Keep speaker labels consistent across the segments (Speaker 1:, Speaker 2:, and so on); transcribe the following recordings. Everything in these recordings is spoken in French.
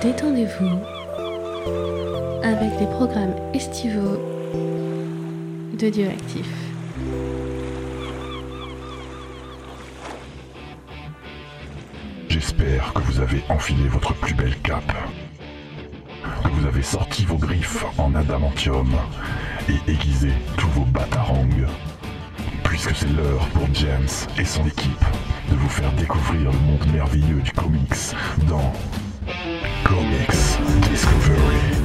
Speaker 1: Détendez-vous avec les programmes estivaux de Dieuactif.
Speaker 2: J'espère que vous avez enfilé votre plus belle cape, que vous avez sorti vos griffes en adamantium et aiguisé tous vos batarangs, puisque c'est l'heure pour James et son équipe de vous faire découvrir le monde merveilleux du comics dans Comics Discovery.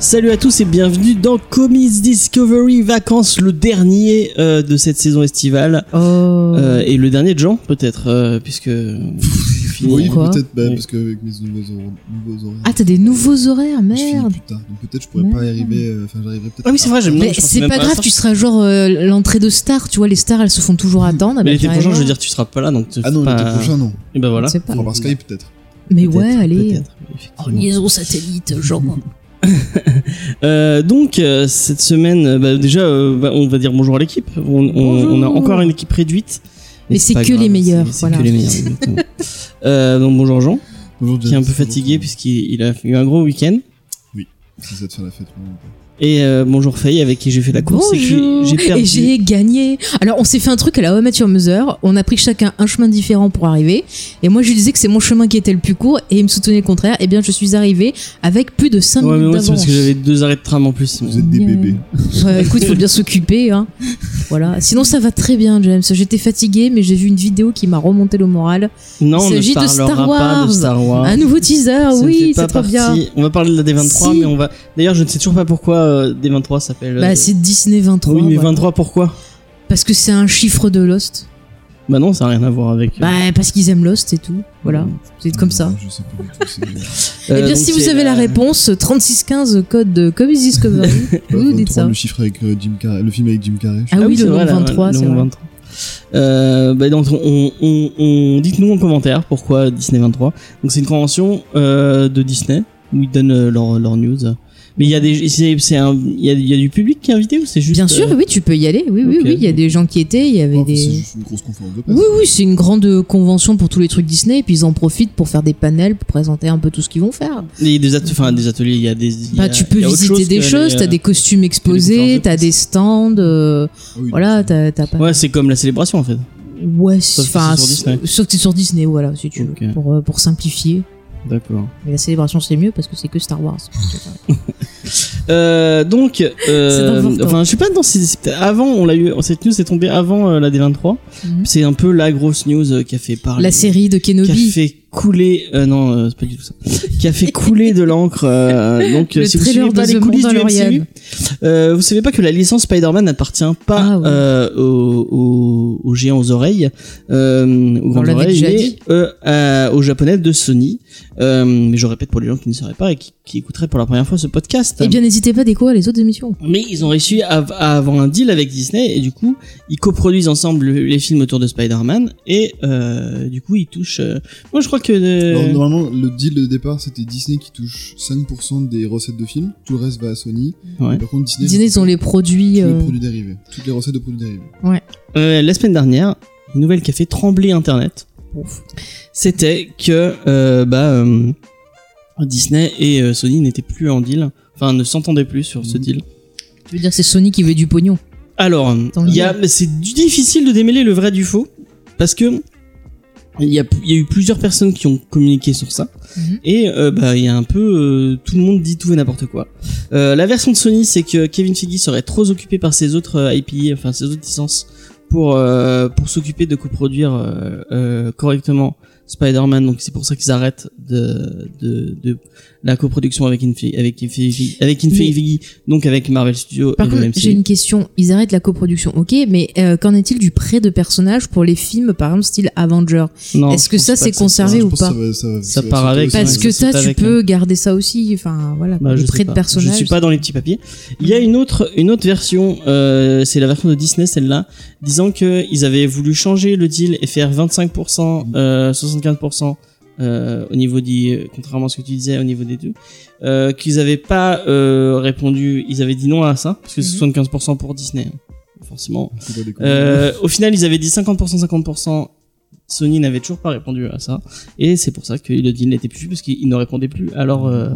Speaker 3: Salut à tous et bienvenue dans Comics Discovery Vacances, le dernier euh, de cette saison estivale.
Speaker 4: Oh.
Speaker 3: Euh, et le dernier de Jean, peut-être, euh, puisque. c'est fini.
Speaker 5: Oui,
Speaker 4: Pourquoi
Speaker 5: peut-être, bah,
Speaker 3: Oui.
Speaker 5: parce qu'avec mes nouveaux hor- nouveaux horaires.
Speaker 4: Ah, t'as des nouveaux horaires,
Speaker 5: je finis
Speaker 4: merde.
Speaker 5: plus tard, donc peut-être je pourrais pas y arriver. euh, Enfin, j'arriverai peut-être.
Speaker 3: Ah oui, c'est vrai, j'aime bien.
Speaker 4: Mais c'est pas grave, tu seras genre euh, l'entrée de star, tu vois, les stars elles se font toujours attendre.
Speaker 3: Mais
Speaker 4: bah,
Speaker 3: l'été prochain,
Speaker 4: carrément.
Speaker 3: je veux dire, tu seras pas là, donc. tu
Speaker 5: Ah non,
Speaker 3: fais
Speaker 5: l'été
Speaker 3: pas-
Speaker 5: prochain, non.
Speaker 3: Et ben voilà.
Speaker 4: Je sais pas.
Speaker 5: On va par Skype, peut-être.
Speaker 4: Mais
Speaker 3: Peut-être,
Speaker 4: ouais, allez. Oh,
Speaker 3: peut-être, Oh
Speaker 4: En
Speaker 3: effectivement.
Speaker 4: liaison satellite, genre.
Speaker 3: Euh, donc euh, cette semaine, euh, bah, déjà, euh, bah, on va dire bonjour à l'équipe. On, on-
Speaker 4: Bonjour.
Speaker 3: on a encore une équipe réduite.
Speaker 4: Mais c'est
Speaker 3: pas
Speaker 4: que les meilleurs,
Speaker 3: c'est- C'est
Speaker 4: voilà.
Speaker 3: que les meilleurs. exactement. Euh, donc bonjour Jean,
Speaker 5: Bonjour,
Speaker 3: qui est un peu
Speaker 5: James.
Speaker 3: fatigué
Speaker 5: Bonjour,
Speaker 3: puisqu'il il a eu un gros week-end.
Speaker 5: Si ça te fait la fête, vraiment.
Speaker 3: Et euh, bonjour Faye, avec qui j'ai fait la course et que j'ai-
Speaker 4: Bonjour.
Speaker 3: j'ai perdu.
Speaker 4: Et j'ai gagné. Alors, on s'est fait un truc à la OMA sur Mesure. On a pris chacun un chemin différent pour arriver. Et moi, je lui disais que c'est mon chemin qui était le plus court. Et il me soutenait le contraire. Et bien, je suis arrivé avec plus de 5
Speaker 3: Ouais, mais
Speaker 4: minutes
Speaker 3: moi, c'est parce
Speaker 4: d'avance.
Speaker 3: que j'avais deux arrêts de tram en plus. mais-
Speaker 5: Vous êtes des
Speaker 4: Miam.
Speaker 5: bébés.
Speaker 4: Ouais, écoute, faut bien s'occuper. Hein. Voilà. Sinon, ça va très bien, James. J'étais fatigué, mais j'ai vu une vidéo qui m'a remonté le moral.
Speaker 3: Non, on
Speaker 4: Il
Speaker 3: ne
Speaker 4: s'agit de
Speaker 3: parlera
Speaker 4: Star
Speaker 3: pas de
Speaker 4: Wars.
Speaker 3: Star Wars.
Speaker 4: Un nouveau teaser,
Speaker 3: Ça ne fait
Speaker 4: oui,
Speaker 3: pas
Speaker 4: c'est trop
Speaker 3: partie-
Speaker 4: bien.
Speaker 3: On va parler de la D23,
Speaker 4: Si.
Speaker 3: mais on va. D'ailleurs, je ne sais toujours pas pourquoi euh, D23 s'appelle. euh,
Speaker 4: Bah, c'est Disney 23.
Speaker 3: Oui, mais
Speaker 4: voilà.
Speaker 3: 23 pourquoi
Speaker 4: Parce que c'est un chiffre de Lost.
Speaker 3: Bah non, ça n'a rien à voir avec. euh,
Speaker 4: Bah, parce qu'ils aiment Lost et tout. Voilà. C'est comme ça.
Speaker 5: Euh, Je sais pas du tout. c'est-
Speaker 4: Eh
Speaker 3: euh,
Speaker 4: bien,
Speaker 3: donc
Speaker 4: si vous
Speaker 3: c'est
Speaker 4: avez la réponse, 3615 code de Comics Discovery,
Speaker 5: Bah,
Speaker 4: vous nous dites
Speaker 5: 23,
Speaker 4: ça.
Speaker 5: Le chiffre avec euh, Jim Carrey, le film avec Jim Carrey.
Speaker 4: Ah oui,
Speaker 3: c'est
Speaker 4: le
Speaker 3: vrai,
Speaker 4: nom
Speaker 3: la-
Speaker 4: 23,
Speaker 3: le
Speaker 4: c'est
Speaker 3: nom
Speaker 4: vrai.
Speaker 3: 23. Euh, bah donc on, on, on- dites-nous en commentaire pourquoi Disney 23. Donc c'est une convention euh, de Disney où ils donnent euh, leur, leur news. Mais il y a des, c'est, c'est un, il y a, il y a du public qui est invité ou c'est juste
Speaker 4: Bien sûr,
Speaker 3: euh,
Speaker 4: oui, tu peux y aller. Oui, oui,
Speaker 3: ok.
Speaker 4: oui. Il y a des gens qui étaient, il y avait
Speaker 5: Enfin,
Speaker 4: des.
Speaker 5: C'est juste une grosse conférence de presse.
Speaker 4: Oui, oui, c'est une grande convention pour tous les trucs Disney, et puis ils en profitent pour faire des panels, pour présenter un peu tout ce qu'ils vont faire.
Speaker 3: il y a des, at- enfin, des ateliers, il y a des. il y a-
Speaker 4: Bah, tu peux
Speaker 3: il y a autre
Speaker 4: visiter
Speaker 3: chose
Speaker 4: des
Speaker 3: que
Speaker 4: choses,
Speaker 3: les, euh,
Speaker 4: t'as des costumes exposés,
Speaker 3: conférences de
Speaker 4: t'as
Speaker 3: presse.
Speaker 4: des stands, euh,
Speaker 5: Ah oui,
Speaker 4: voilà,
Speaker 5: donc,
Speaker 4: t'as t'as
Speaker 3: euh,
Speaker 4: pas.
Speaker 3: Ouais, c'est comme la célébration en fait.
Speaker 4: Ouais, c'est-
Speaker 3: Sauf que
Speaker 4: enfin,
Speaker 3: c'est sur Disney.
Speaker 4: s- sauf que c'est sur Disney, voilà, si tu veux,
Speaker 3: Ok.
Speaker 4: pour, euh, pour simplifier.
Speaker 3: D'accord.
Speaker 4: Mais la célébration c'est mieux parce que c'est que Star Wars.
Speaker 3: Ah, Euh, donc, euh,
Speaker 4: C'est important.
Speaker 3: enfin, je sais pas, non, c'est, c'est peut-être avant, on l'a eu, cette news est tombée avant euh, la D23.
Speaker 4: Mhm.
Speaker 3: C'est un peu la grosse news euh, qui a fait parler.
Speaker 4: La série de
Speaker 3: qui a
Speaker 4: Kenobi,
Speaker 3: fait couler euh, non euh, c'est pas du tout ça qui a fait couler de l'encre euh, donc
Speaker 4: Le
Speaker 3: euh, si vous
Speaker 4: trailer
Speaker 3: suivez pas
Speaker 4: de
Speaker 3: les
Speaker 4: The
Speaker 3: coulisses du
Speaker 4: Mandalorian.
Speaker 3: MCU euh, vous savez pas que la licence Spider-Man n'appartient pas
Speaker 4: Ah ouais.
Speaker 3: euh, aux, aux, aux géants aux oreilles euh, aux grandes
Speaker 4: l'avait
Speaker 3: oreilles
Speaker 4: déjà
Speaker 3: mais
Speaker 4: dit.
Speaker 3: euh, à- aux japonais de Sony euh, mais je répète pour les gens qui ne sauraient pas et qui, qui écouteraient pour la première fois ce podcast
Speaker 4: et Eh bien n'hésitez pas à découvrir les autres émissions.
Speaker 3: mais ils ont réussi à, à avoir un deal avec Disney et du coup ils coproduisent ensemble le- les films autour de Spider-Man et euh, du coup ils touchent. euh, Moi je crois que euh,
Speaker 5: Alors, normalement, le deal de départ, c'était Disney qui touche 5% des recettes de films. Tout le reste va à Sony.
Speaker 3: Ouais.
Speaker 5: Par contre, Disney.
Speaker 4: Disney ils ont les produits.
Speaker 5: Tous les
Speaker 4: euh,
Speaker 5: produits dérivés. Toutes les recettes de produits dérivés.
Speaker 3: euh, la semaine dernière une nouvelle qui a fait trembler Internet. C'était que euh, bah euh, Disney et euh, Sony n'étaient plus en deal, enfin ne s'entendaient plus sur ce
Speaker 5: Mhm.
Speaker 3: deal.
Speaker 4: Je veux dire c'est Sony qui veut du pognon.
Speaker 3: Alors,
Speaker 4: le
Speaker 3: il y a- c'est du- difficile de démêler le vrai du faux parce que il y a, il y a eu plusieurs personnes qui ont communiqué sur ça
Speaker 4: Mhm.
Speaker 3: et euh, bah, il y a un peu euh, tout le monde dit tout et n'importe quoi. Euh, la version de Sony, c'est que Kevin Feige serait trop occupé par ses autres euh, IP, enfin ses autres licences, pour euh, pour s'occuper de coproduire euh, euh, correctement Spider-Man. Donc c'est pour ça qu'ils arrêtent de, de de la coproduction avec Infi avec Infi avec Infi
Speaker 4: Mais-
Speaker 3: Feige, donc avec Marvel Studios
Speaker 4: Par
Speaker 3: et
Speaker 4: contre,
Speaker 3: le MCU.
Speaker 4: j'ai une question. Ils arrêtent la coproduction, ok, mais euh, qu'en est-il du prêt de personnages pour les films, par exemple, style Avenger
Speaker 3: Non,
Speaker 4: Est-ce
Speaker 3: je
Speaker 4: que
Speaker 3: pense
Speaker 4: ça,
Speaker 3: pas
Speaker 4: c'est
Speaker 3: que
Speaker 5: Ah,
Speaker 4: conservé
Speaker 5: je
Speaker 4: ou
Speaker 5: pense
Speaker 4: pas
Speaker 5: que Ça, va- ça va-
Speaker 3: Ça
Speaker 5: va
Speaker 3: part
Speaker 5: sauter
Speaker 3: avec,
Speaker 5: aussi.
Speaker 4: Parce
Speaker 3: ouais,
Speaker 4: que
Speaker 3: c'est
Speaker 4: ça, tu
Speaker 3: avec,
Speaker 4: peux garder ça aussi. Enfin, voilà,
Speaker 3: Bah,
Speaker 4: le
Speaker 3: je
Speaker 4: prêt
Speaker 3: sais
Speaker 4: de
Speaker 3: pas.
Speaker 4: personnages.
Speaker 3: Je suis pas dans les petits papiers. Il y a une autre, une autre version, euh, c'est la version de Disney, celle-là, disant que ils avaient voulu changer le deal et faire 25%, euh, 75%. Euh, au niveau des, contrairement à ce que tu disais au niveau des deux, euh, qu'ils avaient pas euh, répondu, ils avaient dit non à ça parce que
Speaker 4: Mhm.
Speaker 3: c'est 75% pour Disney, hein, forcément.
Speaker 5: C'est pas déconnant.
Speaker 3: Euh, au final, ils avaient dit 50%, 50% Sony n'avait toujours pas répondu à ça. Et c'est pour ça que le deal n'était plus, parce qu'il ne répondait plus. Alors, euh,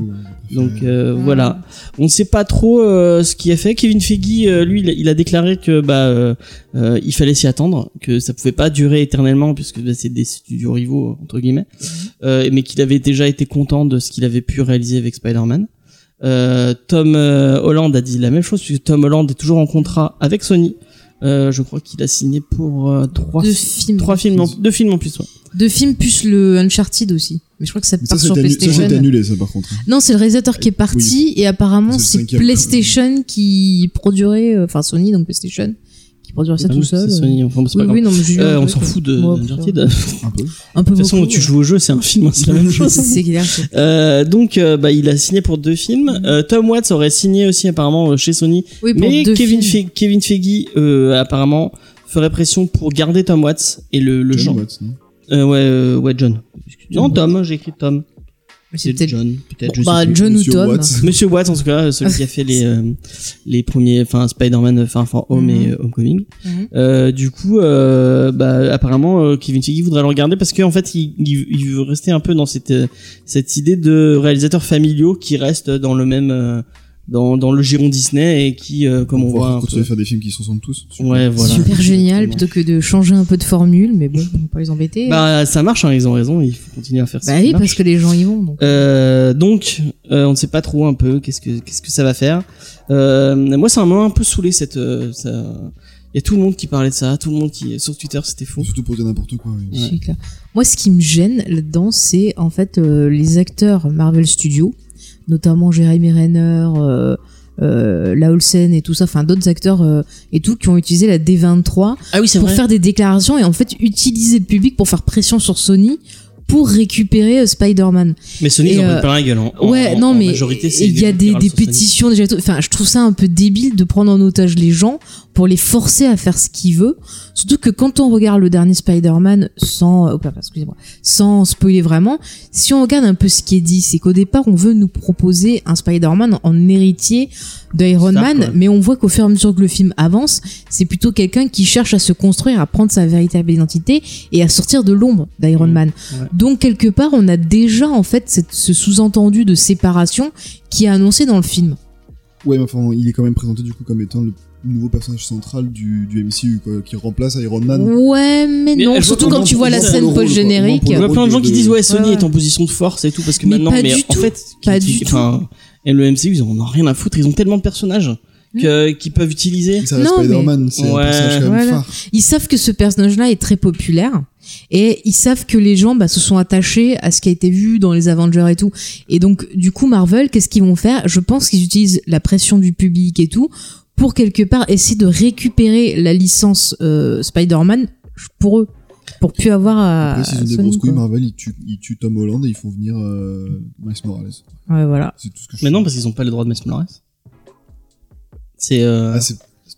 Speaker 3: donc euh,
Speaker 4: Ouais.
Speaker 3: voilà. On ne sait pas trop euh, ce qui a fait. Kevin Feige, euh, lui, il a, il a déclaré que bah euh, euh, il fallait s'y attendre, que ça pouvait pas durer éternellement puisque bah, c'est des studios rivaux euh, entre guillemets,
Speaker 4: Mm.
Speaker 3: Euh, mais qu'il avait déjà été content de ce qu'il avait pu réaliser avec Spider-Man. Euh, Tom euh, Holland a dit la même chose puisque Tom Holland est toujours en contrat avec Sony. Euh, je crois qu'il a signé pour euh, trois
Speaker 4: Deux films.
Speaker 3: trois films en, deux films en plus. Ouais.
Speaker 4: Deux films plus le Uncharted aussi. Mais je crois que ça
Speaker 5: Mais
Speaker 4: part
Speaker 5: ça,
Speaker 4: sur
Speaker 5: c'était annu- ça,
Speaker 4: PlayStation.
Speaker 5: c'était annulé, ça, par contre.
Speaker 4: non, c'est le réalisateur qui est parti et apparemment
Speaker 5: C'est le
Speaker 4: c'est
Speaker 5: cinquième.
Speaker 3: euh,
Speaker 4: PlayStation qui produirait, euh, enfin Sony donc PlayStation qui produirait ça
Speaker 3: Ah
Speaker 4: tout
Speaker 3: oui,
Speaker 4: seul. euh.
Speaker 3: c'est Sony, enfin, c'est
Speaker 4: Oui,
Speaker 3: pas grave.
Speaker 4: oui, non, mais j'ai eu
Speaker 3: Euh,
Speaker 4: un
Speaker 3: on
Speaker 4: truc,
Speaker 3: s'en
Speaker 4: euh,
Speaker 3: fout de
Speaker 4: moi,
Speaker 3: d'Uncharted.
Speaker 4: De
Speaker 3: De toute
Speaker 5: Un peu.
Speaker 4: Un peu
Speaker 3: façon,
Speaker 4: beaucoup, hein.
Speaker 3: tu
Speaker 4: ouais.
Speaker 3: joues au jeu, c'est un film, c'est la même chose.
Speaker 4: C'est clair.
Speaker 3: Euh, donc, euh, bah, il a signé pour deux films. Euh, Tom Watts aurait signé aussi apparemment euh, chez Sony,
Speaker 4: Mhm. Oui, pour
Speaker 3: mais
Speaker 4: deux
Speaker 3: Kevin,
Speaker 4: films.
Speaker 3: Fe- Kevin Feige euh, apparemment ferait pression pour garder Tom Watts et le, le
Speaker 5: John
Speaker 3: genre.
Speaker 5: Watts, non
Speaker 3: Euh, ouais, euh, ouais, John. Non, Tom, j'ai écrit Tom.
Speaker 4: Mais c'est
Speaker 3: C'est
Speaker 4: peut-être
Speaker 3: John, peut-être. je sais
Speaker 4: bah,
Speaker 3: plus.
Speaker 4: John ou
Speaker 5: Monsieur
Speaker 4: Tom.
Speaker 5: Watts.
Speaker 3: Monsieur Watts, en tout cas, euh, celui qui a fait les euh, les premiers, enfin Spider-Man, enfin Far Home
Speaker 4: Mhm.
Speaker 3: et euh, Homecoming.
Speaker 4: Mhm.
Speaker 3: Euh, du coup, euh, bah, apparemment, euh, Kevin Feige voudrait le regarder parce qu'en fait, il, il, il veut rester un peu dans cette euh, cette idée de réalisateurs familiaux qui restent dans le même euh, dans dans le giron Disney et qui, euh, comme on
Speaker 5: Pour
Speaker 3: voit, un
Speaker 5: continuer à
Speaker 3: peu-
Speaker 5: faire des films qui se ressemblent tous.
Speaker 3: ouais, voilà.
Speaker 4: Super génial
Speaker 3: Exactement.
Speaker 4: plutôt que de changer un peu de formule, mais bon, on va pas les embêter.
Speaker 3: Bah, ça marche, hein, ils ont raison, il faut continuer à faire ça.
Speaker 4: Bah oui, parce que les gens y vont. Donc.
Speaker 3: Euh, donc, euh, on ne sait pas trop un peu qu'est-ce que qu'est-ce que ça va faire. Euh, moi, ça m'a un peu saoulé cette. euh, ça- Il y a tout le monde qui parlait de ça, tout le monde qui sur Twitter, c'était fou.
Speaker 5: Surtout pour dire n'importe quoi. oui.
Speaker 4: Je suis claire. Moi, ce qui me gêne là-dedans, c'est en fait euh, les acteurs Marvel Studios, notamment Jeremy Renner, euh, euh, La Olsen et tout ça, enfin d'autres acteurs euh, et tout, qui ont utilisé la D23
Speaker 3: Ah oui, c'est
Speaker 4: pour faire des déclarations et en fait utiliser le public pour faire pression sur Sony pour récupérer euh, Spider-Man.
Speaker 3: Mais Sony, ils
Speaker 4: Et,
Speaker 3: ont pris
Speaker 4: euh,
Speaker 3: plein la gueule. hein. En,
Speaker 4: ouais,
Speaker 3: en-
Speaker 4: non,
Speaker 3: en
Speaker 4: mais
Speaker 3: majorité, c'est
Speaker 4: il y a des,
Speaker 3: collatérales
Speaker 4: des
Speaker 3: sur Sony.
Speaker 4: pétitions déjà. et tout. Enfin, je trouve ça un peu débile de prendre en otage les gens pour les forcer à faire ce qu'ils veulent. Surtout que quand on regarde le dernier Spider-Man, sans, oh, pardon, excusez-moi, sans spoiler vraiment, si on regarde un peu ce qui est dit, c'est qu'au départ, on veut nous proposer un Spider-Man en héritier d'Iron
Speaker 3: Stark,
Speaker 4: Man,
Speaker 3: ouais.
Speaker 4: mais on voit qu'au fur et à mesure que le film avance, c'est plutôt quelqu'un qui cherche à se construire, à prendre sa véritable identité et à sortir de l'ombre d'Iron
Speaker 3: Mhm.
Speaker 4: Man.
Speaker 3: Ouais.
Speaker 4: Donc quelque part, on a déjà en fait cette- ce sous-entendu de séparation qui est annoncé dans le film.
Speaker 5: Ouais, mais enfin, il est quand même présenté du coup comme étant le nouveau personnage central du, du MCU, quoi, qui remplace Iron Man.
Speaker 4: Ouais, mais,
Speaker 3: Mais
Speaker 4: non,
Speaker 3: elle-
Speaker 4: surtout quand
Speaker 5: non,
Speaker 4: tu
Speaker 5: pour
Speaker 4: vois la
Speaker 5: moi, pour
Speaker 4: scène
Speaker 5: le hein. rôle,
Speaker 4: post-générique.
Speaker 5: quoi.
Speaker 3: Il y a
Speaker 5: Ouais,
Speaker 3: plein de gens qui disent ouais, Sony
Speaker 4: ouais.
Speaker 3: est en position de force et tout parce que
Speaker 4: Mais
Speaker 3: maintenant,
Speaker 4: pas
Speaker 3: mais
Speaker 4: du
Speaker 3: en
Speaker 4: tout.
Speaker 3: fait,
Speaker 4: Pas
Speaker 3: qui-
Speaker 4: du
Speaker 3: enfin, et le MCU, ils en ont rien à foutre. Ils ont tellement de personnages
Speaker 4: Mm.
Speaker 3: que qu'ils peuvent utiliser.
Speaker 5: Et Ça reste
Speaker 4: Non, mais-
Speaker 5: Spider-Man, c'est un
Speaker 3: Ouais.
Speaker 5: personnage quand même
Speaker 4: Voilà.
Speaker 5: phare.
Speaker 4: Ils savent que ce personnage-là est très populaire et ils savent que les gens bah, se sont attachés à ce qui a été vu dans les Avengers et tout. Et donc, du coup, Marvel, qu'est-ce qu'ils vont faire Je pense qu'ils utilisent la pression du public et tout pour quelque part essayer de récupérer la licence euh, Spider-Man pour eux, pour plus avoir à.
Speaker 5: Après, s'ils ont
Speaker 4: à
Speaker 5: des
Speaker 4: Sony,
Speaker 5: grosses couilles,
Speaker 4: quoi.
Speaker 5: Marvel, ils tuent, ils tuent Tom Holland et ils font venir euh, Miles Morales.
Speaker 4: Ouais, voilà.
Speaker 5: C'est tout ce que je
Speaker 3: Mais non,
Speaker 5: sais.
Speaker 3: parce qu'ils ont pas le droit de mettre Morales. C'est euh,
Speaker 5: Ah, c'est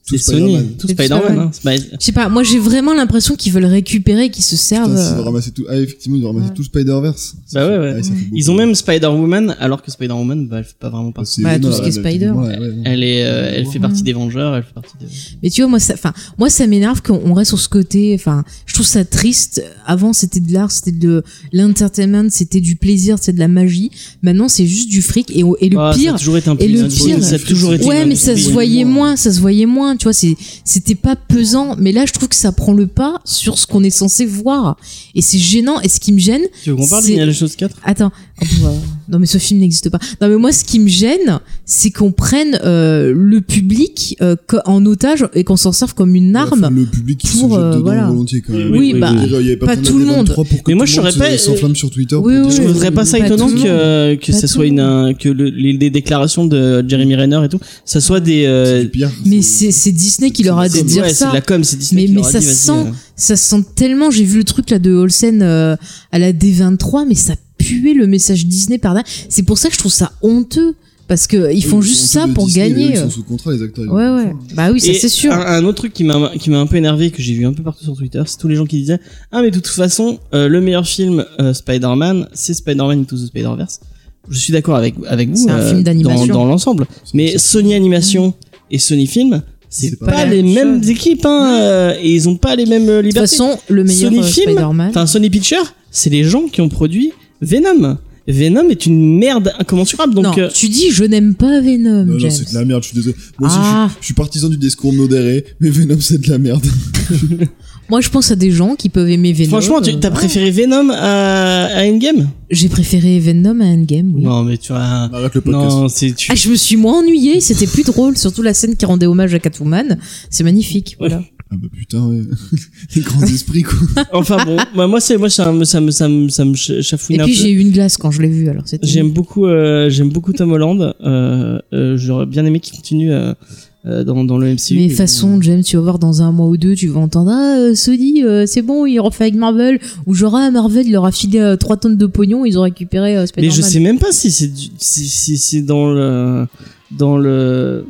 Speaker 5: tout
Speaker 3: c'est Sony,
Speaker 5: Spider-Man.
Speaker 3: tout
Speaker 4: C'est
Speaker 3: Spider-Man.
Speaker 4: Spider-Man.
Speaker 3: hein. Spider-
Speaker 4: Je sais pas, moi j'ai vraiment l'impression qu'ils veulent récupérer, qu'ils se servent.
Speaker 5: Putain, s'ils ont
Speaker 4: euh,
Speaker 5: ramassé tout. Ah, effectivement, ils ont ramassé
Speaker 4: Ouais.
Speaker 5: tout Spider-Verse. Ça
Speaker 3: Bah ouais,
Speaker 5: fait-
Speaker 3: ouais.
Speaker 5: ça fait beaucoup.
Speaker 3: Ils ont même Spider-Woman, alors que Spider-Woman, bah, elle fait pas vraiment partie.
Speaker 5: C'est
Speaker 4: Bah,
Speaker 5: Venom,
Speaker 4: tout ce qui est Spider.
Speaker 5: là, effectivement, ouais, ouais, non.
Speaker 3: Elle est, euh, elle fait
Speaker 5: Ouais.
Speaker 3: partie des Vengeurs, elle fait partie de.
Speaker 4: Mais tu vois, moi, ça, enfin, moi, ça m'énerve qu'on on reste sur ce côté. Enfin, je trouve ça triste. Avant, c'était de l'art, c'était de l'entertainment, c'était du plaisir, c'était de la magie. Maintenant, c'est juste du fric. Et, et le
Speaker 3: Ah, ça
Speaker 4: pire,
Speaker 3: a toujours été un peu
Speaker 4: et le
Speaker 3: une industrie,
Speaker 4: pire-
Speaker 3: ça a toujours été.
Speaker 4: ouais,
Speaker 3: une
Speaker 4: mais ça se
Speaker 3: industrie.
Speaker 4: voyait moins, ça se voyait moins. Tu vois, c'est, c'était pas pesant. Mais là, je trouve que ça prend le pas sur ce qu'on est censé voir. Et c'est gênant. Et ce qui me gêne,
Speaker 3: Tu veux qu'on parle
Speaker 4: C'est-
Speaker 3: d'Indiana Jones 4
Speaker 4: Attends, on peut voir. non mais ce film n'existe pas. Non mais moi ce qui me gêne, c'est qu'on prenne euh, le public euh, co- en otage et qu'on s'en serve comme une
Speaker 5: Ouais, enfin,
Speaker 4: arme.
Speaker 5: Le public qui se jette
Speaker 4: pour, euh,
Speaker 5: dedans
Speaker 4: voilà.
Speaker 5: volontiers quand même.
Speaker 4: Oui, oui, bah,
Speaker 5: Je veux dire, il y avait
Speaker 4: pas
Speaker 5: besoin
Speaker 4: tout le
Speaker 5: d'être
Speaker 4: monde.
Speaker 5: 23 Pour que
Speaker 3: Mais moi,
Speaker 5: tout
Speaker 3: je
Speaker 5: le monde
Speaker 3: saurais pas-
Speaker 5: se- s'enflamme sur Twitter.
Speaker 4: Oui,
Speaker 5: pour
Speaker 4: oui,
Speaker 5: dire
Speaker 3: Je
Speaker 4: oui.
Speaker 3: voudrais pas ça
Speaker 4: Pas
Speaker 3: étonnant
Speaker 4: tout le
Speaker 3: que, que
Speaker 4: Pas
Speaker 3: ça
Speaker 4: tout
Speaker 3: soit
Speaker 4: le
Speaker 3: une, un- que le- les, les déclarations de Jeremy Renner et tout, ça soit des.
Speaker 5: c'est
Speaker 3: euh,
Speaker 5: du pire.
Speaker 4: Mais c'est c'est Disney qui leur a dit
Speaker 3: c'est-
Speaker 4: de dire
Speaker 3: ouais, c'est
Speaker 4: ça.
Speaker 3: de la com, c'est Disney
Speaker 4: Mais-
Speaker 3: qui
Speaker 4: mais
Speaker 3: leur a
Speaker 4: ça
Speaker 3: dit, vas-y,
Speaker 4: sent-
Speaker 3: euh,
Speaker 4: Ça sent tellement. J'ai vu le truc là de Olsen euh, à la D23, mais ça puait le message Disney par là. C'est pour ça que je trouve ça honteux parce que ils
Speaker 5: Eux,
Speaker 4: font
Speaker 5: sont
Speaker 4: juste
Speaker 5: sous
Speaker 4: ça
Speaker 5: de
Speaker 4: pour
Speaker 5: Disney,
Speaker 4: gagner. euh.
Speaker 5: eux, Ils sont sous contrat les acteurs. ils
Speaker 4: Ouais
Speaker 5: ont
Speaker 4: ouais.
Speaker 5: pas le choix.
Speaker 4: Bah oui, ça
Speaker 3: Et
Speaker 4: c'est sûr.
Speaker 3: Un, un autre truc qui m'a qui m'a un peu énervé que j'ai vu un peu partout sur Twitter, c'est tous les gens qui disaient "Ah mais de toute façon, euh, le meilleur film euh, Spider-Man, c'est Spider-Man Into the Spider-Verse." Je suis d'accord avec avec vous
Speaker 4: C'est un
Speaker 3: euh,
Speaker 4: film
Speaker 3: dans,
Speaker 4: d'animation. Mm.
Speaker 3: dans l'ensemble,
Speaker 5: C'est-
Speaker 3: mais Sony Animation et Sony Film, c'est pas, les mêmes équipes, hein, euh, et ils ont pas les mêmes euh,
Speaker 4: De toute
Speaker 3: libertés.
Speaker 4: façon, le meilleur
Speaker 3: Sony
Speaker 4: euh,
Speaker 3: Film,
Speaker 4: Spider-Man.
Speaker 3: Enfin, Sony Pictures, c'est les gens qui ont produit Venom. Venom est une merde incommensurable, donc.
Speaker 4: non,
Speaker 3: euh,
Speaker 4: tu dis je n'aime pas Venom,
Speaker 5: Non, non,
Speaker 4: James.
Speaker 5: c'est de la merde, je suis désolé. Moi aussi, je suis-
Speaker 4: Ah.
Speaker 5: je, suis partisan du discours modéré, mais Venom, c'est de la merde.
Speaker 4: Moi, je pense à des gens qui peuvent aimer Venom.
Speaker 3: Franchement,
Speaker 4: euh,
Speaker 3: tu t'as
Speaker 4: ouais.
Speaker 3: préféré Venom à, à Endgame
Speaker 4: J'ai préféré Venom à Endgame, oui.
Speaker 3: Non, mais tu vois.
Speaker 5: Arrête le podcast.
Speaker 3: Non, c'est tu.
Speaker 4: Ah, je me suis moins ennuyée, c'était plus drôle, surtout la scène qui rendait hommage à Catwoman. C'est magnifique, voilà.
Speaker 5: Ah bah putain, ouais. Les grands esprits, quoi.
Speaker 3: enfin bon, bah, moi c'est moi ça me ça me ça me ça me ch-
Speaker 4: Et
Speaker 3: chafouine un
Speaker 4: puis j'ai
Speaker 3: peu.
Speaker 4: eu une glace quand je l'ai vu, alors c'était.
Speaker 3: J'aime beaucoup euh, j'aime beaucoup Tom Holland. Euh, euh, J'aurais bien aimé qu'il continue euh, euh, dans dans le MCU.
Speaker 4: Mais façon, James, tu vas voir dans un mois ou deux, tu vas entendre Ah, euh, Sony, euh, c'est bon, ils refait avec Marvel. Ou genre, ah, Marvel, il leur a filé euh, 3 tonnes de pognon, ils ont récupéré euh,
Speaker 3: Mais
Speaker 4: Spider-Man.
Speaker 3: je sais même pas si c'est du- si, si c'est dans le dans le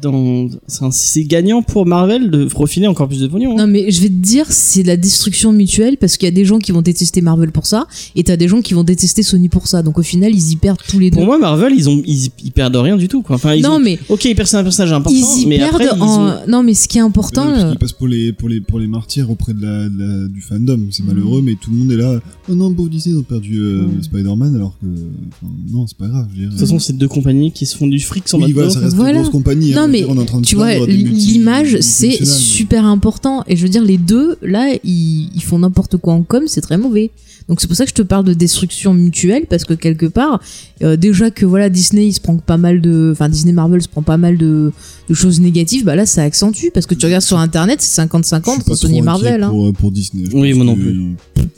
Speaker 3: dans c'est un- c'est gagnant pour Marvel de profiler encore plus de pognon. hein.
Speaker 4: Non, mais je vais te dire, c'est la destruction mutuelle parce qu'il y a des gens qui vont détester Marvel pour ça et t'as des gens qui vont détester Sony pour ça. Donc au final, ils y perdent tous les deux.
Speaker 3: Pour moi Marvel ils ont ils, ils perdent rien du tout quoi. Enfin ils
Speaker 4: non,
Speaker 3: ont-
Speaker 4: mais
Speaker 3: OK, ils perdent un personnage important
Speaker 4: ils y
Speaker 3: mais
Speaker 4: perdent
Speaker 3: après ils
Speaker 4: en.
Speaker 3: ont
Speaker 4: Non, mais ce qui est important.
Speaker 5: Venom,
Speaker 4: euh,
Speaker 5: qui passe pour les, pour, les, pour les martyrs auprès de la, de la- du fandom. C'est malheureux, mais tout le monde est là. Oh non, pauvre Disney, ils ont perdu euh,
Speaker 4: Mhm. Ouais.
Speaker 5: Spider-man, alors que. enfin, non, c'est pas grave, je veux dire. euh,
Speaker 3: de toute façon, c'est deux compagnies qui se font du fric sans
Speaker 5: oui, voilà, ça reste
Speaker 4: Voilà.
Speaker 5: une grosse compagnie. hein.
Speaker 4: Non,
Speaker 5: Je veux
Speaker 4: mais
Speaker 5: dire, on est en train de
Speaker 4: Tu
Speaker 5: se
Speaker 4: vois,
Speaker 5: plaindre des multi-
Speaker 4: l'image, c'est
Speaker 5: multinationales, mais-
Speaker 4: super important. Et je veux dire, les deux, là, ils, ils font n'importe quoi en com, c'est très mauvais. Donc c'est pour ça que je te parle de destruction mutuelle, parce que quelque part, euh, déjà que voilà, Disney, il se prend pas mal de... Enfin, Disney Marvel se prend pas mal de, de choses négatives, bah là, ça accentue, parce que tu regardes sur Internet, c'est
Speaker 5: Je suis
Speaker 4: 50-50
Speaker 5: pas
Speaker 4: pour Sony
Speaker 5: trop inquiet
Speaker 4: Marvel. hein.
Speaker 5: Pour, euh, pour Disney. je
Speaker 3: Oui,
Speaker 5: pense
Speaker 3: moi non
Speaker 5: que
Speaker 3: plus.
Speaker 5: ils-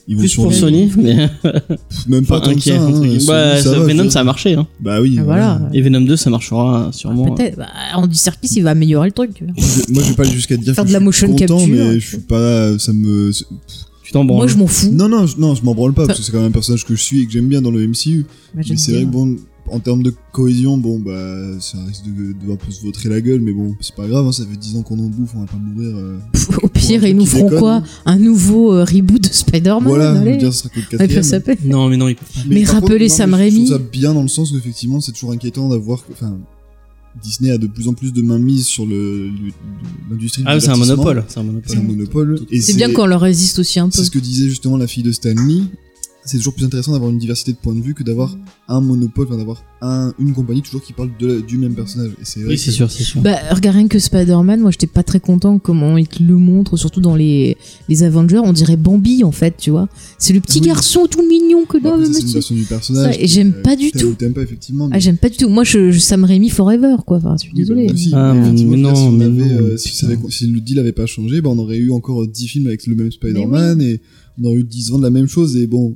Speaker 5: Ils vont
Speaker 3: plus pour
Speaker 5: survivre.
Speaker 3: Sony, mais
Speaker 5: Pff, Même pas
Speaker 3: enfin,
Speaker 5: tant que
Speaker 3: inquiet.
Speaker 5: ça.
Speaker 3: entre
Speaker 5: hein,
Speaker 3: guillemets.
Speaker 5: Sony,
Speaker 3: Bah, ça-
Speaker 5: va,
Speaker 3: Venom,
Speaker 5: je-
Speaker 3: ça a marché. Hein.
Speaker 5: Bah oui,
Speaker 4: Ah,
Speaker 5: voilà.
Speaker 4: voilà.
Speaker 3: Et Venom 2, ça marchera hein, sûrement.
Speaker 4: Peut-être, bah, Andy Serkis, il va améliorer le truc. tu vois.
Speaker 5: Moi, je- Moi, je vais pas jusqu'à te dire
Speaker 4: Faire
Speaker 5: que
Speaker 4: de la
Speaker 5: je
Speaker 4: motion
Speaker 5: suis content,
Speaker 4: capture.
Speaker 5: mais je suis pas. Ça me.
Speaker 3: Tu t'en
Speaker 4: Moi,
Speaker 3: branles.
Speaker 4: je m'en fous.
Speaker 5: Non, non, je- non, je m'en branle pas,
Speaker 4: Enfin-
Speaker 5: parce que c'est quand même un personnage que je suis et que j'aime bien dans le MCU.
Speaker 4: Bah, je
Speaker 5: Mais
Speaker 4: te dis,
Speaker 5: c'est vrai que
Speaker 4: hein.
Speaker 5: bon, en termes de cohésion, bon, bah, ça risque de de devoir se vautrer la gueule, mais bon, c'est pas grave, hein, ça fait 10 ans qu'on en bouffe, on va pas mourir. euh,
Speaker 4: Pff, Au
Speaker 5: pour un
Speaker 4: pire,
Speaker 5: truc
Speaker 4: ils nous
Speaker 5: qui
Speaker 4: feront
Speaker 5: déconne.
Speaker 4: quoi Un nouveau euh, reboot de Spider-Man
Speaker 5: Voilà, je veux
Speaker 4: allez.
Speaker 5: dire, ce sera que le
Speaker 4: Ouais, puis ça
Speaker 5: quatrième.
Speaker 4: s'appelle.
Speaker 3: Non, mais non, ils-
Speaker 4: Mais
Speaker 5: par contre,
Speaker 4: rappelez
Speaker 5: non,
Speaker 4: Sam
Speaker 5: mais Je
Speaker 4: Raimi.
Speaker 5: trouve ça bien dans le sens où effectivement c'est toujours inquiétant d'avoir, que- enfin, Disney a de plus en plus de mainmise sur le le- l'industrie. du
Speaker 3: Ah, c'est un
Speaker 5: divertissement.
Speaker 3: monopole. C'est un
Speaker 5: C'est un
Speaker 3: monopole.
Speaker 5: monopole. et
Speaker 4: C'est bien qu'on leur résiste aussi un peu.
Speaker 5: C'est ce que disait justement la fille de Stanley. C'est toujours plus intéressant d'avoir une diversité de points de vue que d'avoir un monopole, enfin, d'avoir un, une compagnie toujours qui parle de la- du même personnage. Et c'est vrai
Speaker 3: Oui, c'est
Speaker 5: que-
Speaker 3: sûr, c'est sûr.
Speaker 4: Bah, regarde rien que Spider-Man, moi j'étais pas très content comment ils te le montrent, surtout dans les, les Avengers, on dirait Bambi en fait, tu vois. C'est le petit
Speaker 5: Ah Oui.
Speaker 4: garçon tout mignon que
Speaker 5: Bon,
Speaker 4: là,
Speaker 5: après,
Speaker 4: mais
Speaker 5: c'est une
Speaker 4: tu-
Speaker 5: version Bah, du personnage.
Speaker 4: Ça, et j'aime
Speaker 5: euh,
Speaker 4: pas du
Speaker 5: t'aimes
Speaker 4: tout.
Speaker 5: ou T'aimes pas effectivement.
Speaker 4: Ah, j'aime pas du tout. Moi je, je Sam Raimi Forever, quoi. Enfin, je suis
Speaker 5: mais-
Speaker 4: désolé.
Speaker 5: mais bah, aussi,
Speaker 3: Ah,
Speaker 5: mais
Speaker 3: mais
Speaker 5: effectivement,
Speaker 3: non,
Speaker 5: si on
Speaker 3: mais
Speaker 5: avait,
Speaker 3: non,
Speaker 5: euh, si, ça
Speaker 3: putain.
Speaker 5: avait- si le deal avait pas changé, bah, on aurait eu encore 10 films avec le même Spider-Man et on aurait eu 10 ans de la même chose. Et bon,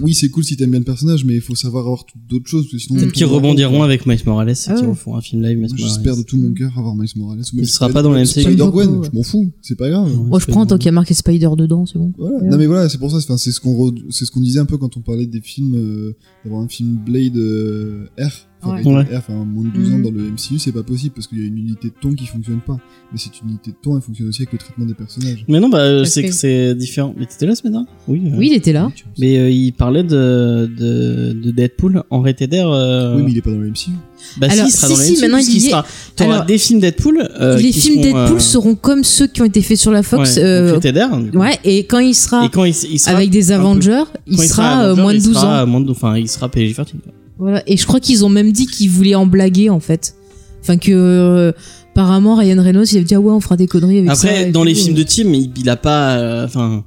Speaker 5: oui, c'est cool si t'aimes bien le personnage, mais il faut savoir avoir tout- d'autres choses. parce que sinon,
Speaker 4: Mm.
Speaker 5: on
Speaker 3: Qui
Speaker 5: tourne en rond.
Speaker 3: rebondiront avec Miles Morales et
Speaker 4: Ah
Speaker 3: qui
Speaker 4: ouais.
Speaker 3: en feront un film live. Miles
Speaker 5: Moi, J'espère de
Speaker 3: Morales.
Speaker 5: tout mon cœur avoir Miles Morales. ou même
Speaker 3: Il sera
Speaker 5: Spider-
Speaker 3: pas dans la MCU.
Speaker 5: Spider-Gwen,
Speaker 4: Beaucoup, ouais.
Speaker 5: je m'en fous, c'est pas grave.
Speaker 4: Moi je prends tant qu'il y a marqué Spider dedans, c'est bon.
Speaker 5: Voilà.
Speaker 4: Ouais.
Speaker 5: Non mais voilà, c'est pour ça. enfin, C'est ce qu'on re- c'est ce qu'on disait un peu quand on parlait des films euh, d'avoir un film Blade euh, R. Enfin,
Speaker 4: Ouais.
Speaker 5: Blade R, enfin, moins de 12 ans
Speaker 4: Mhm.
Speaker 5: dans le MCU, c'est pas possible parce qu'il y a une unité de ton qui fonctionne pas. Mais cette unité de ton, elle fonctionne aussi avec le traitement des personnages.
Speaker 3: Mais non, bah,
Speaker 4: Parce
Speaker 3: c'est
Speaker 4: que-
Speaker 3: que c'est différent. Mais t'étais là ce matin Oui. euh,
Speaker 4: Oui, il était là.
Speaker 3: Mais euh, il parlait de, de, de Deadpool en rated R. euh,
Speaker 5: Oui, mais il est pas dans le MCU.
Speaker 3: Bah,
Speaker 4: Alors,
Speaker 3: si, il sera
Speaker 4: si,
Speaker 3: dans
Speaker 4: si,
Speaker 3: les
Speaker 4: maintenant,
Speaker 3: MCU,
Speaker 4: il
Speaker 3: puisqu'il
Speaker 4: y est.
Speaker 3: sera. T'auras
Speaker 4: Alors,
Speaker 3: des films Deadpool. euh,
Speaker 4: les
Speaker 3: qui
Speaker 4: films
Speaker 3: seront,
Speaker 4: Deadpool
Speaker 3: euh,
Speaker 4: seront comme ceux qui ont été faits sur la Fox.
Speaker 3: ouais, donc
Speaker 4: euh,
Speaker 3: rated R, du coup.
Speaker 4: ouais, et quand il sera,
Speaker 3: Et quand il, il sera.
Speaker 4: avec des
Speaker 3: un peu-
Speaker 4: Avengers, il
Speaker 3: quand
Speaker 4: sera euh,
Speaker 3: Avenger,
Speaker 4: moins de
Speaker 3: il
Speaker 4: 12 ans.
Speaker 3: sera moins de- Enfin, il sera PG-13. quoi.
Speaker 4: Voilà. Et je crois qu'ils ont même dit qu'ils voulaient en blaguer en fait. Enfin que euh, apparemment Ryan Reynolds il avait dit ah ouais on fera des conneries avec ça.
Speaker 3: Après,
Speaker 4: et
Speaker 3: dans
Speaker 4: tout,
Speaker 3: les
Speaker 4: euh.
Speaker 3: films de Tim, il, il a pas, euh, enfin,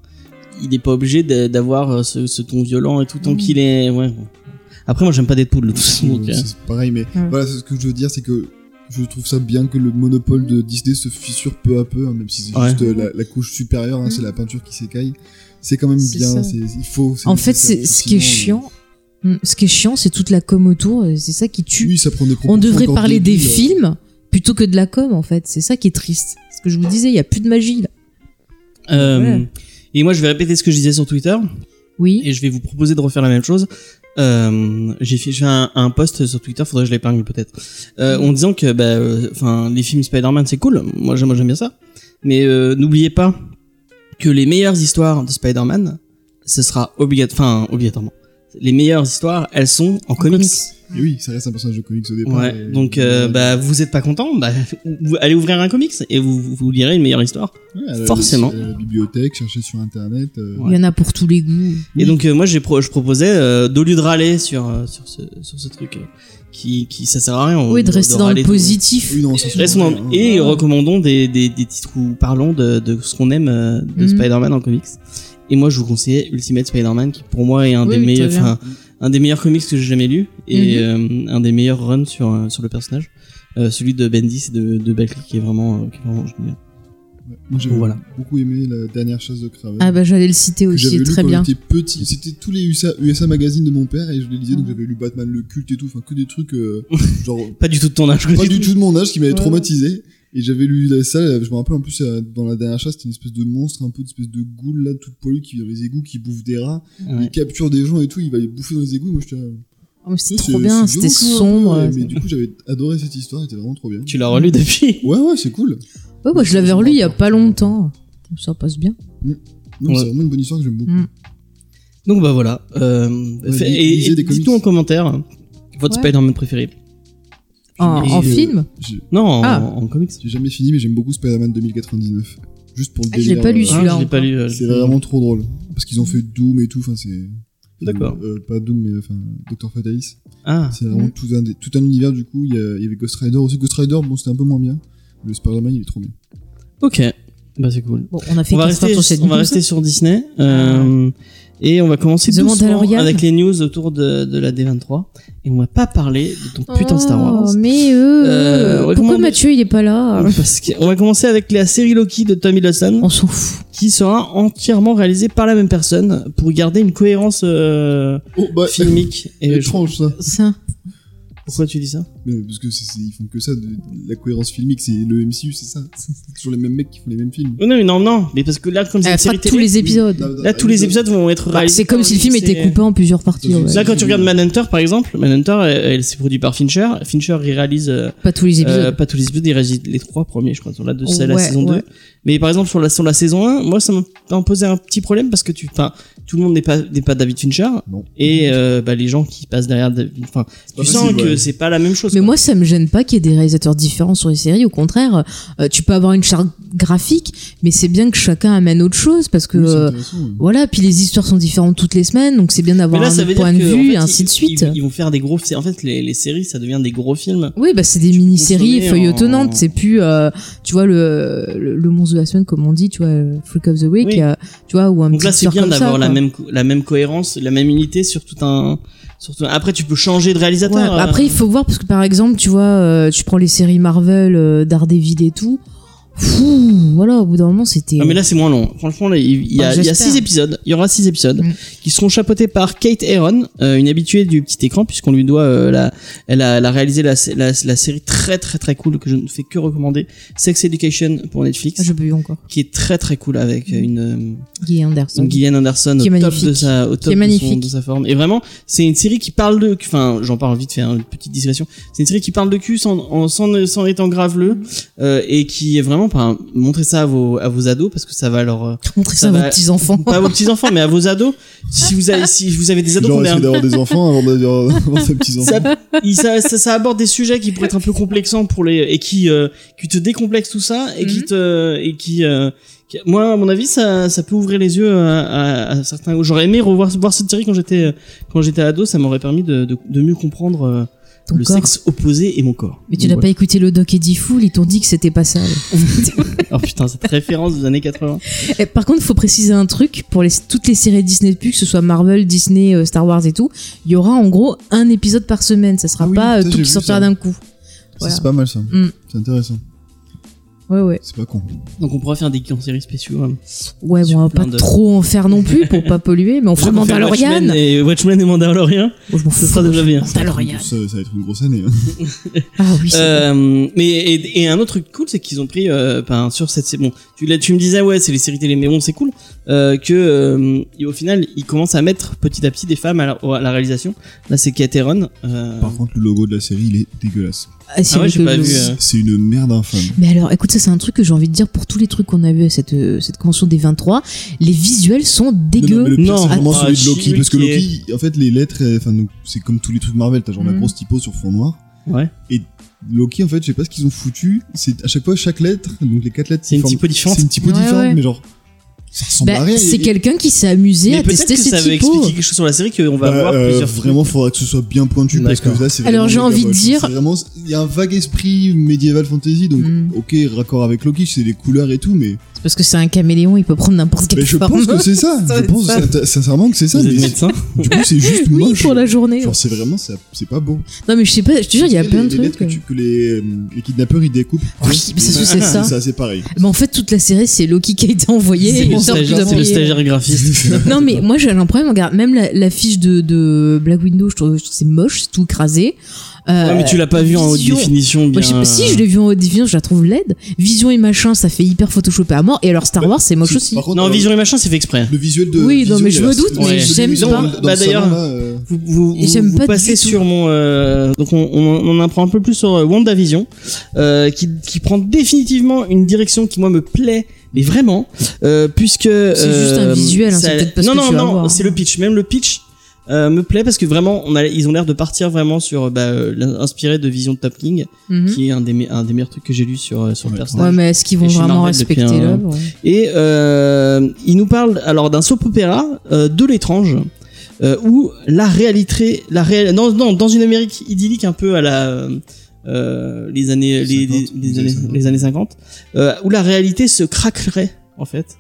Speaker 3: il est pas obligé d'a- d'avoir euh, ce, ce ton violent et tout tant
Speaker 4: Mm.
Speaker 3: qu'il est. Ouais. Après, moi, j'aime pas Deadpool. de toute façon,
Speaker 5: Donc,
Speaker 3: donc, euh,
Speaker 5: C'est pareil, mais
Speaker 4: Ouais.
Speaker 5: voilà, c'est ce que je veux dire, c'est que je trouve ça bien que le monopole de Disney se fissure peu à peu, hein, même si c'est
Speaker 3: Ouais.
Speaker 5: juste euh, la, la couche supérieure, hein,
Speaker 4: Mhm.
Speaker 5: c'est la peinture qui s'écaille. C'est quand même
Speaker 4: C'est
Speaker 5: bien,
Speaker 4: ça.
Speaker 5: c'est- il faut.
Speaker 4: En fait, c'est ce qui est
Speaker 5: effectivement,
Speaker 4: chiant. Mm, Ce qui est chiant, c'est toute la com autour. et C'est ça qui
Speaker 5: euh,
Speaker 4: tue.
Speaker 5: Oui, ça prend des
Speaker 4: on
Speaker 5: proportions
Speaker 4: devrait
Speaker 5: encore
Speaker 4: parler des
Speaker 5: débiles.
Speaker 4: films plutôt que de la com en fait. C'est ça qui est triste. Ce que je vous disais, il y a plus de magie là.
Speaker 3: euh,
Speaker 4: Voilà.
Speaker 3: Et moi, je vais répéter ce que je disais sur Twitter
Speaker 4: Oui.
Speaker 3: et je vais vous proposer de refaire la même chose. Euh, j'ai fait, j'ai fait un, un post sur Twitter, faudrait que je l'épargne peut-être, euh, en disant que, bah, euh, enfin, les films Spider-Man c'est cool. Moi, j'aime, moi, j'aime bien ça. Mais euh, n'oubliez pas que les meilleures histoires de Spider-Man, ce sera obligatoire, enfin, obligatoirement. Les meilleures histoires, elles sont en comics.
Speaker 5: Et oui, ça reste un personnage de comics au départ.
Speaker 3: Ouais,
Speaker 5: et-
Speaker 3: donc euh,
Speaker 5: Ouais,
Speaker 3: bah vous êtes pas content, bah vous allez ouvrir un comics et vous, vous lirez une meilleure histoire.
Speaker 5: ouais, aller
Speaker 3: forcément.
Speaker 5: à la bibliothèque, chercher sur internet. euh,
Speaker 3: Ouais.
Speaker 4: Il y en a pour tous les goûts.
Speaker 3: Et donc euh, moi j'ai pro- je proposais euh, d'au lieu de râler sur euh, sur ce sur ce truc euh, qui qui ça sert à rien. on-
Speaker 4: Oui, de rester dans
Speaker 3: râler
Speaker 4: le
Speaker 3: tout-
Speaker 4: positif.
Speaker 5: Oui, non, ça se
Speaker 3: Restons dans-
Speaker 5: voit, hein.
Speaker 3: et recommandons des, des, des titres ou parlons de, de ce qu'on aime euh, de
Speaker 4: Mhm.
Speaker 3: Spider-Man en comics. Et moi, je vous conseillais Ultimate Spider-Man, qui pour moi est un,
Speaker 4: Oui,
Speaker 3: des,
Speaker 4: oui,
Speaker 3: meilleurs,
Speaker 4: très bien.
Speaker 3: enfin, un des meilleurs comics que j'ai jamais lu et
Speaker 4: Mhm.
Speaker 3: euh, un des meilleurs runs sur, euh, sur le personnage. Euh, celui de Bendis et de, de Bagley, qui est vraiment, euh, qui est vraiment génial.
Speaker 5: Ouais. Moi, j'ai
Speaker 3: Voilà.
Speaker 5: beaucoup aimé la dernière chasse de Kraven.
Speaker 4: Ah bah j'allais le citer
Speaker 5: que j'avais
Speaker 4: aussi,
Speaker 5: lu
Speaker 4: très
Speaker 5: quand
Speaker 4: bien.
Speaker 5: j'étais petit. C'était tous les USA, USA magazines de mon père et je les lisais, donc
Speaker 4: Mhm.
Speaker 5: j'avais lu Batman le culte et tout, enfin que des trucs euh, genre
Speaker 3: Pas du tout de ton âge.
Speaker 5: pas du tout de mon âge qui m'avait
Speaker 4: Ouais.
Speaker 5: traumatisé. Et j'avais lu ça, je me rappelle en plus euh, dans la dernière chasse, c'était une espèce de monstre, un peu une espèce de goule là, toute pollue qui vit dans les égouts, qui bouffe des rats,
Speaker 3: Ouais.
Speaker 5: il capture des gens et tout, il va les bouffer dans les égouts. Moi j'étais là,
Speaker 4: Oh, c'était
Speaker 5: c'est-
Speaker 4: trop bien,
Speaker 5: c'est violent,
Speaker 4: c'était
Speaker 5: quoi,
Speaker 4: sombre.
Speaker 5: ouais,
Speaker 4: ouais,
Speaker 5: mais du coup j'avais adoré cette histoire, c'était vraiment trop bien.
Speaker 3: Tu l'as relu depuis
Speaker 5: Ouais, ouais, c'est cool.
Speaker 4: moi, je l'avais relu il y a pas longtemps. Ça passe bien.
Speaker 5: Non, mais
Speaker 3: Ouais.
Speaker 5: C'est vraiment une bonne histoire que j'aime beaucoup.
Speaker 4: Mm.
Speaker 3: Donc bah voilà. Euh,
Speaker 5: Ouais,
Speaker 3: fait-
Speaker 5: lis-
Speaker 3: et
Speaker 5: lisez
Speaker 3: et
Speaker 5: des
Speaker 3: dites-nous
Speaker 5: comics.
Speaker 3: en commentaire votre
Speaker 4: Ouais.
Speaker 3: Spider-Man préféré.
Speaker 4: En,
Speaker 3: Et,
Speaker 4: en
Speaker 3: euh,
Speaker 4: film
Speaker 5: J'ai
Speaker 3: Non, en,
Speaker 4: Ah.
Speaker 3: en comics.
Speaker 5: j'ai jamais fini, mais j'aime beaucoup Spider-Man 2099. Juste pour le
Speaker 4: Ah, je l'ai
Speaker 5: délire,
Speaker 4: pas lu,
Speaker 5: euh,
Speaker 4: celui-là.
Speaker 3: Ah, je l'ai pas
Speaker 4: encore.
Speaker 3: lu. euh, je
Speaker 5: C'est
Speaker 3: l'ai pas lu.
Speaker 5: vraiment trop drôle. Parce qu'ils ont fait Doom et tout, enfin c'est.
Speaker 3: D'accord.
Speaker 5: Euh, pas Doom, mais enfin Dr. Fatalis.
Speaker 3: Ah.
Speaker 5: C'est vraiment
Speaker 4: Mhm.
Speaker 5: tout, un, des- tout un univers du coup. Il y, a- il y avait Ghost Rider aussi. Ghost Rider, bon, c'était un peu moins bien. Le Spider-Man, il est trop bien.
Speaker 3: Ok. Bah c'est cool.
Speaker 4: Bon, on a fait
Speaker 3: On va,
Speaker 4: 4
Speaker 3: rester,
Speaker 4: heures sur cette
Speaker 3: on va
Speaker 4: news. Ah.
Speaker 3: rester sur Disney euh, et on va commencer
Speaker 4: The
Speaker 3: doucement
Speaker 4: Mandalorian.
Speaker 3: avec les news autour de, de la D23 et on va pas parler de ton putain Star Wars
Speaker 4: Oh, mais euh,
Speaker 3: Euh, ouais,
Speaker 4: pourquoi
Speaker 3: comment-
Speaker 4: Mathieu il est pas là
Speaker 3: parce que- on va commencer avec la série Loki de Tom Hiddleston
Speaker 4: On s'en fout.
Speaker 3: qui sera entièrement réalisée par la même personne pour garder une cohérence euh,
Speaker 5: Oh, bah,
Speaker 3: filmique et je-
Speaker 5: étrange ça.
Speaker 4: Ça.
Speaker 3: pourquoi tu dis ça
Speaker 5: Mais parce que c'est- c'est- ils font que ça, de, de la cohérence filmique, c'est le MCU, c'est ça. C'est toujours les mêmes mecs qui font les mêmes films.
Speaker 3: Oh non mais non non mais parce que là comme c'est
Speaker 4: Euh,
Speaker 3: une
Speaker 4: pas
Speaker 3: série
Speaker 4: tous
Speaker 3: télé,
Speaker 4: les épisodes.
Speaker 5: Non,
Speaker 3: là tous les épisodes vont être
Speaker 4: Bah,
Speaker 3: réalisés
Speaker 4: c'est comme si le film était
Speaker 3: c'est-
Speaker 4: coupé en plusieurs parties. ouais.
Speaker 3: Là, quand tu regardes Manhunter, par exemple, Manhunter, elle, elle s'est produite par Fincher. Fincher, il réalise euh,
Speaker 4: Pas tous les épisodes.
Speaker 3: Euh, pas tous les épisodes, il réagit les trois premiers, je crois, sur la, deux, c'est la
Speaker 4: Ouais,
Speaker 3: saison 2.
Speaker 4: ouais.
Speaker 3: Mais par exemple, sur la, sur la saison 1, moi, ça m'a posé un petit problème parce que tu, enfin, tout le monde n'est pas, n'est pas David Fincher.
Speaker 5: Non.
Speaker 3: Et euh, bah, les gens qui passent derrière, David- enfin, tu
Speaker 5: facile,
Speaker 3: sens que
Speaker 5: ouais.
Speaker 3: c'est pas la même chose.
Speaker 4: Mais
Speaker 3: quoi.
Speaker 4: moi, ça me gêne pas qu'il y ait des réalisateurs différents sur les séries. Au contraire, euh, tu peux avoir une charte graphique, mais c'est bien que chacun amène autre chose parce que.
Speaker 5: Oui, c'est
Speaker 4: euh,
Speaker 5: intéressant, ouais.
Speaker 4: voilà, puis les histoires sont différentes toutes les semaines, donc c'est bien
Speaker 3: Mais
Speaker 4: d'avoir
Speaker 3: là,
Speaker 4: un
Speaker 3: ça veut
Speaker 4: autre
Speaker 3: dire
Speaker 4: point de
Speaker 3: que, en
Speaker 4: vue,
Speaker 3: fait,
Speaker 4: et ainsi
Speaker 3: ils-
Speaker 4: de suite.
Speaker 3: Ils, ils vont faire des gros. c'est- En fait, les, les séries, ça devient des gros films.
Speaker 4: Oui, bah c'est des
Speaker 3: tu peux
Speaker 4: mini-séries
Speaker 3: consommer
Speaker 4: feuilletonnantes.
Speaker 3: en-
Speaker 4: C'est plus, euh, tu vois, le, le, le monstre de la semaine, comme on dit, tu vois, euh, Freak of the Week,
Speaker 3: Oui.
Speaker 4: euh, tu vois, ou un
Speaker 3: Donc
Speaker 4: petit
Speaker 3: là, c'est
Speaker 4: sort
Speaker 3: bien
Speaker 4: comme ça,
Speaker 3: d'avoir la
Speaker 4: quoi.
Speaker 3: même, co- la même cohérence, la même unité sur tout un. sur tout un- Après, tu peux changer de réalisateur.
Speaker 4: Ouais, bah
Speaker 3: euh,
Speaker 4: Après, il faut voir, parce que par exemple, tu vois, euh, tu prends les séries Marvel, euh, Daredevil et tout. Fou, voilà, au bout d'un moment, c'était.
Speaker 3: Non mais là c'est moins long. Franchement, là, il il y, a,
Speaker 4: Ah,
Speaker 3: il y a
Speaker 4: j'espère.
Speaker 3: six épisodes. Il y aura six épisodes
Speaker 4: Mm.
Speaker 3: qui seront chapeautés par Kate Heron, euh, une habituée du petit écran puisqu'on lui doit euh, la, elle a, elle a réalisé la, sé- la, la série très très très cool que je ne fais que recommander, Sex Education pour Netflix,
Speaker 4: Ah, Je peux y encore.
Speaker 3: qui est très très cool avec euh, une, euh,
Speaker 4: Guy
Speaker 3: une
Speaker 4: Anderson.
Speaker 3: Gillian Anderson
Speaker 4: Mm. Qui est
Speaker 3: au top
Speaker 4: magnifique.
Speaker 3: de sa, au top
Speaker 4: est
Speaker 3: de son-
Speaker 4: magnifique.
Speaker 3: de sa forme. Et vraiment, c'est une série qui parle de, enfin, j'en parle vite, fait hein, une petite digression. C'est une série qui parle de cul sans, en- sans, sans étant graveleux, euh, et qui est vraiment, enfin, montrez ça à vos, à vos ados parce que ça va leur, euh,
Speaker 4: Montrez
Speaker 3: ça
Speaker 4: ça à vos
Speaker 3: va-
Speaker 4: petits-enfants.
Speaker 3: pas à vos petits enfants, mais à vos ados. Si vous avez, si vous avez des ados,
Speaker 5: Genre,
Speaker 3: qui ont
Speaker 5: essayer
Speaker 3: des-
Speaker 5: d'avoir des enfants avant d'avoir d'avoir des petits-enfants.
Speaker 3: ça, il- ça, ça- ça aborde des sujets qui pourraient être un peu complexants pour les et qui euh, qui te décomplexent tout ça et
Speaker 4: Mhm.
Speaker 3: qui te et qui, euh, qui- moi à mon avis ça, ça peut ouvrir les yeux à, à- à certains. J'aurais aimé revoir voir cette série quand j'étais quand j'étais ado, ça m'aurait permis de, de, de mieux comprendre euh,
Speaker 4: Ton
Speaker 3: le
Speaker 4: corps.
Speaker 3: sexe opposé et mon corps.
Speaker 4: Mais tu
Speaker 3: Donc,
Speaker 4: n'as pas écouté le doc Eddie Fool, ils t'ont dit que c'était pas ça.
Speaker 3: voilà. Oh putain cette référence des années 80.
Speaker 4: Eh, Par contre, faut préciser un truc pour les, toutes les séries Disney plus que ce soit Marvel, Disney, euh, Star Wars et tout, il y aura en gros un épisode par semaine. Ça sera
Speaker 5: Ah oui,
Speaker 4: pas euh,
Speaker 5: ça,
Speaker 4: tout
Speaker 5: j'ai
Speaker 4: qui
Speaker 5: vu
Speaker 4: sortira
Speaker 5: ça.
Speaker 4: d'un coup.
Speaker 5: Ça,
Speaker 4: Voilà.
Speaker 5: C'est pas mal ça.
Speaker 4: Mm.
Speaker 5: C'est intéressant.
Speaker 4: Ouais, ouais.
Speaker 5: C'est pas con.
Speaker 3: Donc on pourrait faire des en séries spéciaux. hein.
Speaker 4: Ouais,
Speaker 3: Sur
Speaker 4: bon, on va
Speaker 3: plein
Speaker 4: pas
Speaker 3: de-
Speaker 4: trop en faire non plus pour pas polluer, mais on fera
Speaker 3: On fait
Speaker 4: Mandalorian.
Speaker 3: Watchmen et Watchmen et Mandalorian,
Speaker 4: Oh, je m'en
Speaker 3: ce
Speaker 4: fous.
Speaker 3: sera déjà bien.
Speaker 4: Mandalorian.
Speaker 5: Ça, ça va être une grosse année. hein.
Speaker 4: Ah oui. c'est vrai.
Speaker 3: Euh, mais et, et un autre truc cool, c'est qu'ils ont pris euh, ben, sur cette bon, tu là, tu me disais ouais, c'est les séries télé, mais bon, c'est cool euh, que euh, et au final ils commencent à mettre petit à petit des femmes à la, à la réalisation. Là, c'est Kate Heron. Euh,
Speaker 5: Par contre, le logo de la série, il est dégueulasse.
Speaker 4: Ah, si,
Speaker 3: ah ouais,
Speaker 4: mais
Speaker 3: j'ai
Speaker 4: que-
Speaker 3: pas vu. euh.
Speaker 5: C'est une merde infâme.
Speaker 4: Mais alors, écoute, ça ça c'est un truc que j'ai envie de dire pour tous les trucs qu'on a vu à cette, euh, cette convention des 23. Les visuels sont
Speaker 5: Non, non, mais
Speaker 4: dégueux.
Speaker 5: le pire,
Speaker 3: Non,
Speaker 5: c'est vraiment
Speaker 3: ah,
Speaker 5: celui de Loki.
Speaker 3: She-Hulk
Speaker 5: Parce que
Speaker 3: qui
Speaker 5: Loki, en fait, les lettres, euh, enfin, donc, c'est comme tous les trucs Marvel, t'as genre la
Speaker 4: Mhm.
Speaker 5: grosse typo sur fond noir.
Speaker 3: Ouais.
Speaker 5: Loki, en fait, je sais pas ce qu'ils ont foutu. C'est à chaque fois, chaque lettre, donc les quatre lettres,
Speaker 3: C'est une
Speaker 5: forment-
Speaker 3: typo différente.
Speaker 5: C'est une typo
Speaker 4: Ouais,
Speaker 5: différente,
Speaker 4: ouais.
Speaker 5: mais genre, ça ressemble à
Speaker 4: Bah,
Speaker 5: rien.
Speaker 4: c'est
Speaker 5: Et-
Speaker 4: quelqu'un qui s'est amusé
Speaker 3: Mais
Speaker 4: à
Speaker 3: peut-être
Speaker 4: tester
Speaker 3: que
Speaker 4: ces
Speaker 3: ça va
Speaker 4: typos.
Speaker 3: expliquer quelque chose sur la série qu'on va
Speaker 5: Bah,
Speaker 3: voir
Speaker 5: euh,
Speaker 3: plusieurs trucs.
Speaker 5: Vraiment, faudra que ce soit bien pointu parce que
Speaker 3: D'accord.
Speaker 5: là, c'est
Speaker 4: Alors,
Speaker 5: vraiment
Speaker 4: j'ai
Speaker 5: méga
Speaker 4: envie de
Speaker 5: moche.
Speaker 4: dire-
Speaker 5: C'est vraiment, il y a un vague esprit médiéval fantasy, donc
Speaker 4: Mm.
Speaker 5: ok, raccord avec Loki, c'est les couleurs et tout, mais,
Speaker 4: C'est parce que c'est un caméléon, il peut prendre n'importe quelle
Speaker 5: mais je
Speaker 4: forme.
Speaker 5: pense que c'est ça.
Speaker 4: Ça va
Speaker 5: je
Speaker 4: être
Speaker 5: pense
Speaker 4: ça.
Speaker 5: sin- sincèrement que c'est ça.
Speaker 3: Vous
Speaker 5: Mais
Speaker 3: êtes médecin
Speaker 5: du coup, c'est juste
Speaker 4: oui,
Speaker 5: moche.
Speaker 4: pour la journée.
Speaker 5: Genre, c'est vraiment, ça- c'est pas beau.
Speaker 4: Non, mais je sais pas, je te jure, il y a
Speaker 5: Les-
Speaker 4: plein de
Speaker 5: les
Speaker 4: trucs. Oh,
Speaker 5: lettres que, tu- que les, euh, les kidnappeurs ils découpent.
Speaker 4: Oui, mais ça, c'est ça.
Speaker 5: c'est pareil.
Speaker 4: Mais en fait, toute la série, c'est Loki qui a été envoyé.
Speaker 3: C'est
Speaker 4: et
Speaker 3: le
Speaker 4: il sort
Speaker 3: stagiaire- c'est
Speaker 4: tout
Speaker 3: le
Speaker 4: envoyé.
Speaker 3: stagiaire graphiste.
Speaker 4: Non mais moi j'ai un problème, regarde, même la, la fiche de, de Black Window, je trouve, je trouve que c'est moche, c'est tout écrasé. Euh,
Speaker 3: Ouais, mais tu l'as pas vu en haute
Speaker 4: vision.
Speaker 3: définition. Bien...
Speaker 4: Moi, je sais pas, si je l'ai vu en haute vision, je la trouve laide. Vision et machin, ça fait hyper photoshopé à mort. Et alors Star
Speaker 5: Bah,
Speaker 4: Wars, c'est moche
Speaker 5: Si,
Speaker 4: aussi.
Speaker 5: par contre,
Speaker 3: Non,
Speaker 5: alors,
Speaker 3: vision et machin, c'est fait exprès.
Speaker 5: Le visuel de.
Speaker 4: Oui, non,
Speaker 5: visuel,
Speaker 4: mais je
Speaker 5: il a
Speaker 4: me
Speaker 5: l'air
Speaker 4: doute,
Speaker 5: stylé.
Speaker 3: mais
Speaker 5: Celui
Speaker 4: j'aime
Speaker 5: du- dans-
Speaker 4: pas.
Speaker 5: dans le
Speaker 3: Bah,
Speaker 5: salon,
Speaker 3: d'ailleurs-
Speaker 5: là, euh,
Speaker 3: Vous, vous,
Speaker 4: Et j'aime
Speaker 3: vous- vous
Speaker 4: pas du
Speaker 3: passez
Speaker 4: tout.
Speaker 3: sur mon. euh, donc, on, on, on en apprend un peu plus sur euh, WandaVision, euh, qui, qui prend définitivement une direction qui, moi, me plaît, mais vraiment, euh, puisque. euh,
Speaker 4: C'est juste un visuel, hein,
Speaker 3: ça-
Speaker 4: c'est peut-être pas ce
Speaker 3: Non,
Speaker 4: que
Speaker 3: non,
Speaker 4: tu vas
Speaker 3: non,
Speaker 4: voir. hein.
Speaker 3: c'est le pitch. Même le pitch euh, me plaît parce que vraiment, on a, ils ont l'air de partir vraiment sur. Bah, euh, l'in- inspiré de Vision de Top King,
Speaker 4: Mhm.
Speaker 3: qui est un des, me- un des meilleurs trucs que j'ai lu sur, euh, sur le
Speaker 5: Ouais.
Speaker 3: personnage.
Speaker 4: Ouais, mais est-ce qu'ils vont
Speaker 3: Et chez
Speaker 4: vraiment
Speaker 3: Marvel depuis
Speaker 4: respecter
Speaker 3: un-
Speaker 4: l'œuvre
Speaker 3: Et euh, il nous parle alors d'un soap opéra euh, de l'étrange euh, où la réalité, la réel, non, non, dans une Amérique idyllique un peu à la euh, les années les, les-
Speaker 5: 50,
Speaker 3: les
Speaker 5: les
Speaker 3: années
Speaker 5: 50.
Speaker 3: les années 50 euh, où la réalité se craquerait en fait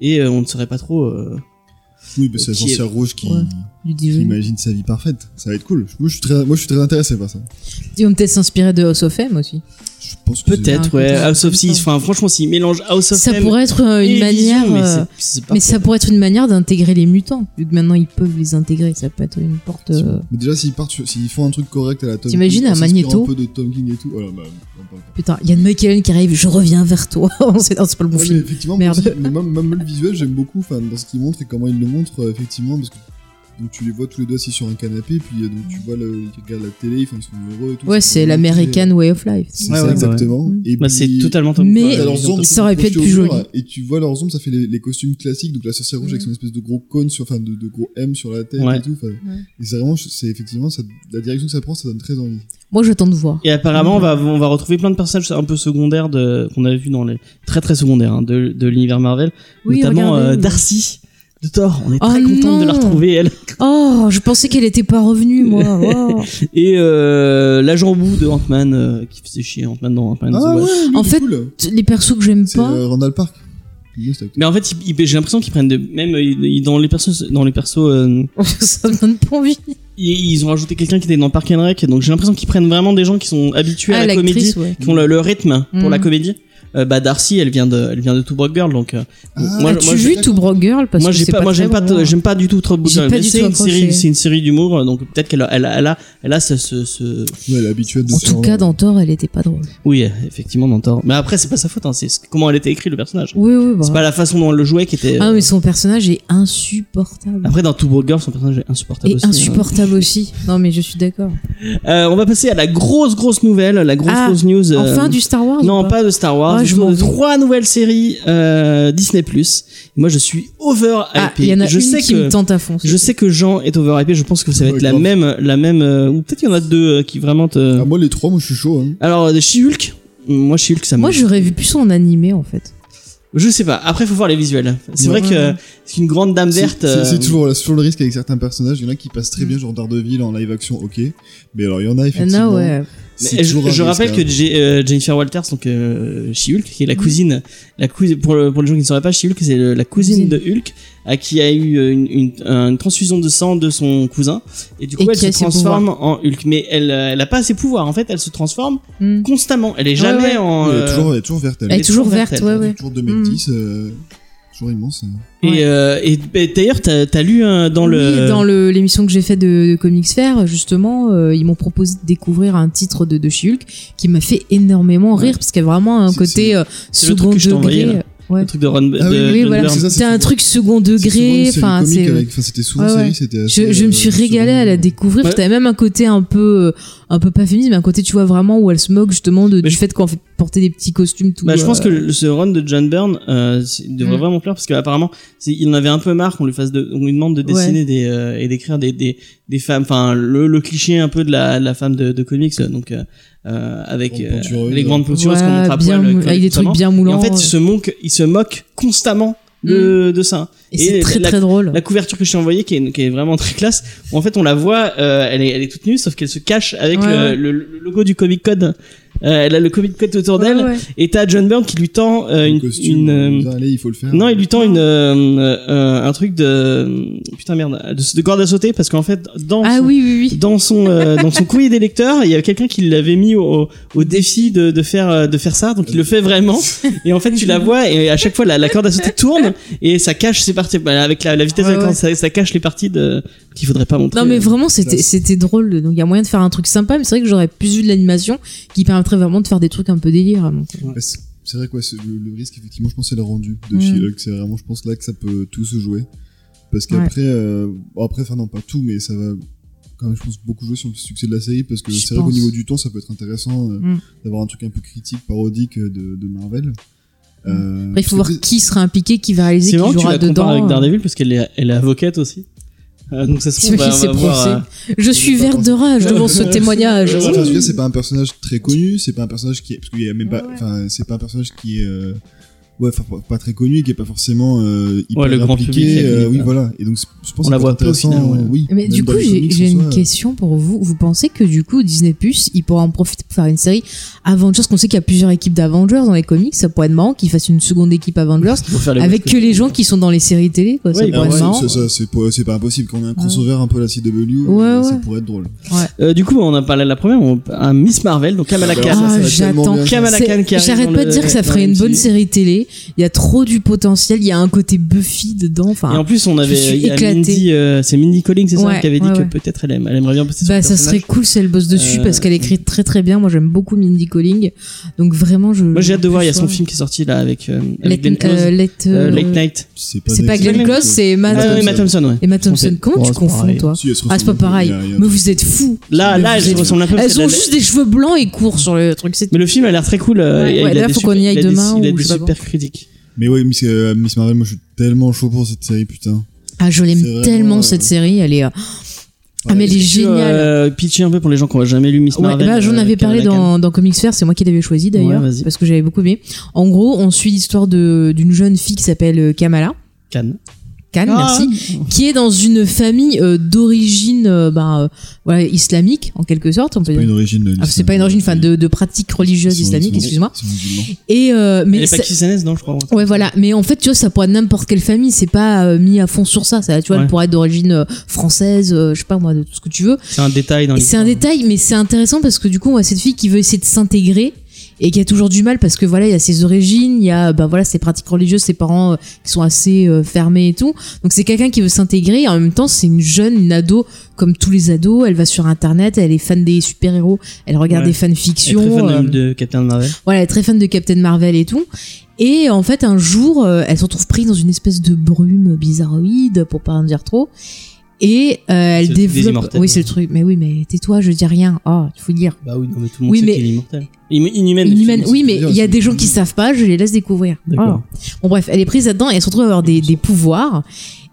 Speaker 3: et euh, on ne saurait pas trop. euh,
Speaker 5: Oui, bah, c'est la
Speaker 3: Qui est-
Speaker 5: sorcière rouge qui.
Speaker 4: Ouais. Du
Speaker 5: qui
Speaker 4: Dijon.
Speaker 5: imagine sa vie parfaite, ça va être cool. Moi je suis très, moi, je suis très intéressé par ça.
Speaker 4: Ils vont peut-être s'inspirer de House of M aussi.
Speaker 5: Je pense que c'est-
Speaker 3: Peut-être
Speaker 4: un
Speaker 3: ouais.
Speaker 4: côté-
Speaker 3: House of Six. Enfin franchement s'ils mélangent House of
Speaker 4: Ça
Speaker 3: M
Speaker 4: pourrait être euh,
Speaker 3: et
Speaker 4: une
Speaker 3: Vision,
Speaker 4: manière.
Speaker 3: mais,
Speaker 4: euh,
Speaker 3: c'est- c'est
Speaker 4: Mais
Speaker 3: parfait.
Speaker 4: ça pourrait être une manière d'intégrer les mutants, vu que maintenant ils peuvent les intégrer, ça peut être une porte. euh,
Speaker 5: Mais déjà, s'ils partent, sur- s'ils font un truc correct à la Tom
Speaker 4: T'imagines
Speaker 5: King,
Speaker 4: un
Speaker 5: en s'inspirant
Speaker 4: Magneto
Speaker 5: un peu de Tom King et tout. Voilà, bah, on parle pas.
Speaker 4: Putain, Yann McKellen qui arrive, je reviens vers toi. On sait- non, c'est pas le bon
Speaker 5: Ouais, mais
Speaker 4: film.
Speaker 5: effectivement,
Speaker 4: Merde.
Speaker 5: moi aussi, mais même, même le visuel, j'aime beaucoup enfin, dans ce qu'il montre et comment il le montre, euh, effectivement, parce que donc, tu les vois tous les deux assis sur un canapé, puis euh, donc, tu vois, le, ils regardent la télé, enfin, ils sont heureux et tout.
Speaker 4: Ouais, c'est l'American Way of Life.
Speaker 5: C'est
Speaker 3: Ouais,
Speaker 5: ça,
Speaker 3: ouais,
Speaker 5: exactement.
Speaker 4: ouais.
Speaker 5: Et
Speaker 3: Bah, c'est
Speaker 5: puis,
Speaker 3: totalement Tom-
Speaker 4: Mais-
Speaker 3: ouais,
Speaker 5: t'as
Speaker 4: Et
Speaker 5: leurs
Speaker 3: Vision
Speaker 5: ombres
Speaker 3: Top
Speaker 5: qui
Speaker 4: ça
Speaker 5: sont
Speaker 4: aurait pu être
Speaker 5: accrochées
Speaker 4: plus
Speaker 5: au mur,
Speaker 4: joli.
Speaker 5: euh,
Speaker 4: Mm.
Speaker 5: Et tu vois leurs ombres, ça fait les, les costumes classiques, donc la sorcière rouge avec
Speaker 4: Ouais.
Speaker 5: son espèce de gros cône, sur, enfin de, de gros M sur la tête
Speaker 3: Ouais.
Speaker 5: et tout. enfin, Et c'est vraiment, c'est effectivement, ça, la direction que ça prend, ça donne très envie.
Speaker 4: Moi j'attends de voir.
Speaker 3: Et apparemment, on va, on va retrouver plein de personnages un peu secondaires de, qu'on avait vu dans les très très secondaires hein, de, de l'univers Marvel,
Speaker 4: Oui,
Speaker 3: notamment
Speaker 4: regardez,
Speaker 3: euh,
Speaker 4: oui.
Speaker 3: Darcy de Thor. On est
Speaker 4: Oh
Speaker 3: très content de la
Speaker 4: non
Speaker 3: retrouver elle.
Speaker 4: Oh, je pensais qu'elle était pas revenue, moi. Oh.
Speaker 3: Et euh, l'agent Boo de Ant-Man euh, qui faisait chier Ant-Man dans Ant-Man. and the
Speaker 5: Ah ouais,
Speaker 3: Wasp.
Speaker 5: lui,
Speaker 4: En
Speaker 5: il est
Speaker 4: fait,
Speaker 5: cool.
Speaker 4: Les persos que j'aime
Speaker 5: c'est
Speaker 4: pas.
Speaker 5: euh, Randall Park. Oui, c'est
Speaker 3: Mais en fait, ils- ils- j'ai l'impression qu'ils prennent de, même euh, ils- dans les persos dans les persos euh,
Speaker 4: ça me donne pas envie.
Speaker 3: ils, ils ont rajouté quelqu'un qui était dans Park and Rec. Donc j'ai l'impression qu'ils prennent vraiment des gens qui sont habitués à la comédie,
Speaker 4: Ah, l'actrice, ouais.
Speaker 3: qui ont le, le rythme pour
Speaker 4: Mhm.
Speaker 3: la comédie. Euh, bah Darcy, elle vient de, elle vient de Two Broke Girl, donc euh,
Speaker 5: Ah,
Speaker 3: moi,
Speaker 4: As-tu
Speaker 3: moi,
Speaker 4: vu Two Broke Girl parce
Speaker 3: moi
Speaker 4: que
Speaker 3: j'ai
Speaker 4: c'est
Speaker 3: pas, moi
Speaker 4: très
Speaker 3: j'aime pas
Speaker 4: bon. hein.
Speaker 3: j'aime pas du tout trop
Speaker 4: J'ai pas du
Speaker 3: c'est
Speaker 4: tout
Speaker 3: une série
Speaker 4: accroché.
Speaker 3: c'est une série d'humour donc peut-être qu'elle a, elle a elle a elle a ce, ce, ce-
Speaker 5: Ouais, elle est habituée de euh,
Speaker 4: En
Speaker 5: ce
Speaker 4: tout
Speaker 5: genre.
Speaker 4: cas, dans Thor, elle était pas drôle.
Speaker 3: oui effectivement on entend mais après c'est pas sa faute hein, c'est ce- comment elle était écrite le personnage
Speaker 4: Oui, oui, bah.
Speaker 3: c'est pas la façon dont elle le jouait qui était
Speaker 4: Ah,
Speaker 3: euh,
Speaker 4: mais son personnage est insupportable.
Speaker 3: après dans Two Broke Girl son personnage est insupportable
Speaker 4: Et
Speaker 3: aussi, Ah, hein.
Speaker 4: insupportable aussi. Non, mais je suis d'accord.
Speaker 3: Euh, on va passer à la grosse grosse nouvelle la grosse
Speaker 4: Ah,
Speaker 3: grosse news euh,
Speaker 4: Enfin, du Star Wars ou
Speaker 3: non, pas de Star Wars.
Speaker 4: Ah,
Speaker 3: je
Speaker 4: je m'en vais.
Speaker 3: trois nouvelles séries euh, Disney Plus. Moi, je suis over
Speaker 4: Ah, il y en a
Speaker 3: je
Speaker 4: une
Speaker 3: sais
Speaker 4: qui
Speaker 3: que
Speaker 4: me tente à fond.
Speaker 3: je sais que Jean est overhypé. Je pense que ça va
Speaker 5: Ouais,
Speaker 3: être la
Speaker 5: grave.
Speaker 3: même, la même, euh, ou peut-être il y en a deux euh, qui vraiment te.
Speaker 5: Ah, moi, les trois, moi, je suis chaud. Hein.
Speaker 3: Alors, euh, She-Hulk, moi She-Hulk, ça me.
Speaker 4: Moi, j'aurais vu plus ça en animé, en fait.
Speaker 3: Je sais pas. Après, faut voir les visuels. C'est
Speaker 5: Ouais.
Speaker 3: vrai que euh, c'est une grande dame
Speaker 5: C'est-
Speaker 3: verte.
Speaker 5: C'est
Speaker 3: euh,
Speaker 5: c'est toujours, là, c'est toujours le risque avec certains personnages. Il y en a qui passent
Speaker 4: Mm.
Speaker 5: très bien, genre Daredevil en live action, ok. Mais alors, il y en
Speaker 4: Il y
Speaker 5: a
Speaker 4: en a,
Speaker 5: effectivement.
Speaker 4: Ah ouais.
Speaker 5: c'est
Speaker 3: mais je,
Speaker 5: toujours un
Speaker 3: je
Speaker 5: risque,
Speaker 3: rappelle
Speaker 5: hein.
Speaker 3: que J- euh, Jennifer Walters, donc euh, She-Hulk, qui est la
Speaker 4: Mhm.
Speaker 3: cousine, la cousine pour, le- pour les gens qui ne sauraient pas, She-Hulk, c'est le- la cousine
Speaker 4: Cousine.
Speaker 3: de Hulk, à qui a eu euh, une, une- une transfusion de sang de son cousin, et du coup
Speaker 4: Et
Speaker 3: elle
Speaker 4: qui
Speaker 3: se
Speaker 4: a ses
Speaker 3: transforme en Hulk. Mais elle, euh, elle a pas ses pouvoirs. En fait, elle se transforme
Speaker 4: Mm.
Speaker 3: constamment. Elle est jamais
Speaker 4: ouais.
Speaker 3: en.
Speaker 5: Elle est
Speaker 3: euh,
Speaker 5: toujours, elle est toujours verte, elle.
Speaker 4: Elle
Speaker 3: Elle
Speaker 4: est toujours
Speaker 3: est
Speaker 4: verte,
Speaker 3: verte,
Speaker 4: ouais, Mm.
Speaker 5: Elle est
Speaker 4: ouais.
Speaker 5: Toujours 2010. euh, toujours immense. hein.
Speaker 3: et,
Speaker 4: Ouais.
Speaker 3: euh, et, et d'ailleurs, t'as as lu euh, dans le.
Speaker 4: Oui, dans le- l'émission que j'ai fait de, de Comics Fair, justement, euh, ils m'ont proposé de découvrir un titre de, de She-Hulk qui m'a fait énormément
Speaker 3: Ouais.
Speaker 4: rire parce qu'il y a vraiment un
Speaker 5: C'est-
Speaker 4: côté euh,
Speaker 3: c'est le truc
Speaker 4: second
Speaker 3: que je t'ai envoyé,
Speaker 4: degré.
Speaker 3: là. Euh,
Speaker 4: Ouais.
Speaker 3: le truc de Ron.
Speaker 5: Ah oui,
Speaker 3: de-
Speaker 4: oui,
Speaker 3: de
Speaker 4: voilà.
Speaker 3: Byrne.
Speaker 5: c'est ça,
Speaker 4: C'était un
Speaker 5: souvent-
Speaker 4: truc second degré.
Speaker 5: C'est souvent
Speaker 4: Enfin,
Speaker 5: une série
Speaker 4: c'est.
Speaker 3: euh,
Speaker 5: comique avec- Enfin, c'était souvent
Speaker 4: Ouais,
Speaker 5: une
Speaker 4: ouais.
Speaker 5: série, c'était
Speaker 4: Je,
Speaker 5: assez,
Speaker 4: je me
Speaker 5: euh,
Speaker 4: suis régalée à la
Speaker 5: second-
Speaker 4: découvrir.
Speaker 3: Ouais.
Speaker 4: euh, T'avais même un côté un peu, un peu pas féministe, mais un côté, tu vois, vraiment où elle se moque justement de,
Speaker 3: Mais
Speaker 4: du
Speaker 3: je-
Speaker 4: fait qu'on fait porter des petits costumes tout.
Speaker 3: Bah, je pense
Speaker 4: euh,
Speaker 3: que le- ce run de John Byrne euh, c'est- il devrait
Speaker 4: Mm.
Speaker 3: vraiment plaire parce qu'apparemment c'est- il en avait un peu marre qu'on lui fasse, de, on lui demande de dessiner des, euh, et d'écrire des, des, des femmes, enfin le, le cliché un peu de la, de la femme de, de comics, euh, donc euh, euh, avec
Speaker 5: Grande
Speaker 3: euh,
Speaker 5: pointureuse,
Speaker 3: les
Speaker 5: ouais.
Speaker 3: grandes pointures qu'on
Speaker 4: ouais,
Speaker 3: montre à
Speaker 4: bien
Speaker 3: poil,
Speaker 4: mou- ah,
Speaker 3: euh,
Speaker 4: avec des trucs
Speaker 3: constamment.
Speaker 4: bien
Speaker 3: Et
Speaker 4: moulants. Mm.
Speaker 3: en fait, il se moque, il se moque constamment de, de ça.
Speaker 4: Et c'est
Speaker 3: et
Speaker 4: très
Speaker 3: la-
Speaker 4: très drôle.
Speaker 3: La couverture que je t'ai envoyée, qui est, qui est vraiment très classe, où en fait on la voit, euh, elle, est, elle est toute nue, sauf qu'elle se cache avec
Speaker 4: Ouais,
Speaker 3: le, le-
Speaker 4: ouais.
Speaker 3: le logo du Comic Code. Euh, elle a le Comic Code autour d'elle,
Speaker 4: Ouais, ouais.
Speaker 3: et t'as John Byrne qui lui tend euh,
Speaker 5: Le
Speaker 3: une,
Speaker 5: costume,
Speaker 3: une,
Speaker 5: on
Speaker 3: euh,
Speaker 5: nous a, allez, il faut le faire.
Speaker 3: non, il lui tend une euh, euh, un truc de putain merde de, de corde à sauter parce qu'en fait dans
Speaker 4: Ah
Speaker 3: son,
Speaker 4: oui oui oui.
Speaker 3: dans son euh, dans son courrier des lecteurs, il y a quelqu'un qui l'avait mis au, au défi de, de faire euh, de faire ça, donc il le fait vraiment. Et en fait, tu la vois et à chaque fois la, la corde à sauter tourne et ça cache ses parties Bah, avec la, la vitesse
Speaker 4: Ouais,
Speaker 3: de la corde, ça,
Speaker 4: ouais.
Speaker 3: ça cache les parties de qu'il faudrait pas montrer.
Speaker 4: Non mais vraiment c'était
Speaker 5: classe.
Speaker 4: c'était drôle donc il y a moyen de faire un truc sympa mais c'est vrai que j'aurais plus vu de l'animation qui permettrait vraiment de faire des trucs un peu délire. donc.
Speaker 5: Ouais, c'est- C'est vrai quoi, le, le risque effectivement, je pense c'est le rendu de
Speaker 4: Mm.
Speaker 5: She-Hulk. C'est vraiment, je pense là que ça peut tout se jouer parce qu'après, euh, bon, après, enfin non pas tout, mais ça va quand même, je pense beaucoup jouer sur le succès de la série parce que
Speaker 4: Je
Speaker 5: c'est vrai qu'au
Speaker 4: pense.
Speaker 5: niveau du ton, ça peut être intéressant euh,
Speaker 4: Mm.
Speaker 5: d'avoir un truc un peu critique, parodique euh, de, de Marvel. Euh,
Speaker 4: Après il faut voir
Speaker 5: parce que-
Speaker 4: qui sera impliqué, qui va réaliser,
Speaker 3: c'est
Speaker 4: qui
Speaker 3: marrant que tu
Speaker 4: jouera
Speaker 3: la compares
Speaker 4: dedans. hein.
Speaker 3: avec Daredevil parce qu'elle est elle est avocate aussi. Euh, donc ça se trouve,
Speaker 4: Oui,
Speaker 3: bah, on
Speaker 4: c'est
Speaker 3: va voir,
Speaker 4: pensé.
Speaker 3: euh,
Speaker 4: Je suis verte de rage devant ce témoignage.
Speaker 5: Enfin, en tout cas, c'est pas un personnage très connu, c'est pas un personnage qui est, parce qu'il y a même pas, enfin, c'est pas un personnage qui est, euh, ouais, enfin, pas- pas très connu, qui est pas forcément euh, hyper
Speaker 3: Ouais, le grand
Speaker 5: impliqué,
Speaker 3: public,
Speaker 5: euh,
Speaker 3: il est
Speaker 5: oui,
Speaker 3: pas-
Speaker 5: voilà. Et donc, c'est- je pense
Speaker 3: On
Speaker 5: que
Speaker 3: la
Speaker 5: c'est
Speaker 3: voit peu au
Speaker 5: intéressant,
Speaker 3: final, ouais.
Speaker 5: oui.
Speaker 4: Mais du
Speaker 5: même dans
Speaker 4: coup,
Speaker 5: les
Speaker 4: j'ai
Speaker 5: comics,
Speaker 4: j'ai
Speaker 5: en
Speaker 4: une
Speaker 5: soi, euh,
Speaker 4: question pour vous. Vous pensez que du coup, Disney Plus, il pourra en profiter pour faire une série Avengers Qu'on sait qu'il y a plusieurs équipes d'Avengers dans les comics, ça pourrait être marrant qu'ils fassent une seconde équipe Avengers
Speaker 3: faut faire les
Speaker 4: avec
Speaker 3: bouches,
Speaker 4: que les gens qui sont dans les séries télé, quoi. ça
Speaker 3: Ouais,
Speaker 5: Ah
Speaker 4: pourrait
Speaker 5: ouais,
Speaker 4: être marrant.
Speaker 5: ça- ça, c'est pas, c'est pas impossible. Quand on a un crossover un peu à la CW,
Speaker 4: Ouais,
Speaker 5: euh, ça
Speaker 4: ouais.
Speaker 5: pourrait être drôle.
Speaker 3: Euh, du coup, on a parlé de la première, on, à Miss Marvel, donc Kamala
Speaker 5: Ah,
Speaker 3: Khan.
Speaker 5: ça,
Speaker 4: Ah,
Speaker 5: va tellement
Speaker 4: j'attends.
Speaker 5: bien.
Speaker 3: Kamala
Speaker 4: C'est-
Speaker 3: Khan qui arrive
Speaker 4: J'arrête
Speaker 3: dans
Speaker 4: pas
Speaker 3: le-
Speaker 4: de dire que ça
Speaker 3: dans
Speaker 4: ferait
Speaker 3: le
Speaker 4: une bonne
Speaker 3: MCU.
Speaker 4: série télé. Il y a trop du potentiel. Il y a un côté Buffy dedans. Enfin,
Speaker 3: Et en plus, on
Speaker 4: je
Speaker 3: avait
Speaker 4: suis
Speaker 3: il y a
Speaker 4: éclatée.
Speaker 3: Mindy, euh, c'est Mindy Collins, c'est ça,
Speaker 4: Ouais,
Speaker 3: qui avait dit
Speaker 4: ouais,
Speaker 3: que
Speaker 4: ouais.
Speaker 3: peut-être elle, aime- elle aimerait bien passer
Speaker 4: Bah, ça serait cool si elle bosse dessus
Speaker 3: Euh,
Speaker 4: parce qu'elle écrit très très bien. Moi, j'aime beaucoup Mindy Colling. Donc vraiment, je.
Speaker 3: Moi, j'ai hâte de voir. Il y a son
Speaker 4: Ouais.
Speaker 3: film qui est sorti là avec, euh,
Speaker 4: Let,
Speaker 3: avec Glenn Close,
Speaker 4: euh, Let-
Speaker 3: euh,
Speaker 4: euh,
Speaker 3: Late Night.
Speaker 5: C'est
Speaker 4: C'est pas
Speaker 5: Nexus,
Speaker 4: Glenn Close, c'est Matt.
Speaker 5: Matt
Speaker 3: Ah, oui,
Speaker 5: Thompson.
Speaker 3: Matt Thompson, ouais.
Speaker 4: Emma Thompson. Comment
Speaker 3: Oh,
Speaker 4: tu
Speaker 3: c'est
Speaker 4: confonds,
Speaker 3: pareil.
Speaker 4: toi
Speaker 5: Si, elles se
Speaker 4: Ah, c'est pas
Speaker 5: ressemblent.
Speaker 4: pareil.
Speaker 5: Il y a- il y a-
Speaker 4: Mais vous êtes fous.
Speaker 3: Là,
Speaker 4: Mais
Speaker 3: là,
Speaker 4: vous
Speaker 3: elles
Speaker 4: êtes-
Speaker 3: ressemblent un peu. parce
Speaker 4: Elles
Speaker 3: qu'elle
Speaker 4: ont
Speaker 3: a-
Speaker 4: juste des cheveux blancs et courts sur le truc. C'est
Speaker 3: Mais le film a l'air très cool. euh,
Speaker 4: Ouais,
Speaker 3: il, a-
Speaker 4: ouais,
Speaker 3: il a
Speaker 4: là,
Speaker 3: des
Speaker 4: faut
Speaker 3: super-
Speaker 4: qu'on y aille
Speaker 3: il a des-
Speaker 4: demain
Speaker 3: Il a
Speaker 4: ou
Speaker 3: des
Speaker 4: je sais pas
Speaker 3: super critiques.
Speaker 5: Mais ouais, Miss, euh, Miss Marvel, moi je suis tellement chaud pour cette série, putain.
Speaker 4: Ah, je
Speaker 5: C'est
Speaker 4: l'aime
Speaker 5: vraiment,
Speaker 4: tellement
Speaker 5: euh,
Speaker 4: cette série. Elle est. euh, Ah, mais elle est
Speaker 3: Tu veux,
Speaker 4: géniale.
Speaker 3: euh, Pitcher un peu pour les gens qui n'ont jamais lu Miss
Speaker 4: Ouais,
Speaker 3: Marvel.
Speaker 4: bah, j'en
Speaker 3: euh,
Speaker 4: avais parlé
Speaker 3: Kamala Khan.
Speaker 4: dans, dans Comics Fair, c'est moi qui l'avais choisi d'ailleurs,
Speaker 3: Ouais, vas-y.
Speaker 4: parce que j'avais beaucoup aimé. En gros, on suit l'histoire de- d'une jeune fille qui s'appelle euh, Kamala.
Speaker 3: Khan.
Speaker 4: Khan,
Speaker 3: Ah.
Speaker 4: merci. Qui est dans une famille euh, d'origine euh, bah, euh, voilà, islamique, en quelque sorte. On peut
Speaker 5: C'est pas
Speaker 4: dire.
Speaker 5: une origine de
Speaker 4: Ah, c'est pas une origine, enfin, de, de pratique religieuse islamique, excuse-moi. Et, euh,
Speaker 3: Elle
Speaker 4: mais
Speaker 3: est
Speaker 4: ça-
Speaker 3: pakistanaise, non, je crois.
Speaker 4: Ouais, voilà. Mais en fait, tu vois, ça pourrait être n'importe quelle famille. C'est pas euh, mis à fond sur ça. ça tu vois,
Speaker 3: Ouais.
Speaker 4: elle pourrait être d'origine euh, française, euh, je sais pas moi, de tout ce que tu veux.
Speaker 3: C'est un détail dans
Speaker 4: Et c'est un
Speaker 3: l'histoire.
Speaker 4: détail, mais c'est intéressant parce que du coup, on voit cette fille qui veut essayer de s'intégrer et qui a toujours du mal parce que voilà, il y a ses origines, il y a bah voilà ses pratiques religieuses, ses parents euh, qui sont assez euh, fermés et tout. Donc c'est quelqu'un qui veut s'intégrer. et En même temps, c'est une jeune, une ado comme tous les ados. Elle va sur internet, elle est fan des super héros, elle regarde
Speaker 3: Ouais.
Speaker 4: des fanfictions.
Speaker 3: Elle est très fan de-
Speaker 4: euh,
Speaker 3: de Captain Marvel.
Speaker 4: voilà, elle est très fan de Captain Marvel et tout. Et en fait, un jour, euh, elle se retrouve prise dans une espèce de brume bizarroïde, pour pas en dire trop. Et euh,
Speaker 3: C'est
Speaker 4: elle
Speaker 3: le truc des
Speaker 4: développe.
Speaker 3: immortels.
Speaker 4: oui, c'est le truc. Mais oui, mais tais-toi, je dis rien. Oh, il faut le dire.
Speaker 3: Bah oui, non, mais tout le monde
Speaker 4: Oui,
Speaker 3: sait
Speaker 4: mais-
Speaker 3: qu'elle est immortelle. Im- Inhumaine.
Speaker 4: Une humaine.
Speaker 3: effectivement.
Speaker 4: Oui,
Speaker 5: c'est
Speaker 4: mais
Speaker 5: bien,
Speaker 4: il y a
Speaker 5: c'est
Speaker 4: des gens
Speaker 5: bien.
Speaker 4: qui savent pas, je les laisse découvrir.
Speaker 3: D'accord.
Speaker 4: Oh. Bon, bref, elle est prise là-dedans et elle se retrouve à avoir des, des pouvoirs.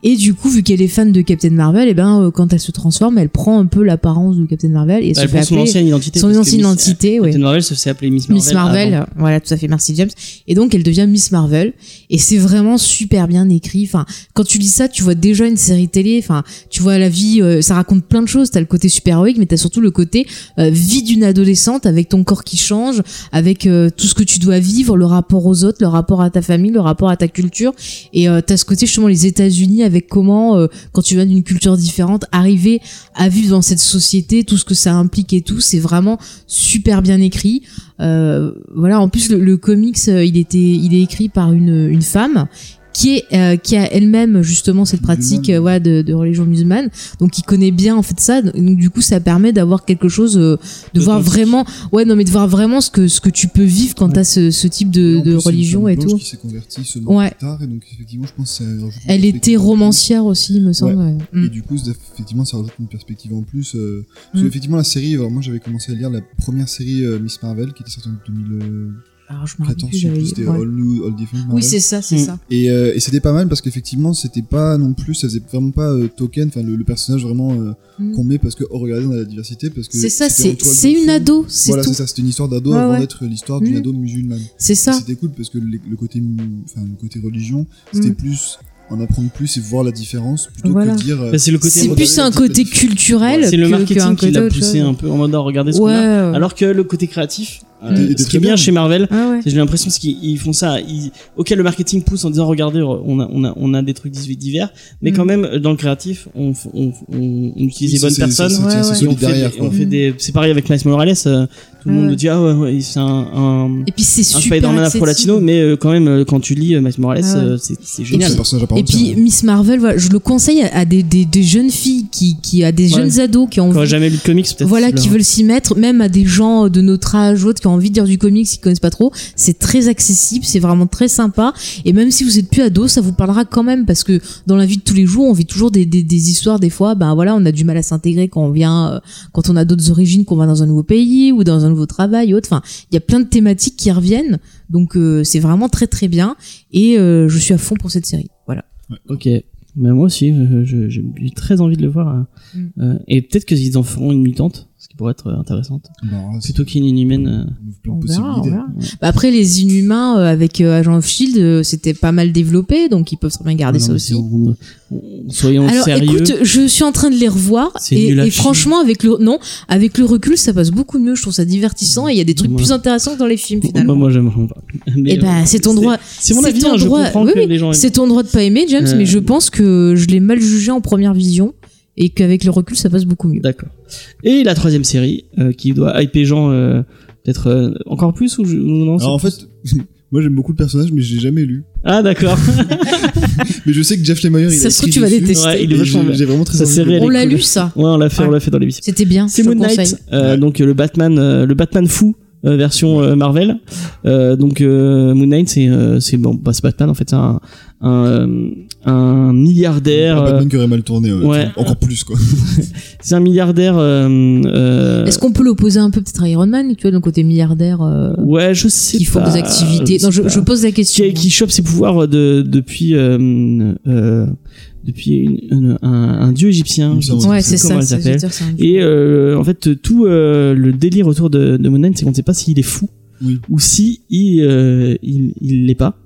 Speaker 4: Et du coup, vu qu'elle est fan de Captain Marvel, et ben euh, quand elle se transforme, elle prend un peu l'apparence de Captain Marvel
Speaker 3: Bah,
Speaker 4: et se
Speaker 3: Elle
Speaker 4: fait
Speaker 3: prend son
Speaker 4: appeler
Speaker 3: ancienne identité.
Speaker 4: son
Speaker 3: parce que
Speaker 4: ancienne
Speaker 3: Miss- euh,
Speaker 4: identité. ouais.
Speaker 3: Captain Marvel se fait appeler Miss Marvel.
Speaker 4: Miss Marvel,
Speaker 3: avant.
Speaker 4: euh, voilà, tout à fait, merci James. Et donc elle devient Miss Marvel, et c'est vraiment super bien écrit. Enfin, quand tu lis ça, tu vois déjà une série télé. Enfin, tu vois la vie, euh, ça raconte plein de choses. T'as le côté super héroïque, mais t'as surtout le côté euh, vie d'une adolescente avec ton corps qui change, avec euh, tout ce que tu dois vivre, le rapport aux autres, le rapport à ta famille, le rapport à ta culture. Et euh, t'as ce côté justement les États-Unis avec comment, euh, quand tu viens d'une culture différente, arriver à vivre dans cette société, tout ce que ça implique et tout, c'est vraiment super bien écrit. Euh, voilà, en plus le, le comics, euh, il était, il est écrit par une, une femme qui est euh, qui a elle-même justement cette pratique
Speaker 5: Musulmane.
Speaker 4: euh, voilà, de, de religion musulmane, donc il connaît bien en fait ça. Donc du coup, ça permet d'avoir quelque chose, euh, de voir
Speaker 3: D'authentique.
Speaker 4: vraiment, ouais, non mais de voir vraiment ce que ce que tu peux vivre quand
Speaker 3: Ouais.
Speaker 4: t'as ce, ce type de, de religion et tout.
Speaker 5: qui s'est convertie seulement
Speaker 4: Ouais,
Speaker 5: plus tard, et donc effectivement, je pense que ça rajoute une
Speaker 4: elle était
Speaker 5: perspective.
Speaker 4: romancière aussi, il me semble. ouais. Mm.
Speaker 5: Et du coup, ça- effectivement, ça rajoute une perspective en plus. euh, parce
Speaker 4: Mm.
Speaker 5: qu'effectivement, la série, alors moi j'avais commencé à lire la première série euh, Miss Marvel qui était sortie en 2000, euh,
Speaker 4: Alors, je me rappelle plus,
Speaker 5: prétentieux, oh
Speaker 4: j'avais-
Speaker 5: c'était
Speaker 4: ouais.
Speaker 5: All New, All Different.
Speaker 4: Oui,
Speaker 5: Marvel.
Speaker 4: c'est ça, c'est
Speaker 3: Mm.
Speaker 4: ça.
Speaker 5: Et, euh, et c'était pas mal parce qu'effectivement, c'était pas non plus, ça faisait vraiment pas euh, token, enfin le, le personnage vraiment euh,
Speaker 4: Mm.
Speaker 5: qu'on met parce que oh regardez on a la diversité parce que
Speaker 4: C'est ça,
Speaker 5: c'était
Speaker 4: c'est
Speaker 5: en toile de
Speaker 4: c'est une
Speaker 5: fond.
Speaker 4: ado, c'est
Speaker 5: Voilà,
Speaker 4: tout.
Speaker 5: c'est ça, c'était une histoire d'ado
Speaker 4: Ouais,
Speaker 5: avant
Speaker 4: ouais.
Speaker 5: d'être l'histoire d'une
Speaker 4: Mm.
Speaker 5: ado musulmane.
Speaker 4: C'est
Speaker 5: Et
Speaker 4: ça.
Speaker 5: C'était cool parce que le, le côté, mu- enfin le côté religion, c'était
Speaker 4: Mm.
Speaker 5: plus en apprendre plus et voir la différence plutôt
Speaker 4: Voilà.
Speaker 5: que dire. euh,
Speaker 3: Bah, c'est le côté
Speaker 4: C'est plus un côté culturel.
Speaker 3: c'est le
Speaker 4: que- qu'un
Speaker 3: marketing qui
Speaker 4: côté
Speaker 3: l'a
Speaker 4: autre
Speaker 3: poussé
Speaker 4: chose.
Speaker 3: un peu en mode regardez ce
Speaker 4: Ouais. Mm.
Speaker 3: qu'on a.
Speaker 4: ouais.
Speaker 3: Alors que le côté créatif, euh,
Speaker 5: Était-
Speaker 3: ce qui
Speaker 5: était très
Speaker 3: est bien
Speaker 5: bien.
Speaker 3: chez Marvel,
Speaker 4: Ah ouais.
Speaker 3: c'est- j'ai l'impression c'est qu'ils ils font ça. Ils, ok, le marketing pousse en disant regardez, on a, on a, on a des trucs dis- divers, mais
Speaker 4: Mm.
Speaker 3: quand même dans le créatif, on, f- on, on, on utilise
Speaker 5: oui,
Speaker 3: les bonnes
Speaker 5: c'est- c'est-
Speaker 3: personnes.
Speaker 5: c'est-
Speaker 4: Ouais,
Speaker 5: c'est-
Speaker 4: ouais.
Speaker 5: C'est
Speaker 3: et on
Speaker 5: solide
Speaker 3: fait,
Speaker 5: derrière.
Speaker 3: des-
Speaker 5: quoi.
Speaker 3: on fait
Speaker 4: Mm.
Speaker 3: des. C'est pareil avec Miles Morales. euh, tout le
Speaker 4: Ouais.
Speaker 3: monde dit ah ouais, ouais, c'est un, un,
Speaker 4: Et puis c'est
Speaker 3: un
Speaker 4: super.
Speaker 3: Spider-Man afro
Speaker 4: accessible.
Speaker 3: latino, mais euh, quand même euh, quand tu lis euh, Miles Morales,
Speaker 4: Ah ouais.
Speaker 3: euh, c'est c'est
Speaker 5: Donc,
Speaker 3: génial.
Speaker 5: c'est un personnage à part
Speaker 4: Et
Speaker 5: entière,
Speaker 4: puis
Speaker 5: ouais.
Speaker 4: Miss Marvel, voilà, je le conseille à à des, des, des jeunes filles, qui, qui, à des
Speaker 3: Ouais.
Speaker 4: jeunes ados qui ont
Speaker 3: Quand
Speaker 4: envie
Speaker 3: jamais lu de comics, peut-être.
Speaker 4: voilà,
Speaker 3: c'est
Speaker 4: qui
Speaker 3: leur-
Speaker 4: veulent s'y mettre, même à des gens de notre âge ou autres qui ont envie de lire du comics, qui connaissent pas trop. C'est très accessible, c'est vraiment très sympa. Et même si vous êtes plus ado, ça vous parlera quand même parce que dans la vie de tous les jours, on vit toujours des, des, des histoires. Des fois, ben voilà, on a du mal à s'intégrer quand on vient, euh, quand on a d'autres origines, qu'on va dans un nouveau pays ou dans un nouveau travail ou autre. Enfin, il y a plein de thématiques qui reviennent. Donc, euh, c'est vraiment très très bien. Et euh, je suis à fond pour cette série. Voilà.
Speaker 3: Ok. Mais moi aussi, euh, je- j'ai j'ai très envie de le voir. hein.
Speaker 4: Mm.
Speaker 3: Euh, et peut-être qu'ils en feront une mutante, ce qui pourrait être euh, intéressante.
Speaker 5: Bon, là, c'est
Speaker 3: Plutôt qu'une inhumaine. euh,
Speaker 5: on ouvre plein
Speaker 4: mm. On
Speaker 5: de
Speaker 4: verra, on
Speaker 5: possibilités.
Speaker 4: verra. Bah après, les Inhumains euh, avec euh, Agent of Shield, euh, c'était pas mal développé, donc ils peuvent très bien garder
Speaker 3: Non,
Speaker 4: ça
Speaker 3: mais
Speaker 4: aussi.
Speaker 3: on- on- soyons
Speaker 4: Alors,
Speaker 3: sérieux.
Speaker 4: écoute, je suis en train de les revoir
Speaker 3: C'est
Speaker 4: et,
Speaker 3: nul à
Speaker 4: et
Speaker 3: chier.
Speaker 4: franchement, avec le non, avec le recul, ça passe beaucoup mieux. Je trouve ça divertissant et il y a des trucs
Speaker 3: Moi-
Speaker 4: plus intéressants que dans les films
Speaker 3: moi,
Speaker 4: euh, finalement.
Speaker 3: moi j'aime vraiment pas. Mais,
Speaker 4: Eh ben,
Speaker 3: euh,
Speaker 4: c'est ton droit.
Speaker 3: C'est mon
Speaker 4: c'est
Speaker 3: avis,
Speaker 4: ton
Speaker 3: hein, je
Speaker 4: droit.
Speaker 3: comprends
Speaker 4: Oui,
Speaker 3: que
Speaker 4: oui,
Speaker 3: les gens aiment.
Speaker 4: C'est ton droit de pas aimer, James,
Speaker 3: Euh.
Speaker 4: mais je pense que je l'ai mal jugé en première vision et qu'avec le recul, ça passe beaucoup mieux.
Speaker 3: D'accord. Et la troisième série, euh, qui doit hyper gens euh, peut-être euh, encore plus ou, je- ou non
Speaker 5: Alors en
Speaker 3: c'est
Speaker 5: fait, moi j'aime beaucoup le personnage, mais je l'ai jamais lu.
Speaker 3: plus- Ah d'accord.
Speaker 5: Mais je sais que Jeff Lemire, il
Speaker 4: Ça
Speaker 5: a
Speaker 4: se trouve,
Speaker 5: écrit
Speaker 4: tu vas
Speaker 5: dessus,
Speaker 4: détester.
Speaker 3: Ouais, il est
Speaker 5: et
Speaker 3: vachement
Speaker 5: j'ai-
Speaker 3: bien.
Speaker 5: J'ai vraiment très
Speaker 3: Sa
Speaker 5: envie de
Speaker 3: série,
Speaker 5: le
Speaker 3: elle
Speaker 4: On
Speaker 5: lire.
Speaker 3: est
Speaker 4: l'a
Speaker 3: cool.
Speaker 4: lu ça.
Speaker 3: ouais, on l'a fait, on
Speaker 4: Ouais.
Speaker 3: l'a fait dans l'émission.
Speaker 4: C'était bien.
Speaker 3: C'est
Speaker 4: je
Speaker 3: Moon
Speaker 4: le conseille.
Speaker 3: Knight, euh,
Speaker 5: Ouais.
Speaker 3: donc euh, le Batman, euh, le Batman fou euh, version euh, Marvel. Euh, donc euh, Moon Knight, c'est euh, c'est bon, bah, c'est Batman en fait, c'est un un, euh, un milliardaire,
Speaker 5: Un
Speaker 3: euh,
Speaker 5: Batman qui aurait mal tourné, ouais.
Speaker 3: ouais.
Speaker 5: encore plus quoi.
Speaker 3: c'est un milliardaire. euh, euh,
Speaker 4: Est-ce qu'on peut l'opposer un peu peut-être à Iron Man, tu vois, donc côté milliardaire euh,
Speaker 3: ouais, je sais
Speaker 4: qui font
Speaker 3: pas,
Speaker 4: des activités.
Speaker 3: je
Speaker 4: Non,
Speaker 3: sais
Speaker 4: je,
Speaker 3: pas.
Speaker 4: je pose la question.
Speaker 3: qui, qui chope ses pouvoirs de, depuis euh, euh, depuis une- une- un, un dieu égyptien.
Speaker 5: Il me
Speaker 3: je
Speaker 5: semble.
Speaker 3: sais
Speaker 4: Ouais,
Speaker 3: plus
Speaker 4: c'est ça.
Speaker 3: comment il
Speaker 4: c'est- je veux
Speaker 3: s'appelle.
Speaker 4: dire, c'est un-
Speaker 3: Et euh, en fait, tout euh, le délire autour de, de Moon Knight, c'est qu'on ne sait pas s'il est fou
Speaker 5: Oui.
Speaker 3: ou si il euh, il il l'est pas.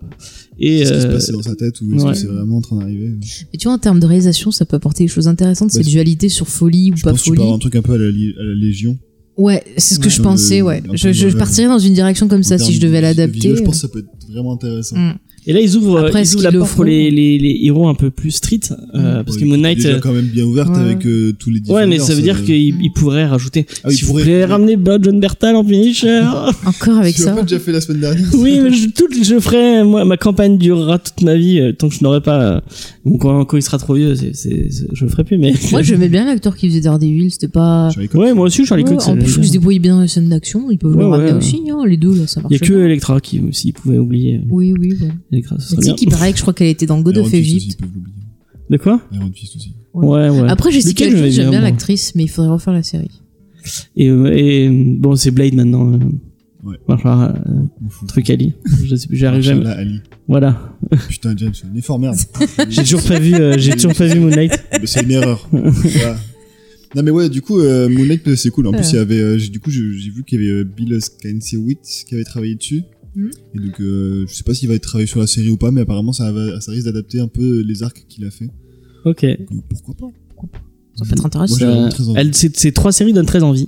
Speaker 3: Et
Speaker 5: Qu'est-ce qui se
Speaker 3: euh,
Speaker 5: passait dans sa tête ou est-ce
Speaker 3: ouais.
Speaker 5: que c'est vraiment en train d'arriver
Speaker 4: Et tu vois, en termes de réalisation, ça peut apporter des choses intéressantes,
Speaker 5: Bah,
Speaker 4: cette
Speaker 5: je-
Speaker 4: dualité sur folie ou
Speaker 5: Je
Speaker 4: pas
Speaker 5: pense que tu parles
Speaker 4: folie.
Speaker 5: un truc un peu à la, li- à la Légion.
Speaker 4: Ouais, c'est ce que
Speaker 3: Ouais.
Speaker 4: je
Speaker 5: Dans le-
Speaker 4: pensais, ouais.
Speaker 5: dans
Speaker 4: Je,
Speaker 5: le
Speaker 4: je
Speaker 5: modèle.
Speaker 4: partirais dans une direction comme ça
Speaker 5: En
Speaker 4: si
Speaker 5: termes
Speaker 4: je devais
Speaker 5: de- de
Speaker 4: l'adapter. euh.
Speaker 5: vidéo, je pense que ça peut être vraiment intéressant.
Speaker 4: Mm.
Speaker 3: et là, ils ouvrent,
Speaker 4: Après,
Speaker 3: euh, ils
Speaker 4: est-ce
Speaker 3: ouvrent
Speaker 4: qu'ils
Speaker 3: la
Speaker 4: le hein
Speaker 3: porte pour
Speaker 4: feront
Speaker 3: les, les, les héros un peu plus street, euh, parce que
Speaker 5: Ouais,
Speaker 3: Moon
Speaker 5: qui Ah est
Speaker 3: Knight.
Speaker 5: déjà
Speaker 3: euh,
Speaker 5: quand même bien ouverte
Speaker 4: ouais.
Speaker 5: avec euh, tous les euh, différents.
Speaker 3: Ouais, mais ça veut dire qu'ils ils pourraient rajouter.
Speaker 5: Ah, ils
Speaker 3: si vous
Speaker 5: pourraient-
Speaker 3: voulez ramener Blood John Bertal en finisher.
Speaker 4: euh, Encore avec
Speaker 5: Tu l'as
Speaker 4: ça.
Speaker 5: pas déjà fait la semaine dernière
Speaker 3: Oui, mais je, tout, je ferai, moi, ma campagne durera toute ma vie euh, tant que je n'aurai pas. euh, bon, quand, quand il sera trop vieux, c'est, c'est, c'est- je le ferai plus, mais.
Speaker 4: Moi, j'aimais bien l'acteur qui faisait Daredevil, c'était pas.
Speaker 5: Charlie Cox.
Speaker 3: ouais, moi aussi, Charlie
Speaker 4: Ouais,
Speaker 3: Cox. euh,
Speaker 4: en
Speaker 3: ça,
Speaker 4: plus,
Speaker 3: j'aime
Speaker 4: je se
Speaker 3: bien.
Speaker 4: débrouillait bien dans les scènes d'action, ils peuvent
Speaker 3: Ouais,
Speaker 4: le ramener
Speaker 3: ouais.
Speaker 4: aussi, hein, les deux, là, ça marche.
Speaker 3: Il y a que
Speaker 4: bien.
Speaker 3: Electra qui aussi pouvait oublier. euh,
Speaker 4: Oui, oui, ouais.
Speaker 3: Electra, ça
Speaker 4: Mais
Speaker 3: serait
Speaker 4: Tu sais
Speaker 3: bien.
Speaker 4: qu'il paraît que je crois qu'elle était dans God
Speaker 5: Iron
Speaker 4: of
Speaker 5: Fist aussi,
Speaker 4: Egypt.
Speaker 5: ils peuvent l'oublier.
Speaker 3: De quoi
Speaker 5: Iron Fist aussi.
Speaker 3: Ouais, ouais.
Speaker 4: Après, Jessica
Speaker 3: Lequel
Speaker 4: Jones,
Speaker 3: j'aimais
Speaker 4: j'aime bien
Speaker 3: moi.
Speaker 4: l'actrice, mais il faudrait refaire la série.
Speaker 3: Et, euh, et, euh, bon, c'est Blade maintenant. euh.
Speaker 5: Ouais.
Speaker 3: Enfin, euh,
Speaker 5: On fout.
Speaker 3: truc Ali. je sais plus, j'y arrive jamais.
Speaker 5: Inch'Allah, Ali.
Speaker 3: Voilà.
Speaker 5: Putain, James, c'est une effort merde.
Speaker 3: J'ai toujours pas vu, euh, j'ai toujours pas vu Moon Knight.
Speaker 5: Mais c'est une erreur. Voilà. Non mais ouais, du coup, euh, Moon Knight c'est cool. En plus, il y avait, euh, j'ai- du coup, je- j'ai vu qu'il y avait euh, Bill Skansewitz qui avait travaillé dessus.
Speaker 4: Mhm.
Speaker 5: Et donc, euh, je sais pas s'il va travailler sur la série ou pas, mais apparemment, ça, va, ça risque d'adapter un peu les arcs qu'il a fait.
Speaker 3: Ok. Euh,
Speaker 5: Donc, pourquoi pas
Speaker 4: Ça peut être
Speaker 5: Moi,
Speaker 4: intéressant.
Speaker 5: j'ai vraiment très envie.
Speaker 3: Elle, ces, ces trois séries donnent très envie.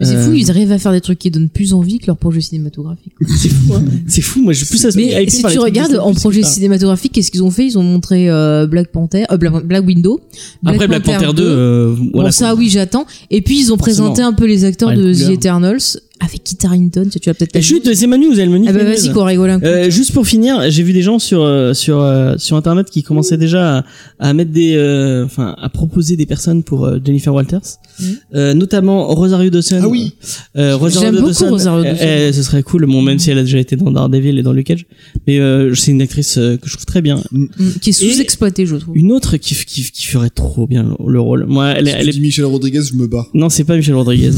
Speaker 4: Mais C'est fou,
Speaker 3: Euh,
Speaker 4: ils arrivent à faire des trucs qui donnent plus envie que leur projet cinématographique.
Speaker 3: C'est fou, hein. C'est fou, moi, je suis plus à
Speaker 4: Mais si tu regardes en
Speaker 3: Ah.
Speaker 4: projet cinématographique, qu'est-ce qu'ils ont fait Ils ont montré euh, Black Panther, euh, Black, Black Window.
Speaker 3: Après Black Panther 2, euh,
Speaker 4: Bon,
Speaker 3: voilà.
Speaker 4: ça,
Speaker 3: quoi.
Speaker 4: oui, j'attends. Et puis, ils
Speaker 3: Forcément.
Speaker 4: ont
Speaker 3: Ah,
Speaker 4: présenté un peu les acteurs
Speaker 3: Ouais,
Speaker 4: de
Speaker 3: les
Speaker 4: The
Speaker 3: couleurs.
Speaker 4: Eternals avec Kit Harington. Tu vas peut-être la
Speaker 3: Et Chut, deuxième news, elle me nique
Speaker 4: Ah bah
Speaker 3: les
Speaker 4: vas-y,
Speaker 3: news.
Speaker 4: qu'on rigole un coup.
Speaker 3: Euh, juste pour finir, j'ai vu des gens sur euh, sur euh, sur internet qui commençaient déjà à, à mettre des euh, enfin à proposer des personnes pour euh, Jennifer Walters,
Speaker 4: Mhm.
Speaker 3: Euh, notamment Rosario Dawson.
Speaker 5: Ah oui.
Speaker 3: Euh, Rosario
Speaker 4: J'aime beaucoup
Speaker 3: Dawson.
Speaker 4: Rosario
Speaker 3: euh,
Speaker 4: Dawson.
Speaker 3: euh, ce serait cool, bon même si elle a déjà été dans Daredevil et dans Luke Cage, mais euh, c'est une actrice euh, que je trouve très bien.
Speaker 4: Mm, Qui est sous-exploité, je trouve.
Speaker 3: Une autre qui f- qui, f- qui ferait trop bien le, le rôle. Moi, elle,
Speaker 5: Si
Speaker 3: est-
Speaker 5: tu
Speaker 3: elle est
Speaker 5: dis Michel Rodriguez, je me barre.
Speaker 3: non, c'est pas Michel Rodriguez.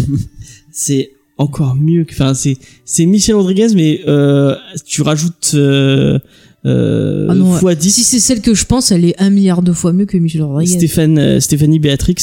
Speaker 3: c'est encore mieux. que- Enfin, c'est c'est Michel Rodriguez, mais euh, tu rajoutes euh, euh,
Speaker 4: Ah non,
Speaker 3: fois 10
Speaker 4: Si c'est celle que je pense, elle est un milliard de fois mieux que Michel Rodriguez.
Speaker 3: Stéphane, euh, Stéphanie Béatrix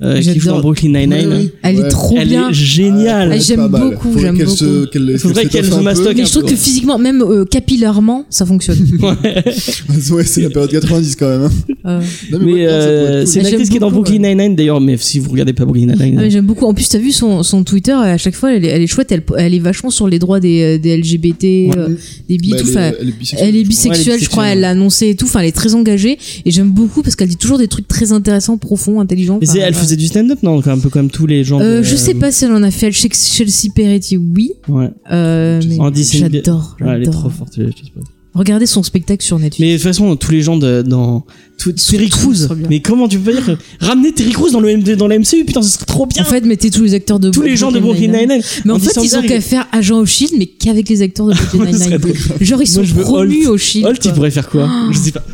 Speaker 3: euh, qui
Speaker 4: J'adore.
Speaker 3: joue dans Brooklyn Nine Nine.
Speaker 5: Oui, oui.
Speaker 4: Elle
Speaker 5: Ouais.
Speaker 4: est trop
Speaker 3: Elle
Speaker 4: bien.
Speaker 3: est géniale.
Speaker 4: Ah, j'aime
Speaker 5: Pas mal.
Speaker 4: beaucoup,
Speaker 5: Faudrait
Speaker 4: j'aime
Speaker 5: qu'elle se-
Speaker 4: beaucoup.
Speaker 5: qu'elle-
Speaker 3: Faudrait
Speaker 5: qu'elle
Speaker 3: qu'elle
Speaker 5: se
Speaker 3: se
Speaker 5: toffe un
Speaker 3: mastoque
Speaker 5: peu.
Speaker 4: Mais je trouve que physiquement, même euh, capillairement, ça fonctionne.
Speaker 3: Ouais.
Speaker 5: ouais, c'est la période 90 quand même. hein.
Speaker 4: Euh,
Speaker 5: Non,
Speaker 3: Mais
Speaker 5: ouais, ça pourrait
Speaker 3: euh,
Speaker 5: être cool.
Speaker 3: c'est une
Speaker 4: J'aime
Speaker 3: actrice qui est dans
Speaker 4: beaucoup,
Speaker 3: Brooklyn Nine-Nine d'ailleurs, mais si vous regardez pas Brooklyn
Speaker 4: ah, mais
Speaker 3: Nine-Nine.
Speaker 4: J'aime beaucoup. En plus, t'as vu son, son Twitter, à chaque fois, elle est, elle est chouette. Elle, elle est vachement sur les droits des, euh, des LGBT, euh, des bi,
Speaker 5: Bah,
Speaker 4: tout.
Speaker 5: elle,
Speaker 4: Enfin,
Speaker 5: est, elle est bisexuelle.
Speaker 4: Elle est
Speaker 3: Ouais, elle est
Speaker 4: bisexuelle, je
Speaker 5: je crois.
Speaker 4: crois,
Speaker 3: bisexuelle.
Speaker 4: elle l'a annoncé et tout. Enfin, elle est très engagée et j'aime beaucoup parce qu'elle dit toujours des trucs très intéressants, profonds, intelligents.
Speaker 3: Mais c'est-
Speaker 4: Enfin,
Speaker 3: elle
Speaker 4: ouais.
Speaker 3: faisait du stand-up, non Un peu comme tous les gens.
Speaker 4: Euh,
Speaker 3: de-
Speaker 4: je sais pas si elle en a fait. Elle- Chelsea- Chelsea Peretti, oui.
Speaker 3: Ouais.
Speaker 4: Euh, mais
Speaker 3: Andy Sandberg.
Speaker 4: j'adore.
Speaker 3: Ouais, elle est
Speaker 4: j'adore.
Speaker 3: trop forte. je sais pas.
Speaker 4: Regardez son spectacle sur Netflix.
Speaker 3: Mais de toute façon, tous les gens de- dans. tout-
Speaker 4: Ils sont
Speaker 3: Terry
Speaker 4: tous
Speaker 3: Crews.
Speaker 4: trop bien.
Speaker 3: Mais comment tu peux pas dire. Ramener Terry Crews dans le, MD dans la MCU, putain, ce serait trop bien
Speaker 4: En fait, mettez tous les acteurs de
Speaker 3: Tous les gens de Brooklyn Nine-Nine.
Speaker 4: Mais en
Speaker 3: Andy
Speaker 4: fait, ils ont
Speaker 3: Samberg,
Speaker 4: qu'à faire Agent au Shield, mais qu'avec les acteurs de Brooklyn
Speaker 3: Ouais, ce serait
Speaker 4: Nine-Nine. Genre, ils sont
Speaker 3: Moi, je veux
Speaker 4: promus
Speaker 3: Holt.
Speaker 4: au Shield.
Speaker 3: Holt, il
Speaker 4: quoi.
Speaker 3: pourrait faire quoi Je sais pas.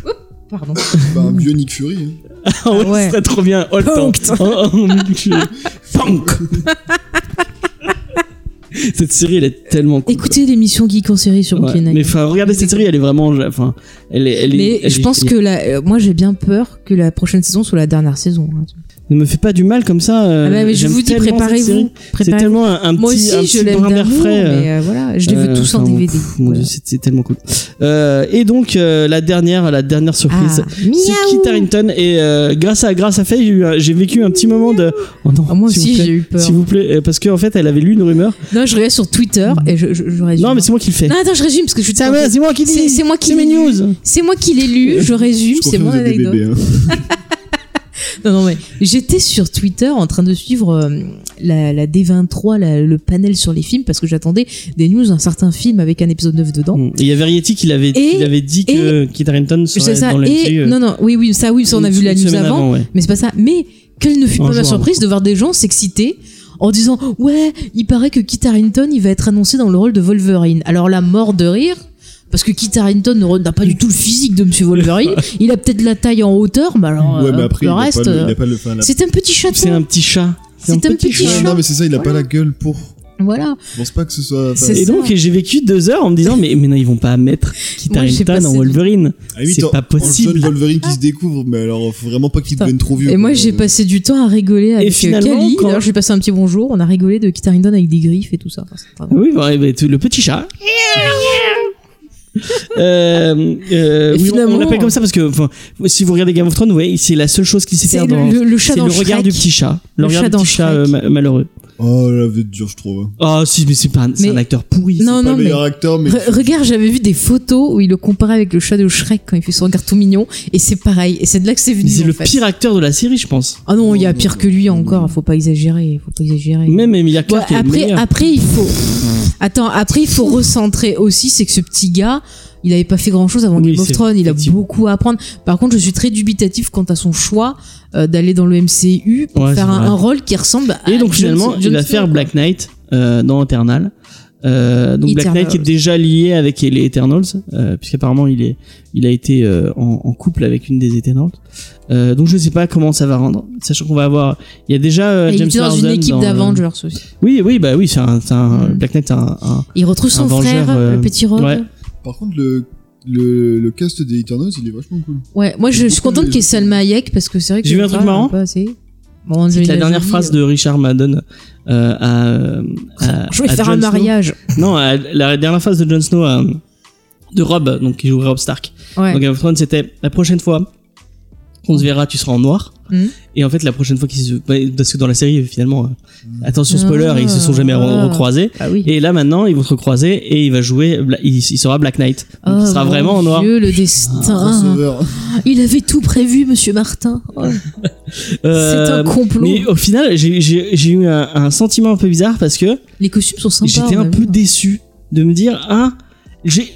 Speaker 4: Pardon.
Speaker 5: Bah, un vieux Nick Fury. hein.
Speaker 3: Ah ouais,
Speaker 4: ouais.
Speaker 3: ce serait trop bien. Holt. hein. Oh, en-
Speaker 4: Punked.
Speaker 3: en- en- en- Punk Cette série, elle est tellement cool.
Speaker 4: Écoutez l'émission Geek en série sur
Speaker 3: Ouais,
Speaker 4: Brooklyn
Speaker 3: mais
Speaker 4: Nine-Nine.
Speaker 3: enfin, regardez cette série, elle est vraiment. Enfin, elle est. Elle est-
Speaker 4: Mais
Speaker 3: elle
Speaker 4: je
Speaker 3: est
Speaker 4: pense que
Speaker 3: géniale.
Speaker 4: la, euh, moi j'ai bien peur que la prochaine saison soit la dernière saison. hein.
Speaker 3: Ne me fais pas du mal comme ça. euh,
Speaker 4: Ah bah, mais je
Speaker 3: j'aime
Speaker 4: vous dis,
Speaker 3: tellement cette série.
Speaker 4: préparez-vous.
Speaker 3: C'est
Speaker 4: préparez-vous.
Speaker 3: tellement un, un petit,
Speaker 4: Moi
Speaker 3: un
Speaker 4: aussi,
Speaker 3: petit
Speaker 4: je l'aime
Speaker 3: brin d'air
Speaker 4: d'amour,
Speaker 3: frais. euh,
Speaker 4: mais euh, voilà, je les veux
Speaker 3: euh,
Speaker 4: tous en
Speaker 3: enfin,
Speaker 4: DVD.
Speaker 3: pff, Mon dieu,
Speaker 4: Voilà.
Speaker 3: c'est c'est tellement cool. Euh, et donc, euh, la dernière, la dernière surprise.
Speaker 4: Ah,
Speaker 3: C'est
Speaker 4: miaou.
Speaker 3: Kit Harington et euh, grâce à grâce à Faye, j'ai eu un- j'ai vécu un petit moment de oh non,
Speaker 4: Ah, moi
Speaker 3: s'il vous
Speaker 4: aussi
Speaker 3: plaît,
Speaker 4: j'ai eu peur.
Speaker 3: s'il vous plaît euh, parce qu'en fait elle avait lu une rumeur.
Speaker 4: Non, je regarde sur Twitter et je, je, je résume.
Speaker 3: Non mais c'est moi qui le fais.
Speaker 4: Non, attends, je résume parce que je suis
Speaker 3: Ça va, c'est moi qui
Speaker 4: C'est-
Speaker 3: dis.
Speaker 4: c'est moi qui
Speaker 3: mes
Speaker 4: dis.
Speaker 3: news.
Speaker 4: C'est moi qui l'ai lu, je résume,
Speaker 5: Je
Speaker 4: c'est
Speaker 5: confirme,
Speaker 4: mon
Speaker 5: vous êtes des
Speaker 4: anecdote.
Speaker 5: bébés. hein.
Speaker 4: Non, non, mais j'étais sur Twitter en train de suivre euh, la, la D23, la- le panel sur les films, parce que j'attendais des news d'un certain film avec un épisode 9 dedans.
Speaker 3: Mm. Et Il y a Variety qui l'avait
Speaker 4: Et-
Speaker 3: qui l'avait dit
Speaker 4: et-
Speaker 3: que Kit Harington
Speaker 4: C'est
Speaker 3: serait
Speaker 4: ça,
Speaker 3: dans le
Speaker 4: et,
Speaker 3: MCU, euh,
Speaker 4: non, non, oui, oui, ça, oui, ça, on a
Speaker 3: une-
Speaker 4: vu la
Speaker 3: une
Speaker 4: news
Speaker 3: semaine
Speaker 4: avant,
Speaker 3: ouais.
Speaker 4: mais c'est pas ça. Mais quelle ne fut
Speaker 3: Un
Speaker 4: pas ma
Speaker 3: jour
Speaker 4: surprise de voir des gens s'exciter en disant Ouais, il paraît que Kit Harington, il va être annoncé dans le rôle de Wolverine. Alors là, mort de rire. Parce que Kit Harington ne re- n'a pas du tout le physique de Monsieur Wolverine. Il a peut-être la taille en hauteur, mais alors
Speaker 5: ouais,
Speaker 4: euh,
Speaker 5: mais après,
Speaker 4: le
Speaker 5: il a
Speaker 4: reste,
Speaker 5: pas le- il
Speaker 4: euh,
Speaker 5: a pas le. enfin, la-
Speaker 4: c'est un petit
Speaker 3: C'est
Speaker 4: chaton.
Speaker 3: un petit chat.
Speaker 4: C'est un petit
Speaker 5: Ouais,
Speaker 4: chat.
Speaker 5: Non, mais c'est ça, il a pas
Speaker 4: Voilà.
Speaker 5: la gueule pour.
Speaker 4: Voilà.
Speaker 5: Je pense pas que ce soit. enfin,
Speaker 4: C'est
Speaker 3: Et
Speaker 4: ça.
Speaker 3: donc j'ai vécu deux heures en me disant mais mais non ils vont pas mettre Kit
Speaker 4: Moi, j'ai
Speaker 3: Harington
Speaker 4: passé
Speaker 3: en
Speaker 4: du-
Speaker 3: Wolverine.
Speaker 5: à la limite,
Speaker 3: c'est
Speaker 5: en-
Speaker 3: pas
Speaker 5: en
Speaker 3: possible.
Speaker 5: jeune Wolverine qui se découvre, mais alors faut vraiment pas qu'il
Speaker 4: Putain.
Speaker 5: devienne trop vieux.
Speaker 4: Et moi,
Speaker 5: quoi.
Speaker 4: j'ai passé du temps à rigoler avec euh,
Speaker 3: Euh, finalement,
Speaker 4: Cali.
Speaker 3: quand-
Speaker 4: D'ailleurs, j'ai passé un petit bonjour. On a rigolé de Kit Harington avec des griffes et tout ça. Enfin, c'est pas drôle.
Speaker 3: Oui, bah, bah, tout- le petit chat. Euh, euh,
Speaker 4: Et
Speaker 3: oui, on-
Speaker 4: finalement-
Speaker 3: on l'appelle comme ça parce que enfin, si vous regardez Game of Thrones, ouais, c'est la seule chose qui sait
Speaker 4: C'est
Speaker 3: faire
Speaker 4: le,
Speaker 3: dans.
Speaker 4: le- le chat
Speaker 3: C'est
Speaker 4: dans
Speaker 3: le regard
Speaker 4: Shrek.
Speaker 3: du petit chat. Le,
Speaker 4: Le
Speaker 3: regard
Speaker 4: chat
Speaker 3: du
Speaker 4: dans
Speaker 3: petit chat
Speaker 4: Shrek.
Speaker 3: euh, ma- malheureux.
Speaker 5: Oh là, vous êtes dur, je trouve.
Speaker 3: Ah si, mais c'est pas un, c'est
Speaker 4: Mais-
Speaker 3: un acteur pourri.
Speaker 4: Non,
Speaker 5: Pas
Speaker 4: non,
Speaker 5: le
Speaker 4: mais
Speaker 5: meilleur acteur, mais.
Speaker 4: Re- regarde, j'avais vu des photos où il le comparait avec le chat de Shrek quand il fait son regard tout mignon, et c'est pareil. Et c'est de là que c'est
Speaker 3: Mais
Speaker 4: venu.
Speaker 3: c'est
Speaker 4: en
Speaker 3: le
Speaker 4: fait.
Speaker 3: pire acteur de la série, je pense.
Speaker 4: Ah non, il y
Speaker 5: Non,
Speaker 4: a
Speaker 5: non,
Speaker 4: pire
Speaker 5: non,
Speaker 4: que lui
Speaker 5: non,
Speaker 4: encore.
Speaker 5: non.
Speaker 4: Faut pas exagérer. Faut pas exagérer.
Speaker 3: Même Emilia
Speaker 4: Bon,
Speaker 3: Clarke est
Speaker 4: après,
Speaker 3: meilleure. Hmm.
Speaker 4: après, il faut. Attends, après, il faut recentrer aussi. C'est que ce petit gars, il avait pas fait grand chose avant
Speaker 3: Oui,
Speaker 4: Game of
Speaker 3: c'est-
Speaker 4: Thrones. Il a
Speaker 3: effectivement.
Speaker 4: beaucoup à apprendre. Par contre, je suis très dubitatif quant à son choix euh, d'aller dans le MCU pour
Speaker 3: Ouais,
Speaker 4: faire
Speaker 3: c'est
Speaker 4: un,
Speaker 3: vrai.
Speaker 4: un rôle qui ressemble à.
Speaker 3: Et donc
Speaker 4: Jon-
Speaker 3: finalement, il
Speaker 4: Jon
Speaker 3: va
Speaker 4: Snow,
Speaker 3: faire
Speaker 4: quoi.
Speaker 3: Black Knight euh, dans Eternal. Euh, donc Black Knight qui est
Speaker 4: Eternals.
Speaker 3: déjà lié avec les Eternals, euh, puisqu'apparemment il est, il a été euh, en, en couple avec une des Eternals. Euh, donc je sais pas comment ça va rendre, sachant qu'on va avoir, il y a déjà euh,
Speaker 4: Et Il
Speaker 3: James
Speaker 4: était dans une
Speaker 3: Marsden
Speaker 4: équipe
Speaker 3: dans, euh,
Speaker 4: d'Avengers aussi.
Speaker 3: Oui, oui, bah oui, c'est un, c'est un-
Speaker 4: Mm.
Speaker 3: Black Knight, c'est un, un-
Speaker 4: Il retrouve son
Speaker 3: un vengeur,
Speaker 4: frère,
Speaker 3: euh,
Speaker 4: le petit Rob.
Speaker 3: ouais.
Speaker 5: Par contre, le. Le, le cast des Eternals, il est vachement cool.
Speaker 4: Ouais, moi je suis contente qu'il y ait Salma Hayek parce que c'est vrai que
Speaker 3: J'ai vu un
Speaker 4: je
Speaker 3: truc
Speaker 4: parle
Speaker 3: marrant.
Speaker 4: pas assez. Bon,
Speaker 3: c'est
Speaker 4: Angelina
Speaker 3: la dernière
Speaker 4: Jolie,
Speaker 3: phrase
Speaker 4: euh,
Speaker 3: de Richard Madden euh, à, à,
Speaker 4: Je vais
Speaker 3: à
Speaker 4: faire
Speaker 3: Jon
Speaker 4: un
Speaker 3: Snow.
Speaker 4: mariage.
Speaker 3: Non, à la dernière phrase de Jon Snow à- de Rob, donc qui joue Rob Stark.
Speaker 4: Ouais.
Speaker 3: Donc Game of Thrones, c'était la prochaine fois qu'on se verra, tu seras en noir.
Speaker 4: Mhm.
Speaker 3: Et en fait, la prochaine fois qu'ils se. ouais, Parce que dans la série, finalement, euh, attention
Speaker 4: Ah.
Speaker 3: spoiler, ils se sont jamais re-
Speaker 4: Ah.
Speaker 3: recroisés.
Speaker 4: Ah oui.
Speaker 3: Et là, maintenant, ils vont se recroiser et il va jouer. Bla- Il, il sera Black Knight. Donc, il sera
Speaker 4: Oh, mon
Speaker 3: vraiment en noir. Ah,
Speaker 4: Dieu, le destin.
Speaker 5: Crossover.
Speaker 4: Il avait tout prévu, monsieur Martin. Oh, C'est
Speaker 3: Euh,
Speaker 4: un complot.
Speaker 3: Mais au final, j'ai- j'ai j'ai eu un, un sentiment un peu bizarre parce que
Speaker 4: Les costumes sont sympas.
Speaker 3: j'étais
Speaker 4: on
Speaker 3: un
Speaker 4: a
Speaker 3: peu
Speaker 4: vu.
Speaker 3: déçu de me dire ah j'ai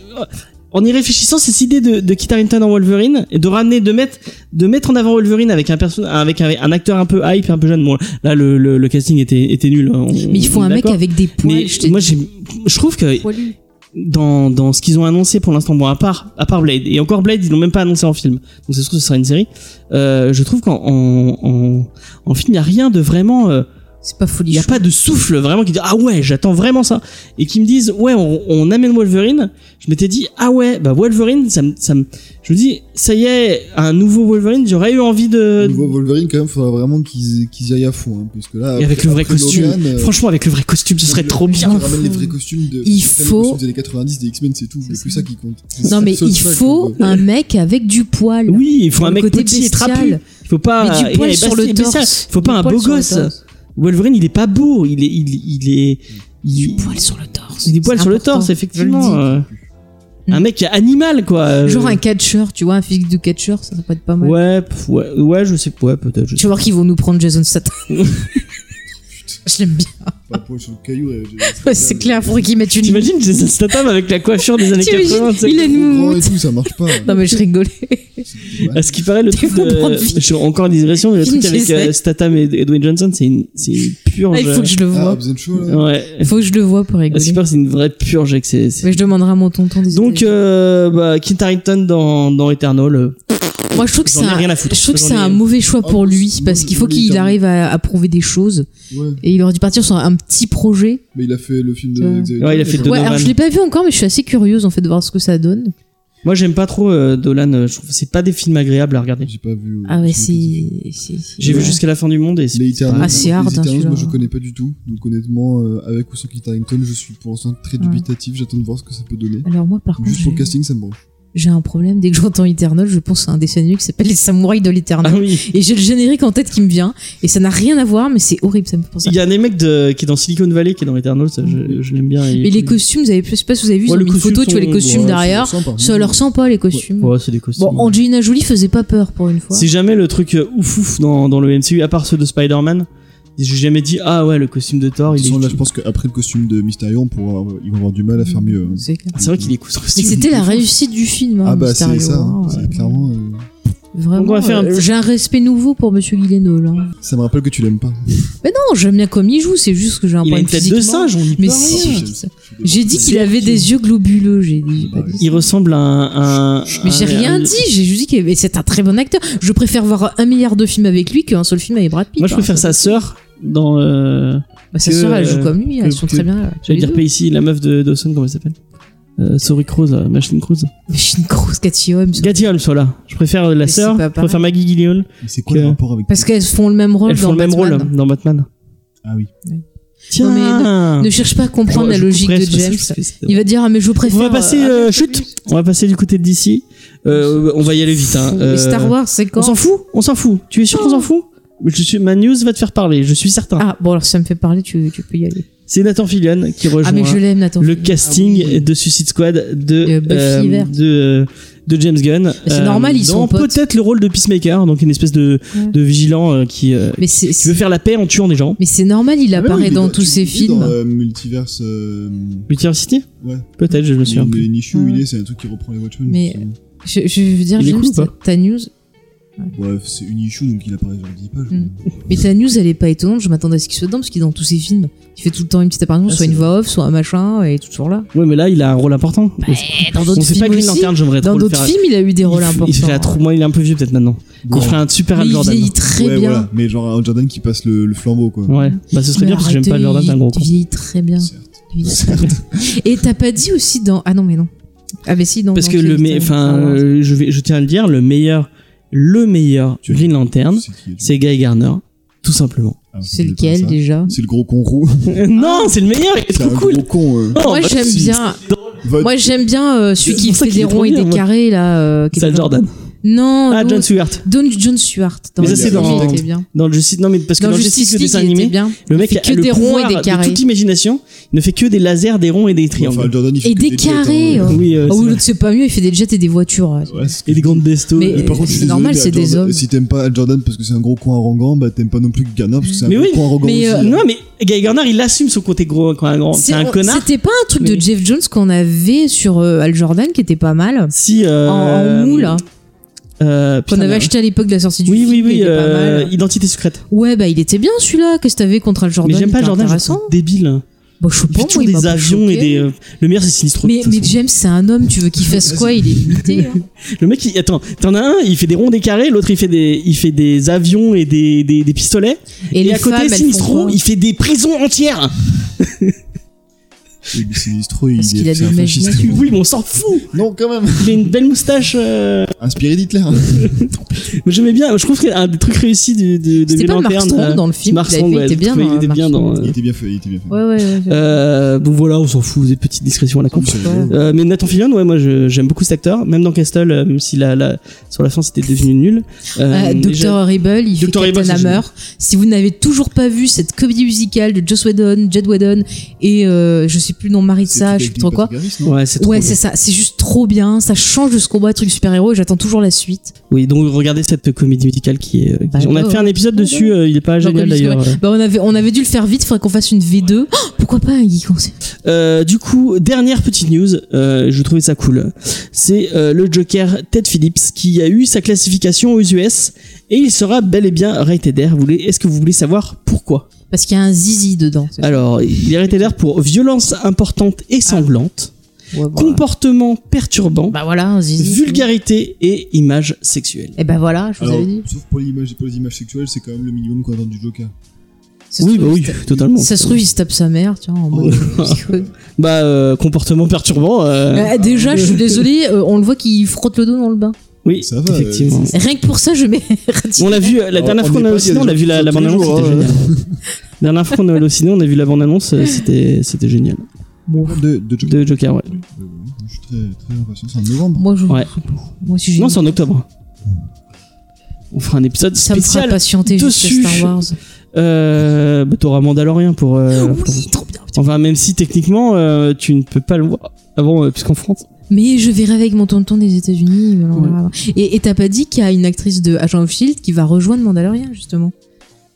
Speaker 3: en y réfléchissant cette idée de, de Kit Harington en Wolverine et de ramener de mettre de mettre en avant Wolverine avec un perso avec un, un acteur un peu hype un peu jeune bon là le, le, le casting était était nul hein, on-
Speaker 4: Mais il
Speaker 3: on
Speaker 4: faut
Speaker 3: est
Speaker 4: un mec
Speaker 3: d'accord.
Speaker 4: avec des poils.
Speaker 3: mais
Speaker 4: je te
Speaker 3: moi
Speaker 4: dis,
Speaker 3: j'ai je trouve que
Speaker 4: poilu.
Speaker 3: dans, dans ce qu'ils ont annoncé pour l'instant bon à part à part Blade et encore Blade ils l'ont même pas annoncé en film donc ça se trouve ce sera une série euh, je trouve qu'en en, en, en film il y a rien de vraiment euh,
Speaker 4: C'est pas
Speaker 3: Il n'y
Speaker 4: folie.
Speaker 3: a pas de souffle vraiment qui dit ah ouais j'attends vraiment ça et qui me disent ouais on, on amène Wolverine. Je m'étais dit ah ouais bah Wolverine ça me ça me je me dis ça y est un nouveau Wolverine j'aurais eu envie
Speaker 4: Euh,
Speaker 3: de
Speaker 5: Nouveau Wolverine, quand même, faudra vraiment qu'ils qu'ils y aillent à fond. hein, parce que là,
Speaker 3: et avec
Speaker 5: après-
Speaker 3: le vrai
Speaker 5: après
Speaker 3: costume
Speaker 5: Logan, euh,
Speaker 3: franchement avec le vrai costume ce serait trop
Speaker 5: Wolverine,
Speaker 3: bien.
Speaker 5: ils ramènent les vrais costumes de,
Speaker 4: Il
Speaker 5: les fameux
Speaker 4: faut-
Speaker 5: costumes des années 90 des X-Men, c'est tout. C'est
Speaker 4: C'est
Speaker 5: plus ça qui compte.
Speaker 4: Non, mais
Speaker 5: C'est
Speaker 4: il
Speaker 5: ça,
Speaker 4: faut
Speaker 5: quoi.
Speaker 4: un mec avec du poil.
Speaker 3: Oui ah, eh, bah il faut un
Speaker 4: Le
Speaker 3: mec
Speaker 4: côté
Speaker 3: petit et
Speaker 4: bestial.
Speaker 3: trapu. Il faut pas
Speaker 4: Mais
Speaker 3: et-
Speaker 4: du
Speaker 3: et
Speaker 4: poil sur le
Speaker 3: basti- bestial.
Speaker 4: torse.
Speaker 3: Il faut pas
Speaker 4: Du
Speaker 3: un
Speaker 4: poil
Speaker 3: beau
Speaker 4: sur le
Speaker 3: gosse.
Speaker 4: torse.
Speaker 3: Wolverine il est pas beau il est il il est il,
Speaker 4: Du poil sur le torse.
Speaker 3: il a des poils
Speaker 4: C'est
Speaker 3: sur le
Speaker 4: important,
Speaker 3: torse
Speaker 4: je le dis.
Speaker 3: effectivement. euh,
Speaker 4: Mm.
Speaker 3: Un mec animal quoi. euh,
Speaker 4: Genre un catcheur, tu vois, un physique de catcheur, ça, ça peut être pas mal.
Speaker 3: Ouais, pff, ouais, ouais, je sais, ouais, peut-être. je
Speaker 4: Tu vas voir qu'ils vont nous prendre Jason Statham. Je l'aime bien.
Speaker 5: Pas pour sur le caillou. euh,
Speaker 4: Ouais, C'est clair, faudrait qu'ils mettent une.
Speaker 3: T'imagines Jason Statham avec la coiffure des années
Speaker 4: T'imagines,
Speaker 3: 80 tu sais.
Speaker 4: il a une
Speaker 5: Grand et
Speaker 4: moumoute.
Speaker 5: tout, ça marche pas.
Speaker 4: Non mais je rigolais.
Speaker 5: C'est dommage.
Speaker 3: À ce qui paraît, le truc
Speaker 4: vont prendre
Speaker 3: de...
Speaker 4: vie.
Speaker 3: J'ai encore une digression, mais le
Speaker 4: Film
Speaker 3: truc avec
Speaker 4: Disney.
Speaker 3: euh, Statham et, et Dwayne Johnson, c'est une, c'est une purge.
Speaker 4: Ah, il faut que je le
Speaker 5: Ah,
Speaker 4: vois.
Speaker 5: Hobbs and Shaw, là.
Speaker 3: Ouais.
Speaker 4: Il faut que je le vois pour
Speaker 3: À ce qui
Speaker 4: rigoler.
Speaker 3: paraît, c'est une vraie purge avec ces... ces-
Speaker 4: Mais je demanderai à mon tonton des
Speaker 3: Donc,
Speaker 4: États-Unis.
Speaker 3: euh, bah, Kit Harington dans, dans Eternal, euh,
Speaker 4: moi je trouve que c'est
Speaker 3: j'en ai
Speaker 4: un,
Speaker 3: rien à foutre.
Speaker 4: je trouve que
Speaker 3: J'en
Speaker 4: c'est
Speaker 3: ai-
Speaker 4: un mauvais choix
Speaker 5: Oh,
Speaker 4: pour lui
Speaker 5: c'est-
Speaker 4: parce qu'il faut
Speaker 5: il est
Speaker 4: qu'il
Speaker 5: terminé.
Speaker 4: arrive à, à prouver des choses
Speaker 5: Ouais.
Speaker 4: et il aurait dû partir sur un petit projet.
Speaker 5: Mais il a fait le film de
Speaker 4: Ouais.
Speaker 5: Xavier
Speaker 3: Ouais, il a
Speaker 5: Dolan,
Speaker 3: fait
Speaker 5: quoi.
Speaker 4: Ouais, alors
Speaker 3: Donovan.
Speaker 4: je l'ai pas vu encore mais je suis assez curieuse en fait de voir ce que ça donne.
Speaker 3: Moi, j'aime pas trop euh, Dolan, euh, je trouve que c'est pas des films agréables à regarder.
Speaker 5: J'ai pas vu. euh,
Speaker 4: Ah ouais,
Speaker 5: je sais pas.
Speaker 4: c'est c'est- c'est-
Speaker 3: J'ai vu
Speaker 4: ouais.
Speaker 3: jusqu'à la fin du monde et c'est
Speaker 5: Les
Speaker 3: c'est pas-
Speaker 5: Eternals,
Speaker 4: Ah, c'est hard,
Speaker 5: les
Speaker 4: hein,
Speaker 5: Eternals, moi
Speaker 4: celui-là.
Speaker 5: je connais pas du tout. Donc honnêtement, euh, avec ou sans Kit Harington, je suis pour l'instant très
Speaker 4: Ouais.
Speaker 5: dubitatif. J'attends de voir ce que ça peut donner.
Speaker 4: Alors moi par contre
Speaker 5: Juste pour le
Speaker 4: j'ai-
Speaker 5: casting, ça me branche.
Speaker 4: j'ai un problème dès que j'entends Eternal, je pense à un dessin animé qui s'appelle Les Samouraïs de l'Éternel.
Speaker 3: Ah oui.
Speaker 4: Et j'ai le générique en tête qui me vient, et ça n'a rien à voir, mais c'est horrible, ça me fait penser. à-
Speaker 3: Il y a un des mecs de, qui est dans Silicon Valley, qui est dans Eternal, ça, je, je l'aime bien. il est
Speaker 4: Mais les
Speaker 3: cool.
Speaker 4: costumes, vous avez, je sais pas si vous avez vu,
Speaker 3: Ouais,
Speaker 4: ils ont
Speaker 3: les
Speaker 4: mis une
Speaker 3: costumes
Speaker 4: photo, tu vois, les
Speaker 3: sont-
Speaker 4: costumes
Speaker 3: ouais,
Speaker 4: derrière, ça leur sent pas les costumes.
Speaker 3: Ouais, c'est des costumes.
Speaker 4: Bon, Angelina Jolie faisait pas peur pour une fois.
Speaker 3: C'est jamais le truc euh, ouf ouf dans, dans le MCU, à part ceux de Spider-Man. J'ai jamais dit, ah ouais, le costume de Thor,
Speaker 5: De
Speaker 3: il
Speaker 5: toute
Speaker 3: est.
Speaker 5: façon, là, je pense qu'après le costume de Mysterio, on pourra, euh, ils vont avoir du mal à faire mieux. hein.
Speaker 4: C'est clair.
Speaker 3: Ah, c'est vrai qu'il est cool ce
Speaker 4: Mais
Speaker 3: costume.
Speaker 4: c'était la réussite du film. hein,
Speaker 5: Ah bah
Speaker 4: Mysterio,
Speaker 5: c'est ça, hein.
Speaker 4: hein, ouais.
Speaker 5: c'est clairement. euh,
Speaker 4: Vraiment,
Speaker 3: Donc, on va faire un
Speaker 4: euh,
Speaker 3: petit-
Speaker 4: J'ai un respect nouveau pour Monsieur Guillenol. hein.
Speaker 5: Ça me rappelle que tu l'aimes pas.
Speaker 4: Mais non, j'aime bien comme il joue, c'est juste que j'ai un
Speaker 3: Il a
Speaker 4: point
Speaker 3: une tête de singe, on y
Speaker 4: Mais
Speaker 3: peut
Speaker 4: si,
Speaker 3: rien.
Speaker 4: si,
Speaker 5: j'aime
Speaker 4: c'est ça.
Speaker 5: Je suis dégoûté.
Speaker 4: J'ai dit qu'il avait des yeux globuleux, j'ai dit. j'ai pas
Speaker 5: Bah
Speaker 4: dit ça.
Speaker 3: Il ressemble à un. un-
Speaker 4: Mais j'ai
Speaker 3: un-
Speaker 4: rien
Speaker 3: un-
Speaker 4: dit, j'ai juste dit que mais c'est un très bon acteur. Je préfère voir un milliard de films avec lui qu'un seul film avec Brad Pitt. hein.
Speaker 3: Moi, je préfère sa sœur dans. euh,
Speaker 4: Bah, sa
Speaker 3: que,
Speaker 4: sœur, elle joue
Speaker 3: euh,
Speaker 4: comme lui,
Speaker 3: que-
Speaker 4: elles sont
Speaker 3: que-
Speaker 4: très bien. euh, tous
Speaker 3: J'allais
Speaker 4: les
Speaker 3: dire
Speaker 4: deux.
Speaker 3: pas ici, la meuf de Dawson, comment elle s'appelle euh, Sorry Cruz, euh, Machine Cruz.
Speaker 4: Mais je suis une grosse Cathy Holmes.
Speaker 3: Gatti Holmes, voilà. Je préfère euh, la
Speaker 4: Mais c'est
Speaker 3: sœur,
Speaker 4: pas
Speaker 3: je préfère
Speaker 4: pareil.
Speaker 3: Maggie Gillion.
Speaker 5: Mais c'est quoi
Speaker 3: que-
Speaker 5: le rapport avec.
Speaker 4: Parce qu'elles font le même rôle
Speaker 3: Elles
Speaker 4: dans
Speaker 3: font le même
Speaker 4: Batman.
Speaker 3: rôle dans Batman.
Speaker 5: Ah oui.
Speaker 3: Tiens
Speaker 4: Non, mais Ne cherche pas à comprendre
Speaker 3: Je-
Speaker 4: la
Speaker 3: je
Speaker 4: logique
Speaker 3: couperai
Speaker 4: de
Speaker 3: ce passage
Speaker 4: James.
Speaker 3: parce que c'est-
Speaker 4: Il va dire ah mais je préfère.
Speaker 3: On va passer
Speaker 4: euh,
Speaker 3: euh, chute. On va passer du côté de DC. Euh, on va y aller vite. Hein.
Speaker 4: Mais
Speaker 3: Euh,
Speaker 4: Star Wars, c'est
Speaker 3: on
Speaker 4: quand Oh.
Speaker 3: s'en fout. On s'en fout. Tu es sûr qu'on s'en fout Je suis. Ma news va te faire parler. Je suis certain.
Speaker 4: Ah bon alors si ça me fait parler, tu, tu peux y aller.
Speaker 3: C'est Nathan Fillion qui rejoint
Speaker 4: Ah mais je l'aime Nathan.
Speaker 3: le
Speaker 4: Fillion.
Speaker 3: casting
Speaker 5: Ah oui.
Speaker 3: de Suicide Squad
Speaker 4: Et
Speaker 3: de
Speaker 4: Buffy
Speaker 3: euh,
Speaker 4: Hiver.
Speaker 3: de de James Gunn.
Speaker 4: c'est
Speaker 3: Euh,
Speaker 4: normal, ils
Speaker 3: dans
Speaker 4: sont potes.
Speaker 3: peut-être le rôle de Peacemaker, donc une espèce de
Speaker 4: Ouais.
Speaker 3: de vigilant euh, qui euh,
Speaker 4: Mais c'est
Speaker 3: qui veut faire la paix en tuant des gens.
Speaker 4: mais c'est normal, il
Speaker 5: Ah, mais non,
Speaker 4: apparaît
Speaker 5: il est
Speaker 4: dans tous
Speaker 5: tu
Speaker 4: ses
Speaker 5: dis Dans,
Speaker 4: films.
Speaker 5: euh, multiverse. euh,
Speaker 3: Multiversity
Speaker 5: Ouais.
Speaker 3: Peut-être, je me
Speaker 5: Mais
Speaker 3: souviens. plus.
Speaker 5: les niches où
Speaker 4: Ouais.
Speaker 5: il est, c'est un truc qui reprend les Watchmen.
Speaker 4: Mais- Je,
Speaker 5: c'est-
Speaker 4: je veux dire
Speaker 3: Il est
Speaker 4: James,
Speaker 3: cool ou pas
Speaker 4: ta- ta news,
Speaker 5: Bref, c'est une issue donc il apparaît sur 10 pages.
Speaker 4: Mm. mais ta news elle est pas étonnante. Je m'attendais à ce qu'il soit dedans parce qu'il est dans tous ses films. Il fait tout le temps une petite apparition,
Speaker 5: Ah,
Speaker 4: soit
Speaker 5: c'est
Speaker 4: une voix off, soit un machin, et tout toujours là.
Speaker 3: Ouais, mais là, il a un rôle important.
Speaker 4: dans
Speaker 3: On
Speaker 4: d'autres
Speaker 3: sait
Speaker 4: films
Speaker 3: pas Green
Speaker 4: aussi.
Speaker 3: Lantern, j'aimerais
Speaker 4: Dans
Speaker 3: trop le
Speaker 4: d'autres
Speaker 3: faire.
Speaker 4: films, il a eu des rôles
Speaker 3: il, f-
Speaker 4: importants.
Speaker 3: il fait trop moi, il est un peu vieux peut-être maintenant.
Speaker 5: Bon.
Speaker 3: Il ferait un super
Speaker 4: Mais
Speaker 3: Al
Speaker 4: il
Speaker 3: Jordan.
Speaker 4: vieillit très
Speaker 5: Ouais,
Speaker 4: bien.
Speaker 5: voilà. Mais genre un Jordan qui passe le, le flambeau, quoi.
Speaker 3: Ouais, bah ce serait
Speaker 4: Mais
Speaker 3: bien parce que j'aime pas
Speaker 4: arrêtez,
Speaker 3: Al Jordan, c'est un gros
Speaker 4: Il
Speaker 3: con.
Speaker 4: vieillit très bien.
Speaker 5: Certes.
Speaker 4: Il vieillit très bien.
Speaker 5: Certes.
Speaker 4: Et t'as pas dit aussi dans ah non mais non ah mais si dans
Speaker 3: Parce
Speaker 4: dans
Speaker 3: que
Speaker 4: Ah
Speaker 3: le,
Speaker 4: Star
Speaker 3: me-
Speaker 4: Wars.
Speaker 3: enfin, euh, je vais, je tiens à le dire, le meilleur, le meilleur
Speaker 5: Tu as dit-
Speaker 3: Green Lantern,
Speaker 5: C'est qui,
Speaker 3: c'est Guy Garner, tout simplement.
Speaker 5: Ah,
Speaker 4: c'est
Speaker 5: vous savez
Speaker 4: lequel
Speaker 5: pas ça
Speaker 4: déjà
Speaker 5: C'est le gros con roux.
Speaker 4: Ah.
Speaker 3: non, c'est le meilleur, il est
Speaker 5: C'est
Speaker 3: trop
Speaker 5: un
Speaker 3: cool.
Speaker 5: gros con. euh.
Speaker 3: Non,
Speaker 4: Moi
Speaker 3: bah,
Speaker 4: j'aime
Speaker 3: si,
Speaker 4: bien
Speaker 5: Va-
Speaker 4: moi j'aime bien euh,
Speaker 3: C'est
Speaker 4: celui qui
Speaker 3: pour ça
Speaker 4: fait
Speaker 3: qu'il est
Speaker 4: des
Speaker 3: trop
Speaker 4: ronds et
Speaker 3: bien,
Speaker 4: des
Speaker 3: moi.
Speaker 4: carrés là euh, qui
Speaker 3: C'est Al
Speaker 4: est-
Speaker 3: Jordan.
Speaker 4: Non
Speaker 3: Ah,
Speaker 4: non,
Speaker 3: John Stewart.
Speaker 4: Don- John Stewart dans
Speaker 3: Mais
Speaker 5: ça, c'est dans-
Speaker 4: il était bien.
Speaker 3: Dans le Justice, non mais parce que
Speaker 4: Dans
Speaker 3: dans,
Speaker 4: Justice
Speaker 3: le
Speaker 4: League
Speaker 3: dessin
Speaker 4: il était
Speaker 3: animé,
Speaker 4: bien
Speaker 3: le mec
Speaker 4: Il fait
Speaker 3: a
Speaker 4: que
Speaker 3: le
Speaker 4: des ronds
Speaker 3: pouvoir
Speaker 4: et des
Speaker 3: de
Speaker 4: carrés
Speaker 3: toute imagination, il ne fait que des lasers, des ronds et des
Speaker 5: Enfin,
Speaker 3: triangles.
Speaker 5: le Jordan, il fait
Speaker 4: Et
Speaker 5: que
Speaker 4: des
Speaker 5: jets, hein.
Speaker 4: carrés, ouais.
Speaker 3: Oui, euh,
Speaker 4: Ah
Speaker 3: c'est
Speaker 4: oui,
Speaker 3: vrai.
Speaker 4: l'autre c'est pas mieux, il fait des jets et des voitures. ouais.
Speaker 5: Ouais, c'est ce que
Speaker 3: et des
Speaker 5: je dis.
Speaker 3: grandes euh, bestos.
Speaker 4: Mais- euh,
Speaker 5: Mais par contre, je suis
Speaker 4: C'est
Speaker 5: désolé,
Speaker 4: normal,
Speaker 5: mais
Speaker 4: c'est des
Speaker 5: Jordan-
Speaker 4: hommes.
Speaker 5: Si t'aimes pas Al Jordan parce que c'est un gros con arrogant, bah t'aimes pas non plus Ghana parce que c'est un
Speaker 3: Mais
Speaker 5: gros
Speaker 3: oui.
Speaker 5: con arrogant
Speaker 4: Mais,
Speaker 5: aussi. hein.
Speaker 4: euh,
Speaker 3: Non mais Guy Garner, il assume son côté gros, quoi, un grand, c'est un
Speaker 4: on-
Speaker 3: connard.
Speaker 4: C'était pas un truc
Speaker 3: Mais-
Speaker 4: de Jeff Jones qu'on avait sur euh, Al Jordan qui était pas mal.
Speaker 3: Si euh,
Speaker 4: En, en moule, hein,
Speaker 3: euh,
Speaker 4: qu'on
Speaker 3: putain,
Speaker 4: avait
Speaker 3: merde.
Speaker 4: acheté à l'époque de la sortie du
Speaker 3: Oui,
Speaker 4: film.
Speaker 3: oui,
Speaker 4: il
Speaker 3: oui,
Speaker 4: était pas
Speaker 3: euh,
Speaker 4: mal.
Speaker 3: Identité secrète.
Speaker 4: Ouais, bah il était bien celui-là. Qu'est-ce que t'avais contre Al Jordan
Speaker 3: mais j'aime
Speaker 4: il
Speaker 3: pas
Speaker 4: était
Speaker 3: Jordan, je le
Speaker 4: intéressant.
Speaker 3: trouve débile.
Speaker 4: Bon, je sais
Speaker 3: Il fait
Speaker 4: pas,
Speaker 3: toujours
Speaker 4: moi, il m'a
Speaker 3: des
Speaker 4: pas
Speaker 3: avions et
Speaker 4: choqué.
Speaker 3: des. euh, le meilleur, c'est Sinistro. de
Speaker 4: Mais,
Speaker 3: toute
Speaker 4: mais
Speaker 3: façon.
Speaker 4: James, c'est un homme, tu veux qu'il fasse quoi Il est limité. hein.
Speaker 3: Le mec, il, attends, t'en as un, il fait des ronds, des carrés, l'autre, il fait des, il fait des avions et des, des, des pistolets.
Speaker 4: Et,
Speaker 3: Et,
Speaker 4: les
Speaker 3: à
Speaker 4: femmes,
Speaker 3: côté,
Speaker 4: elles font
Speaker 3: Sinistro,
Speaker 4: quoi
Speaker 3: il fait des prisons entières.
Speaker 5: Et Sinistro, il
Speaker 4: Parce qu'il a de
Speaker 5: est c'est un fasciste.
Speaker 4: l'imagination.
Speaker 3: Oui, mais on s'en fout.
Speaker 5: Non, quand même.
Speaker 3: Il a une belle moustache. euh,
Speaker 5: Inspiré d'Hitler. hein.
Speaker 3: Moi, j'aimais bien. Je trouve que un des trucs réussis du, de, de
Speaker 4: C'était pas
Speaker 3: Milan
Speaker 4: Mark
Speaker 3: Kern,
Speaker 4: Strong
Speaker 3: euh,
Speaker 4: dans le film.
Speaker 3: Mark
Speaker 4: Il avait
Speaker 3: Strong,
Speaker 4: fait- il
Speaker 3: ouais,
Speaker 4: était
Speaker 3: je
Speaker 4: bien
Speaker 3: trouvais-
Speaker 4: dans
Speaker 3: il était bien
Speaker 4: Mark Strong.
Speaker 3: dans. euh,
Speaker 5: Il était bien fait, il était bien fait.
Speaker 4: Ouais, ouais, ouais. ouais.
Speaker 3: euh, bon voilà, on s'en fout, des petites discrétions à la con.
Speaker 5: Absolument.
Speaker 3: Euh, mais Nathan Fillion, ouais, moi je- j'aime beaucoup cet acteur, même dans Castle, euh, même si la, la- sur la fin c'était devenu nul.
Speaker 4: Euh, Dr.
Speaker 3: déjà-
Speaker 4: Horrible, il
Speaker 3: Dr.
Speaker 4: fait
Speaker 3: Horrible,
Speaker 4: Captain
Speaker 3: c'est
Speaker 4: Hammer. Si vous n'avez toujours pas vu cette comédie musicale de Joss Whedon, Jed Whedon et euh, je sais plus non mari de ça, je sais plus trop quoi.
Speaker 3: Ouais, c'est trop
Speaker 4: Ouais,
Speaker 3: bien.
Speaker 4: c'est ça, c'est juste trop bien, ça change de ce combat de truc super-héros et j'attends toujours la suite.
Speaker 3: Oui, donc regardez cette comédie musicale qui est. euh, qui-
Speaker 4: Bah,
Speaker 3: on a
Speaker 4: go.
Speaker 3: fait un épisode
Speaker 4: Go,
Speaker 3: dessus, euh, il est pas
Speaker 4: Dans
Speaker 3: génial
Speaker 4: Comics
Speaker 3: d'ailleurs.
Speaker 4: Bah on avait on avait dû le faire vite, faudrait qu'on fasse une V2. Oh, pourquoi pas un geek on sait.
Speaker 3: Euh, du coup, dernière petite news, euh, je trouvais ça cool. C'est euh, le Joker Ted Phillips qui a eu sa classification aux US et il sera bel et bien rated R. Vous voulez- Est-ce que vous voulez savoir pourquoi
Speaker 4: parce qu'il y a un zizi dedans.
Speaker 3: Alors, il est rated R pour violence importante et
Speaker 4: Ah.
Speaker 3: sanglante,
Speaker 4: Ouais, bah,
Speaker 3: comportement perturbant,
Speaker 4: bah voilà, un zizi.
Speaker 3: vulgarité et image sexuelle.
Speaker 4: Et bah voilà, je vous
Speaker 5: Alors,
Speaker 4: avais dit.
Speaker 5: sauf pour les images, pour les images sexuelles, c'est quand même le minimum qu'on attend du Joker.
Speaker 4: Ça se
Speaker 3: oui, bah
Speaker 4: trouve,
Speaker 3: oui,
Speaker 4: il se-
Speaker 3: totalement.
Speaker 4: Ça se trouve, il se tape sa mère, tu vois, en mode psychose.
Speaker 3: Bah, euh, comportement perturbant. euh,
Speaker 4: Euh, déjà, je suis désolé, euh, on le voit qu'il frotte le dos dans le bain.
Speaker 3: oui,
Speaker 5: ça va,
Speaker 3: effectivement.
Speaker 4: Rien que pour ça, je mets.
Speaker 3: on l'a vu euh, la
Speaker 5: Alors,
Speaker 3: dernière
Speaker 5: on
Speaker 3: fois
Speaker 5: n'est
Speaker 3: qu'on a au
Speaker 5: pas, il y a
Speaker 3: ciné,
Speaker 5: des
Speaker 3: on a vu la,
Speaker 5: gens
Speaker 3: la
Speaker 5: qui font
Speaker 3: bande
Speaker 5: tous
Speaker 3: annonce, c'était
Speaker 5: les jours,
Speaker 3: génial. dernière fois qu'on a allé au ciné, on a vu la bande annonce, euh, c'était c'était génial.
Speaker 5: De, de Joker.
Speaker 3: De Joker, ouais.
Speaker 5: Euh, Je suis très, très impatient, c'est en novembre.
Speaker 4: Moi, je.
Speaker 3: Ouais.
Speaker 4: Moi, si j'ai.
Speaker 3: Non, c'est en octobre. On fera un épisode
Speaker 4: Hmm. Ça me fera
Speaker 3: spécial.
Speaker 4: patienter jusqu'à
Speaker 3: dessus.
Speaker 4: Star Wars.
Speaker 3: Euh, bah, T'auras Mandalorian pour, euh, pour-
Speaker 4: Ah Oui, trop bien.
Speaker 3: Enfin, même si techniquement, euh, tu ne peux pas le voir avant, euh, puisqu'en France.
Speaker 4: Mais je verrai avec mon tonton des États-Unis. voilà,
Speaker 3: Ouais.
Speaker 4: voilà. Et et t'as pas dit qu'il y a une actrice de Agent of Shield E qui va rejoindre Mandalorian, justement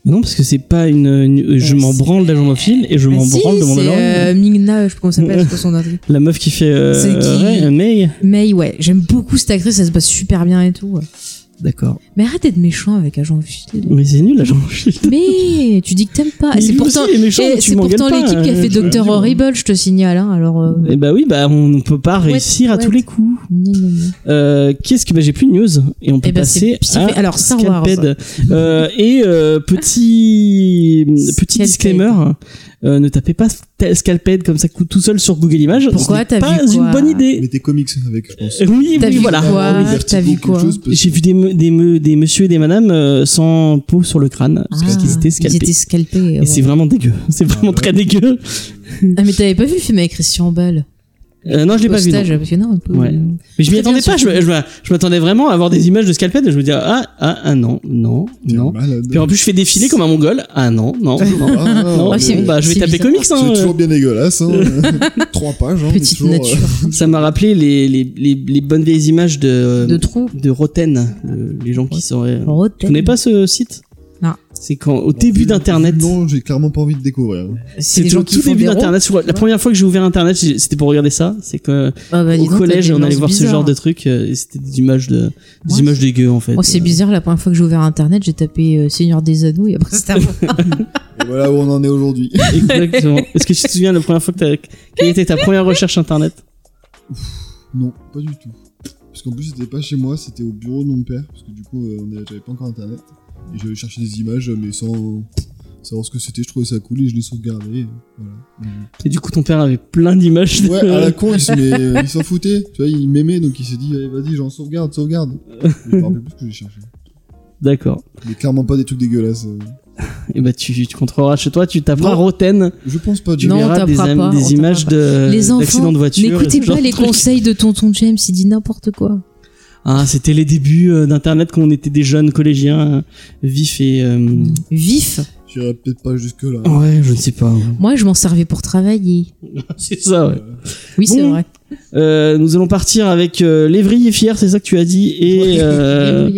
Speaker 3: Non, parce que c'est pas une. une- je
Speaker 4: Euh,
Speaker 3: m'en
Speaker 4: si.
Speaker 3: branle de Mophile et je m'en
Speaker 4: Ah si,
Speaker 3: branle de
Speaker 4: c'est
Speaker 3: Mandalorian.
Speaker 4: euh, Ming-Na, je sais pas comment ça s'appelle, je sais pas son nom.
Speaker 3: La meuf qui fait. Euh,
Speaker 4: C'est qui
Speaker 3: ouais, euh, May.
Speaker 4: May, ouais, j'aime beaucoup cette actrice, elle se passe super bien et tout. ouais.
Speaker 3: D'accord.
Speaker 4: Mais arrête d'être méchant avec Agent of Shield.
Speaker 3: Mais c'est nul, la jean Mophile.
Speaker 4: Mais tu dis que t'aimes pas. C'est pourtant,
Speaker 3: Aussi, il est méchant,
Speaker 4: Eh,
Speaker 3: mais tu
Speaker 4: c'est
Speaker 3: m'engueules
Speaker 4: pourtant
Speaker 3: pas,
Speaker 4: l'équipe qui a
Speaker 3: euh,
Speaker 4: fait
Speaker 3: tu vois.
Speaker 4: Docteur Horrible, je te signale. hein, alors, euh,
Speaker 3: Eh bah oui, bah on ne peut pas
Speaker 4: Ouais,
Speaker 3: réussir à
Speaker 4: ouais.
Speaker 3: tous les coups.
Speaker 4: gna, gna, gna.
Speaker 3: Euh, Qu'est-ce que bah j'ai plus de news et on peut
Speaker 4: Eh ben,
Speaker 3: passer
Speaker 4: c'est pire
Speaker 3: à
Speaker 4: fait. Alors, Star Wars.
Speaker 3: Scalped. Euh, et euh, petit petit
Speaker 4: Scalped.
Speaker 3: disclaimer, euh, ne tapez pas tel- Scalped comme ça coûte tout seul sur Google Images.
Speaker 4: Pourquoi
Speaker 3: Ce n'est
Speaker 4: T'as vu
Speaker 3: pas
Speaker 4: quoi
Speaker 3: une bonne idée.
Speaker 5: Mais tes comics avec, je pense.
Speaker 3: Euh, Oui,
Speaker 4: T'as
Speaker 3: oui,
Speaker 4: vu
Speaker 3: voilà. Ah
Speaker 4: quoi
Speaker 3: Oui.
Speaker 4: T'as vu quoi
Speaker 3: J'ai vu des, me- des, me- des messieurs et des madames euh, sans peau sur le crâne parce
Speaker 4: Ah,
Speaker 3: qu'ils étaient
Speaker 4: Ils
Speaker 3: scalpés.
Speaker 4: étaient scalpés.
Speaker 3: Et
Speaker 4: ouais.
Speaker 3: c'est vraiment dégueu. C'est vraiment
Speaker 5: ouais.
Speaker 3: très dégueu.
Speaker 4: Ah, mais t'avais pas vu le film avec Christian Bale
Speaker 3: Euh, non, je l'ai pas vu. non.
Speaker 4: Postage, parce que non, un peu- euh,
Speaker 3: Ouais. Mais je m'y
Speaker 4: Très bien
Speaker 3: attendais pas. Je,
Speaker 4: surtout.
Speaker 3: me- je me- je m'attendais vraiment à avoir des images de scalped et je me disais ah ah ah non non non. Puis en plus je fais défiler comme un mongol. Ah non non non. non.
Speaker 4: Ah, c'est-
Speaker 3: bah je vais
Speaker 4: c'est
Speaker 3: taper
Speaker 4: bizarre.
Speaker 3: comics. hein.
Speaker 5: C'est toujours bien dégueulasse. Hein. Trois pages. Hein, mais
Speaker 4: Petite
Speaker 5: toujours, euh,
Speaker 4: nature.
Speaker 3: Ça m'a rappelé les, les, les, les bonnes vieilles images de
Speaker 4: De trous.
Speaker 3: de Roten, le- les gens qui seraient. Tu
Speaker 4: Rotten.
Speaker 3: connais pas ce site
Speaker 4: Non.
Speaker 3: C'est quand au début
Speaker 5: vu-
Speaker 3: d'Internet.
Speaker 5: Non, j'ai clairement pas envie de découvrir.
Speaker 4: C'est
Speaker 3: C'était
Speaker 4: des gens
Speaker 3: au
Speaker 4: qui
Speaker 3: tout
Speaker 4: font
Speaker 3: début
Speaker 4: des ronds.
Speaker 3: d'Internet. sur- La première fois que j'ai ouvert Internet, j'ai- c'était pour regarder ça. C'est que
Speaker 4: Ah bah, dis
Speaker 3: au
Speaker 4: donc, t'as
Speaker 3: collège,
Speaker 4: des
Speaker 3: on allait
Speaker 4: lances
Speaker 3: voir ce genre
Speaker 4: bizarres.
Speaker 3: de trucs. euh, Et c'était des images de, des
Speaker 4: Ouais.
Speaker 3: images dégueu en fait.
Speaker 4: Oh, c'est
Speaker 3: Euh,
Speaker 4: bizarre, la première fois que j'ai ouvert internet, j'ai tapé euh, Seigneur des Anneaux et après c'était un
Speaker 5: Et voilà où on en est aujourd'hui.
Speaker 3: Exactement. Est-ce que tu te souviens la première fois que t'as... Quelle était ta première recherche internet
Speaker 5: non, pas du tout. Parce qu'en plus, c'était pas chez moi, c'était au bureau de mon père. Parce que du coup, euh, on est- j'avais pas encore internet. Et j'avais cherché des images, mais sans savoir ce que c'était. Je trouvais ça cool et je les sauvegardais. Voilà.
Speaker 3: Et du coup, ton père avait plein d'images. de-
Speaker 5: Ouais, à la con, il se- mais, euh, il s'en foutait. Tu vois, il m'aimait, donc il s'est dit, allez, vas-y, j'en sauvegarde, sauvegarde. Mais Je me rappelle plus ce que j'ai cherché.
Speaker 3: D'accord.
Speaker 5: Mais clairement pas des trucs dégueulasses. euh.
Speaker 3: Et bah, tu, tu contrôleras chez toi, tu taperas
Speaker 5: Non.
Speaker 3: Roten,
Speaker 5: Je pense pas,
Speaker 3: tu
Speaker 5: du
Speaker 4: Non, on
Speaker 3: verras des,
Speaker 4: tapera
Speaker 3: im-
Speaker 4: pas, on
Speaker 3: des
Speaker 4: tapera
Speaker 3: images
Speaker 4: pas.
Speaker 3: de,
Speaker 4: Les
Speaker 3: d'accidents
Speaker 4: enfants,
Speaker 3: Euh, de voiture. et
Speaker 4: n'écoutez
Speaker 3: ce genre
Speaker 4: pas
Speaker 3: de
Speaker 4: les
Speaker 3: trucs.
Speaker 4: conseils de tonton James, il dit n'importe quoi.
Speaker 3: Ah, c'était les débuts euh, d'internet quand on était des jeunes collégiens euh, vifs et. euh,
Speaker 4: Mm. Vif.
Speaker 5: J'irai peut-être pas jusque là.
Speaker 3: Ouais, je ne sais pas.
Speaker 4: Moi, je m'en servais pour travailler.
Speaker 3: c'est ça, ouais.
Speaker 4: Oui, c'est
Speaker 3: Bon.
Speaker 4: vrai.
Speaker 3: Euh, nous allons partir avec euh, Lévry et Fier, c'est ça que tu as dit, et. euh,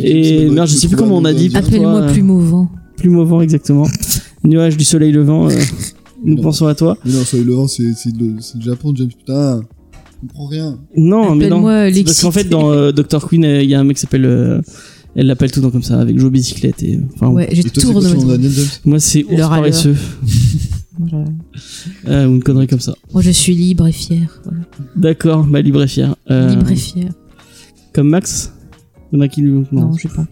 Speaker 3: Et merde, je sais plus comment on a dit.
Speaker 4: Appelle-moi
Speaker 3: toi, euh,
Speaker 4: plus mauvais.
Speaker 3: Plume au vent, exactement. Nuage du soleil levant, euh, nous
Speaker 5: Non.
Speaker 3: pensons à toi.
Speaker 5: Mais non, Soleil Levant, c'est c'est le, c'est le Japon, James. Putain, je comprends rien.
Speaker 3: Non, mais non.
Speaker 4: Appelle-moi
Speaker 3: C'est Parce qu'en fait,
Speaker 4: l'excité.
Speaker 3: dans euh, Dr. Queen, euh, il y a un mec qui s'appelle. euh, elle l'appelle tout le temps comme ça, avec Joe Bicyclette. Et, euh, enfin,
Speaker 4: Ouais, j'ai
Speaker 5: Et toi, c'est
Speaker 4: tout
Speaker 5: quoi ton
Speaker 4: renommé.
Speaker 5: Daniel James
Speaker 3: Moi, c'est ours
Speaker 4: Leur à
Speaker 3: paresseux.
Speaker 4: Moi, je,
Speaker 3: Euh, ou une connerie comme ça.
Speaker 4: moi, je suis libre et fier.
Speaker 3: D'accord, bah libre et fier. Euh,
Speaker 4: Libre et fier.
Speaker 3: Comme Max Il y en a qui lui. Non.
Speaker 4: Non, j'ai pas envie.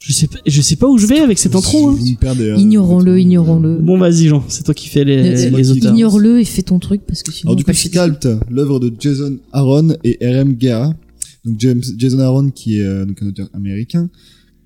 Speaker 3: Je, sais pas, je sais pas où je vais avec cette intro. hein.
Speaker 5: Vous me perdez, hein.
Speaker 4: Ignorons-le, ignorons-le.
Speaker 3: Bon, vas-y, Jean, c'est toi qui fais les,
Speaker 4: Euh,
Speaker 3: les
Speaker 5: euh,
Speaker 3: auteurs.
Speaker 4: Ignore-le et fais ton truc parce que sinon.
Speaker 5: Alors du
Speaker 4: on va
Speaker 5: coup,
Speaker 4: pas finir.
Speaker 5: Sculpt, l'œuvre de Jason Aaron et R.M. Guerra. Donc James, Jason Aaron, qui est euh, donc un auteur américain,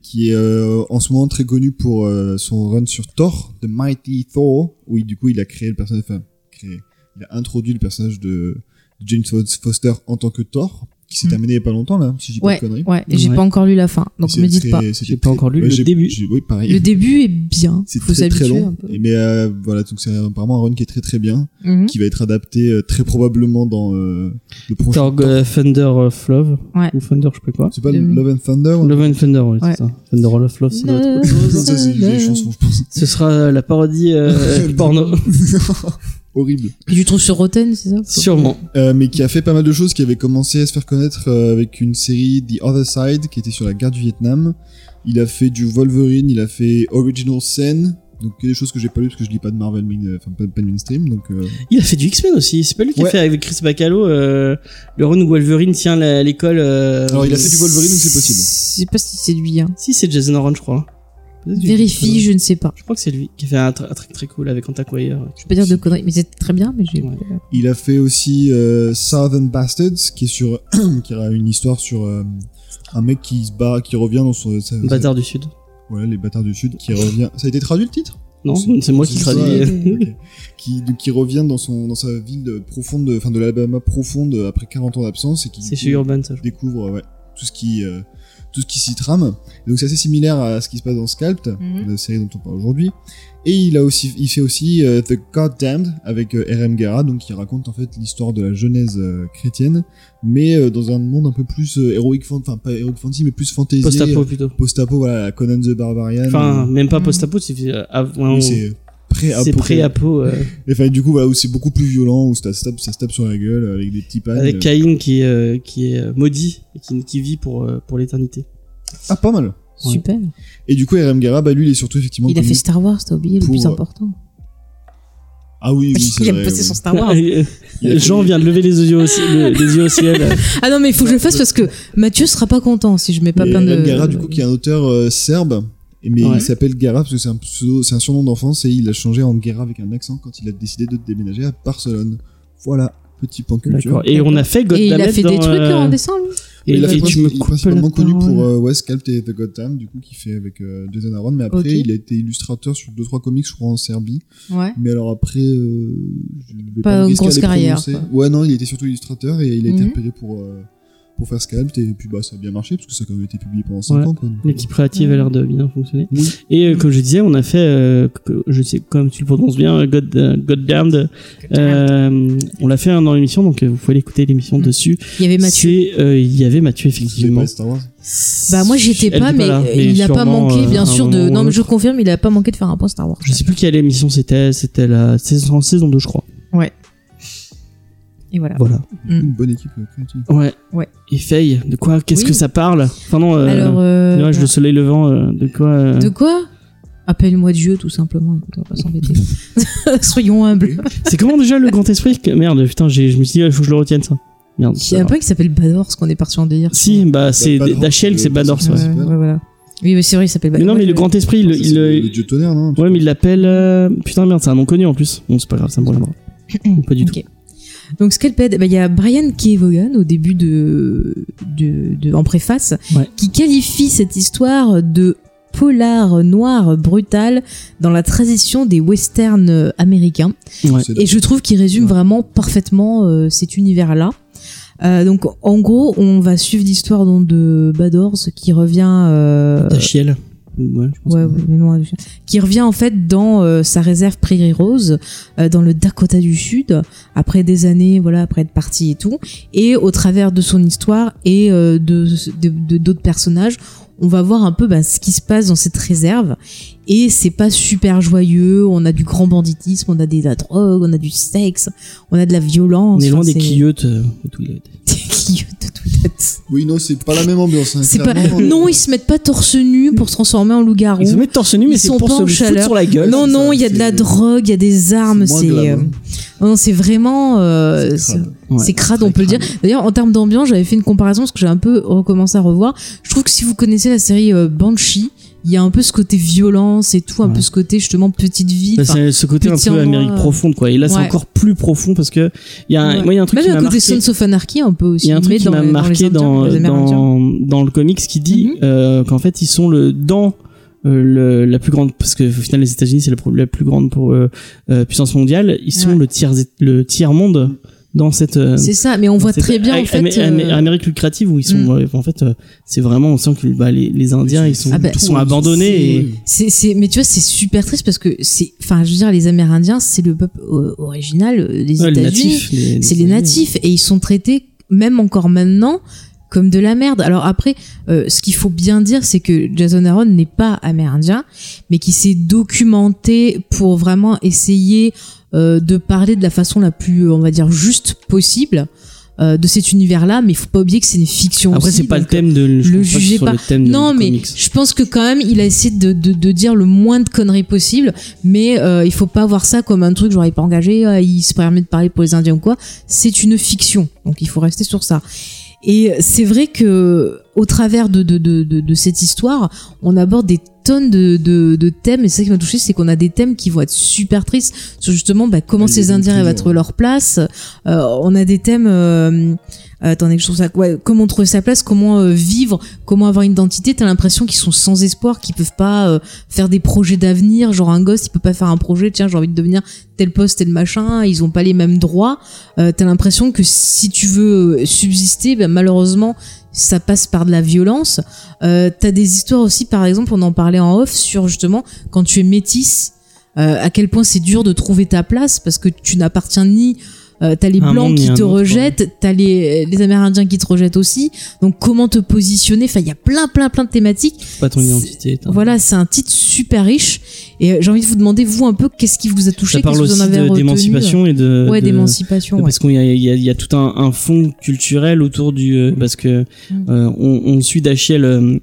Speaker 5: qui est euh, en ce moment très connu pour euh, son run sur Thor, The Mighty Thor, où il- du coup il a créé le personnage, enfin créé, il a introduit le personnage de James Fo- Foster en tant que Thor, qui s'est
Speaker 4: Mm.
Speaker 5: terminé il y a pas longtemps là, si j'ai
Speaker 4: Ouais,
Speaker 5: pas de conneries.
Speaker 4: ouais, et j'ai
Speaker 3: Hmm. Ouais.
Speaker 4: pas encore lu la fin, donc
Speaker 5: C'est
Speaker 4: me dites
Speaker 5: très-
Speaker 4: pas.
Speaker 5: c'était
Speaker 3: J'ai pas
Speaker 5: très-
Speaker 3: encore lu le
Speaker 5: j'ai-
Speaker 3: début.
Speaker 5: j'ai- Oui, pareil.
Speaker 4: Le début est bien,
Speaker 5: c'est
Speaker 4: faut
Speaker 5: très très
Speaker 4: s'habituer un
Speaker 5: long.
Speaker 4: peu.
Speaker 5: Et Mais euh, voilà, donc c'est apparemment un run qui est très très bien
Speaker 4: Mhm.
Speaker 5: qui va être adapté euh, très probablement dans euh, le prochain.
Speaker 3: Thorg, euh, Thunder of Love.
Speaker 4: Ouais.
Speaker 3: Ou Thunder, je sais pas quoi.
Speaker 5: C'est pas
Speaker 4: de-
Speaker 5: Love and Thunder ou-
Speaker 3: Love and Thunder, ouais,
Speaker 4: Ouais.
Speaker 3: c'est ça. Thunder of Love, ça doit être autre chose.
Speaker 5: Ça, c'est une vieille chanson, je pense.
Speaker 3: Ce sera euh, la parodie euh, porno,
Speaker 5: Horrible.
Speaker 4: Et Tu trouves sur Rotten, c'est ça
Speaker 3: sûrement.
Speaker 5: Euh, mais qui a fait pas mal de choses, qui avait commencé à se faire connaître euh, avec une série The Other Side, qui était sur la guerre du Vietnam. Il a fait du Wolverine, il a fait Original Sin, donc que des choses que j'ai pas lues parce que je lis pas de Marvel, main- enfin pas, pas de mainstream, donc euh,
Speaker 3: Il a fait du X-Men aussi. C'est pas lui qui a
Speaker 5: Ouais.
Speaker 3: fait avec Chris Bacalo euh, le run où Wolverine tient la- l'école. euh,
Speaker 5: Alors, il a fait du Wolverine ou c'est possible
Speaker 4: Je sais pas si c'est lui, hein.
Speaker 3: Si, c'est Jason Aaron, je crois. Peut-être du-
Speaker 4: Vérifie, je ne sais pas.
Speaker 3: Je crois que c'est lui qui a fait un, tra- un truc très cool avec Antaquire.
Speaker 4: Je peux pas dire de conneries, mais c'est très bien, mais j'ai.
Speaker 3: Ouais.
Speaker 5: Il a fait aussi euh, Southern Bastards, qui est sur, qui a une histoire sur euh, un mec qui se bat, qui revient dans son, sa- sa-
Speaker 3: Bazar du Sud.
Speaker 5: voilà, les bâtards du sud, qui revient. Ça a été traduit le titre
Speaker 3: Non,
Speaker 5: C'est-
Speaker 3: c'est moi qui
Speaker 5: c'est
Speaker 3: traduis.
Speaker 5: ça, ok. qui donc, qui revient dans son dans sa ville de- profonde, de- enfin de l'Alabama profonde euh, après 40 ans d'absence et qui
Speaker 3: C'est chez Urban, ça. je crois.
Speaker 5: découvre euh, ouais, tout ce qui euh, tout ce qui s'y trame. Et donc c'est assez similaire à ce qui se passe dans Scalped,
Speaker 4: Mhm.
Speaker 5: la série dont on parle aujourd'hui. Et il a aussi, il fait aussi euh, The Goddamned avec euh, R.M. Guerra, donc qui raconte en fait l'histoire de la genèse euh, chrétienne, mais euh, dans un monde un peu plus euh, héroïque, fan- enfin pas héroïque fantasy, mais plus fantasy,
Speaker 3: Post-apo plutôt.
Speaker 5: post-apo, voilà, la Conan the Barbarian.
Speaker 3: Enfin,
Speaker 5: euh,
Speaker 3: même pas
Speaker 4: Mm.
Speaker 3: post-apo, c'est euh, av-
Speaker 5: oui,
Speaker 3: non,
Speaker 5: c'est
Speaker 3: c'est
Speaker 5: pré-apo.
Speaker 3: pré-apo. euh,
Speaker 5: Et enfin, du coup, voilà, où c'est beaucoup plus violent, où ça se tape, ça se tape sur la gueule euh, avec des petits pannes.
Speaker 3: Avec
Speaker 5: euh.
Speaker 3: Caïn qui est, euh, qui est euh, maudit et qui, qui vit pour, euh, pour l'éternité.
Speaker 5: Ah, pas mal.
Speaker 4: Super.
Speaker 5: Et du coup, R.M. Guerra, bah, lui, il est surtout effectivement.
Speaker 4: Il a
Speaker 5: connu-
Speaker 4: fait Star Wars, t'as oublié, le
Speaker 5: Pour,
Speaker 4: plus
Speaker 5: euh,
Speaker 4: important.
Speaker 5: Ah oui, oui, c'est
Speaker 4: il a
Speaker 5: vrai,
Speaker 4: passé
Speaker 5: oui.
Speaker 4: son Star Wars.
Speaker 5: Il a-
Speaker 3: Jean vient de lever les yeux au, ci- le- les yeux au ciel.
Speaker 4: Ah non, mais il faut que je le fasse parce que Mathieu sera pas content si je mets pas
Speaker 5: Et
Speaker 4: plein de.
Speaker 5: Ed Guerra, du coup, qui est un auteur euh, serbe, et- mais
Speaker 3: Ouais.
Speaker 5: il s'appelle Guerra parce que c'est un, pseudo- c'est un surnom d'enfance et il l'a changé en Guerra avec un accent quand il a décidé de déménager à Barcelone. Voilà, petit point culture.
Speaker 3: D'accord. Et on a fait
Speaker 4: Et il a
Speaker 3: Goddammit
Speaker 4: fait des
Speaker 3: dans,
Speaker 4: trucs
Speaker 3: euh,
Speaker 4: en décembre.
Speaker 3: Et,
Speaker 5: il, a
Speaker 3: et
Speaker 5: fait
Speaker 3: tu
Speaker 5: princi-
Speaker 3: me
Speaker 5: il est
Speaker 3: coupes
Speaker 5: principalement
Speaker 3: la
Speaker 5: connu
Speaker 3: parole.
Speaker 5: pour euh, ouais, Scalped et The Gotham, du coup, qui fait avec euh, Jason Aaron, mais après,
Speaker 4: Ok.
Speaker 5: il a été illustrateur sur 2-3 comics, je crois, en Serbie.
Speaker 4: Ouais.
Speaker 5: Mais alors après, euh, je
Speaker 4: Pas
Speaker 5: vais pas, me
Speaker 4: une
Speaker 5: risquer à
Speaker 4: grosse
Speaker 5: les
Speaker 4: carrière,
Speaker 5: prononcer. Ouais, non, il était surtout illustrateur et il a été
Speaker 4: Mhm.
Speaker 5: repéré pour, euh, pour faire Scalped, et puis bah, ça a bien marché, parce que ça a quand même été publié pendant 5
Speaker 3: Ouais.
Speaker 5: ans. Quoi, donc, euh,
Speaker 3: L'équipe créative a l'air de bien fonctionner.
Speaker 5: Oui.
Speaker 3: Et euh, comme je disais, on a fait, euh, que- je sais comme tu le prononces bien, euh, God, euh, Goddamned. Euh, on l'a fait hein, dans l'émission, donc euh, vous pouvez aller écouter l'émission
Speaker 4: Mm.
Speaker 3: dessus.
Speaker 4: Il y avait Mathieu.
Speaker 3: C'est, euh, Il y avait Mathieu,
Speaker 5: c'est
Speaker 3: effectivement.
Speaker 5: pas Star Wars.
Speaker 4: Bah moi
Speaker 3: Elle
Speaker 4: j'étais
Speaker 3: était
Speaker 4: pas, mais,
Speaker 3: là,
Speaker 4: euh, il a pas
Speaker 3: sûrement,
Speaker 4: manqué
Speaker 3: euh,
Speaker 4: bien
Speaker 3: un
Speaker 4: sûr de.
Speaker 3: moment ou
Speaker 4: Non mais je
Speaker 3: l'autre.
Speaker 4: confirme, il a pas manqué de faire un point Star Wars.
Speaker 3: Je sais plus quelle émission c'était, c'était la saison, saison 2, je crois.
Speaker 4: Et voilà.
Speaker 3: Voilà.
Speaker 4: Mm.
Speaker 5: Une bonne équipe euh, créative.
Speaker 3: Ouais.
Speaker 4: Ouais.
Speaker 3: Et Faye, de quoi Qu'est-ce
Speaker 4: Oui.
Speaker 3: que ça parle Enfin, non, euh,
Speaker 4: Alors. euh,
Speaker 3: nuage de soleil levant, euh, de quoi euh,
Speaker 4: De quoi Appelle-moi Dieu, tout simplement. Écoute, on va pas s'embêter. Soyons humbles.
Speaker 3: C'est comment déjà le grand esprit que- Merde, putain, j'ai- je me suis dit, il faut que je le retienne, ça. Merde.
Speaker 4: Il y a un
Speaker 3: alors.
Speaker 4: point qui s'appelle Bador, parce qu'on est parti en délire.
Speaker 3: Si, bah, c'est
Speaker 5: Bador,
Speaker 3: d'Achiel, c'est
Speaker 5: le-
Speaker 3: Bador,
Speaker 4: Ouais,
Speaker 3: ça.
Speaker 5: Ouais, c'est
Speaker 4: ouais,
Speaker 5: pas-
Speaker 4: voilà. Oui, mais c'est vrai, il s'appelle
Speaker 3: Mais non,
Speaker 4: Bador.
Speaker 3: mais
Speaker 4: Ouais,
Speaker 3: le grand esprit, il-
Speaker 5: Ça, c'est
Speaker 3: il, euh,
Speaker 5: le, le dieu tonnerre, non
Speaker 3: Ouais, mais il l'appelle. euh, Putain, merde, c'est un nom connu en plus. Bon, c'est pas grave, ça me reviendra. pas du tout.
Speaker 4: Ok. Donc Scalped, bah, il y a Brian Kevogan au début de, de, de- en préface
Speaker 3: Ouais.
Speaker 4: qui qualifie cette histoire de polar noir brutal dans la tradition des westerns euh, américains.
Speaker 3: Ouais.
Speaker 5: C'est-
Speaker 4: Et je trouve qu'il résume
Speaker 3: Ouais.
Speaker 4: vraiment parfaitement euh, cet univers-là. Euh, donc en gros, on va suivre l'histoire donc, de Badors qui revient euh,
Speaker 3: D'Achiel. Ouais, je pense.
Speaker 4: Ouais,
Speaker 3: que-
Speaker 4: ouais, mais non, euh, qui revient en fait dans euh, sa réserve Prairie Rose, euh, dans le Dakota du Sud, après des années, voilà, après être parti et tout. Et au travers de son histoire et euh, de de- de- d'autres personnages, on va voir un peu bah, ce qui se passe dans cette réserve. Et c'est pas super joyeux. On a du grand banditisme, on a des, de la drogue, on a du sexe, on a de la
Speaker 3: On
Speaker 4: violence.
Speaker 3: est loin
Speaker 4: Enfin,
Speaker 3: des
Speaker 4: c'est-
Speaker 3: quillotes euh, de tout, il a été.
Speaker 4: des quillotes de tout. fait.
Speaker 5: Oui, non, c'est pas la même ambiance. hein,
Speaker 4: C'est pas...
Speaker 5: Ah, clairement.
Speaker 4: Non, ils se mettent pas torse nu pour se transformer en loup-garou.
Speaker 3: Ils se mettent torse nu, mais
Speaker 4: Ils
Speaker 3: c'est
Speaker 4: sont
Speaker 3: pour
Speaker 4: pas
Speaker 3: se
Speaker 4: en
Speaker 3: foutre
Speaker 4: chaleur.
Speaker 3: sur la gueule.
Speaker 4: non,
Speaker 5: c'est
Speaker 4: non,
Speaker 5: ça,
Speaker 4: il y a de la
Speaker 5: c'est-
Speaker 4: drogue, il y a des armes,
Speaker 5: moins
Speaker 4: c'est.
Speaker 5: glam,
Speaker 4: euh,
Speaker 5: hein.
Speaker 4: Non, c'est vraiment. euh,
Speaker 5: C'est
Speaker 4: c'est-
Speaker 5: crade.
Speaker 3: Ouais,
Speaker 4: c'est crade,
Speaker 3: très
Speaker 4: on peut le
Speaker 3: crade.
Speaker 4: dire. D'ailleurs, en termes d'ambiance, j'avais fait une comparaison parce que j'ai un peu recommencé à revoir. Je trouve que si vous connaissez la série euh, Banshee, il y a un peu ce côté violence et tout, un
Speaker 3: Ouais.
Speaker 4: peu ce côté justement petite ville.
Speaker 3: Bah,
Speaker 4: enfin,
Speaker 3: c'est ce côté un
Speaker 4: petit
Speaker 3: peu
Speaker 4: endroit,
Speaker 3: Amérique
Speaker 4: euh,
Speaker 3: profonde, quoi. Et là, c'est
Speaker 4: ouais.
Speaker 3: encore plus profond parce que il y a, un-
Speaker 4: ouais.
Speaker 3: moi, il y a un truc
Speaker 4: Même
Speaker 3: qui
Speaker 4: un
Speaker 3: m'a
Speaker 4: côté
Speaker 3: marqué.
Speaker 4: Sons of Anarchy un peu aussi.
Speaker 3: Il y a un truc
Speaker 4: mais
Speaker 3: qui
Speaker 4: dans
Speaker 3: m'a
Speaker 4: les- dans les
Speaker 3: marqué
Speaker 4: Indiens,
Speaker 3: dans,
Speaker 4: les Amérindiens.
Speaker 3: dans, dans le comics qui dit
Speaker 4: Mhm.
Speaker 3: euh, qu'en fait ils sont le dans euh, le, la plus grande parce que au final les États-Unis c'est la, pro- la plus grande pour, euh, euh, puissance mondiale ils sont
Speaker 4: Ouais.
Speaker 3: le tiers le tiers monde dans cette euh,
Speaker 4: C'est ça, mais on voit
Speaker 3: cette
Speaker 4: très bien en
Speaker 3: Am-
Speaker 4: fait.
Speaker 3: Am- Am-
Speaker 4: euh,
Speaker 3: Amérique lucrative où ils sont
Speaker 4: Mm.
Speaker 3: ouais, en fait euh, c'est vraiment on sent que bah, les, les Indiens ils sont
Speaker 4: Ah bah,
Speaker 3: ils sont abandonnés et,
Speaker 4: C'est, c'est, mais tu vois, c'est super triste parce que c'est, enfin, je veux dire, les Amérindiens, c'est le peuple euh, original euh, des
Speaker 3: Ouais, les
Speaker 4: États-Unis.
Speaker 3: natifs les-
Speaker 4: C'est les natifs et ils sont traités, même encore maintenant, comme de la merde. Alors après, euh, ce qu'il faut bien dire, c'est que Jason Aaron n'est pas amérindien, mais qui s'est documenté pour vraiment essayer euh, de parler de la façon la plus, on va dire, juste possible euh, de cet univers-là. Mais il faut pas oublier que c'est une fiction.
Speaker 3: après
Speaker 4: aussi,
Speaker 3: c'est pas le
Speaker 4: donc, euh,
Speaker 3: thème de je
Speaker 4: le
Speaker 3: pense que
Speaker 4: jugez
Speaker 3: sur
Speaker 4: pas.
Speaker 3: le thème de-
Speaker 4: non,
Speaker 3: du
Speaker 4: mais
Speaker 3: comics.
Speaker 4: je pense que quand même, il a essayé de, de, de dire le moins de conneries possible, mais euh, il faut pas voir ça comme un truc genre il est pas engagé, euh, il se permet de parler pour les Indiens ou quoi. C'est une fiction, donc il faut rester sur ça. Et euh, c'est vrai que au travers de, de, de, de, de cette histoire, on aborde des tonnes de, de, de thèmes, et c'est ça qui m'a touché, c'est qu'on a des thèmes qui vont être super tristes sur justement bah, comment
Speaker 5: Oui,
Speaker 4: ces
Speaker 5: il y a
Speaker 4: Indiens
Speaker 5: toujours,
Speaker 4: vont trouver
Speaker 5: ouais.
Speaker 4: leur place. Euh, on a des thèmes. euh, euh, attendez, que je trouve ça. Ouais, comment trouver sa place, comment euh, vivre, comment avoir une identité. T'as l'impression qu'ils sont sans espoir, qu'ils peuvent pas euh, faire des projets d'avenir. Genre un gosse, il peut pas faire un projet. Tiens, j'ai envie de devenir tel poste, tel machin. Ils ont pas les mêmes droits. Euh, T'as l'impression que si tu veux euh, subsister, bah, malheureusement, ça passe par de la violence. Euh, T'as des histoires aussi, par exemple, on en parlait en off sur justement quand tu es métisse. euh, à quel point c'est dur de trouver ta place parce que tu n'appartiens ni euh, t'as les
Speaker 3: Un
Speaker 4: blancs
Speaker 3: monde, il y
Speaker 4: qui
Speaker 3: a un
Speaker 4: te
Speaker 3: autre, ouais.
Speaker 4: rejettent, t'as les, euh, les Amérindiens qui te rejettent aussi. Donc comment te positionner Enfin, il y a plein, plein, plein de thématiques.
Speaker 3: pas ton
Speaker 4: c'est-
Speaker 3: identité t'as-
Speaker 4: Voilà, c'est un titre super riche. Et euh, j'ai envie de vous demander vous un peu qu'est-ce qui vous a touché,
Speaker 3: ça
Speaker 4: qu'est-ce
Speaker 3: parle
Speaker 4: que vous en
Speaker 3: aussi
Speaker 4: avez
Speaker 3: de-
Speaker 4: retenu. euh,
Speaker 3: d'émancipation et de
Speaker 4: Ouais,
Speaker 3: de-
Speaker 4: d'émancipation. Ouais.
Speaker 3: Parce qu'il y a, il y a- il y a tout un, un fond culturel autour du. euh, Parce que
Speaker 4: Mm.
Speaker 3: euh, on, on suit Dashiell, euh,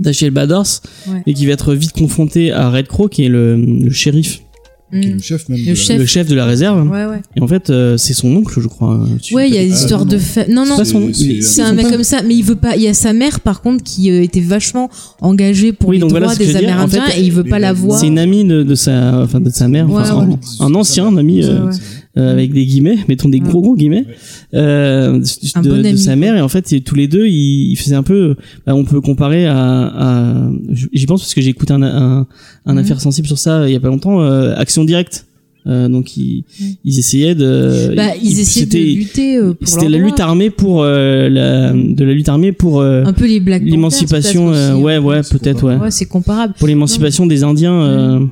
Speaker 3: Dashiell Badors
Speaker 4: Ouais.
Speaker 3: et qui va être vite confronté à Red Crow, qui est le, le shérif,
Speaker 5: Qui est
Speaker 4: Mm.
Speaker 5: le chef même.
Speaker 4: Le
Speaker 5: de la-
Speaker 4: chef.
Speaker 3: le chef de la réserve.
Speaker 4: Ouais, ouais.
Speaker 3: Et en fait, euh, c'est son oncle, je crois. euh, si
Speaker 4: Ouais,
Speaker 3: je
Speaker 4: il y a
Speaker 3: dis
Speaker 4: des
Speaker 3: pas-
Speaker 4: histoires
Speaker 5: non,
Speaker 4: de
Speaker 5: non.
Speaker 4: fa... Non, non.
Speaker 3: pas son-
Speaker 5: C'est-
Speaker 3: il-
Speaker 4: C'est
Speaker 5: ils
Speaker 4: un
Speaker 5: sont
Speaker 4: mec
Speaker 5: pas-
Speaker 4: comme ça, mais il veut pas. Il y a sa mère, par contre, qui euh, était vachement engagée pour
Speaker 3: Oui,
Speaker 4: les
Speaker 3: donc
Speaker 4: droits
Speaker 3: voilà ce que
Speaker 4: des
Speaker 3: je veux dire. En
Speaker 4: Amérindiens
Speaker 3: fait,
Speaker 4: et il veut
Speaker 5: les-
Speaker 4: pas la
Speaker 5: les-
Speaker 4: voir.
Speaker 3: C'est une amie de, de sa, enfin, de sa mère,
Speaker 4: Ouais,
Speaker 3: enfin,
Speaker 4: ouais.
Speaker 3: un- un, ancien ami
Speaker 5: Ouais,
Speaker 3: euh,
Speaker 5: ouais.
Speaker 3: euh, avec des guillemets, mettons des gros
Speaker 4: Ouais.
Speaker 3: gros guillemets, euh,
Speaker 4: Un
Speaker 3: de,
Speaker 4: bon
Speaker 3: de
Speaker 4: ami.
Speaker 3: sa mère. Et en fait, ils- tous les deux, ils, ils faisaient un peu. bah, on peut comparer à. à- J'y pense parce que j'ai écouté un, un, un
Speaker 4: Mhm.
Speaker 3: affaire sensible sur ça euh, il y a pas longtemps. euh, Action directe. Euh, donc ils,
Speaker 4: Mhm.
Speaker 3: ils essayaient de.
Speaker 4: Bah, ils essayaient de
Speaker 3: c'était-
Speaker 4: lutter euh, pour
Speaker 3: C'était
Speaker 4: leurs
Speaker 3: la
Speaker 4: droits.
Speaker 3: lutte armée pour euh, la, de la lutte armée pour euh,
Speaker 4: un peu les Black Panthers,
Speaker 3: l'émancipation.
Speaker 4: peut-être
Speaker 3: euh,
Speaker 4: aussi.
Speaker 3: ouais, ouais,
Speaker 5: C'est
Speaker 3: peut-être,
Speaker 5: pas-
Speaker 3: ouais.
Speaker 4: Ouais, c'est comparable.
Speaker 3: Pour l'émancipation des Indiens. euh,
Speaker 4: Mmh.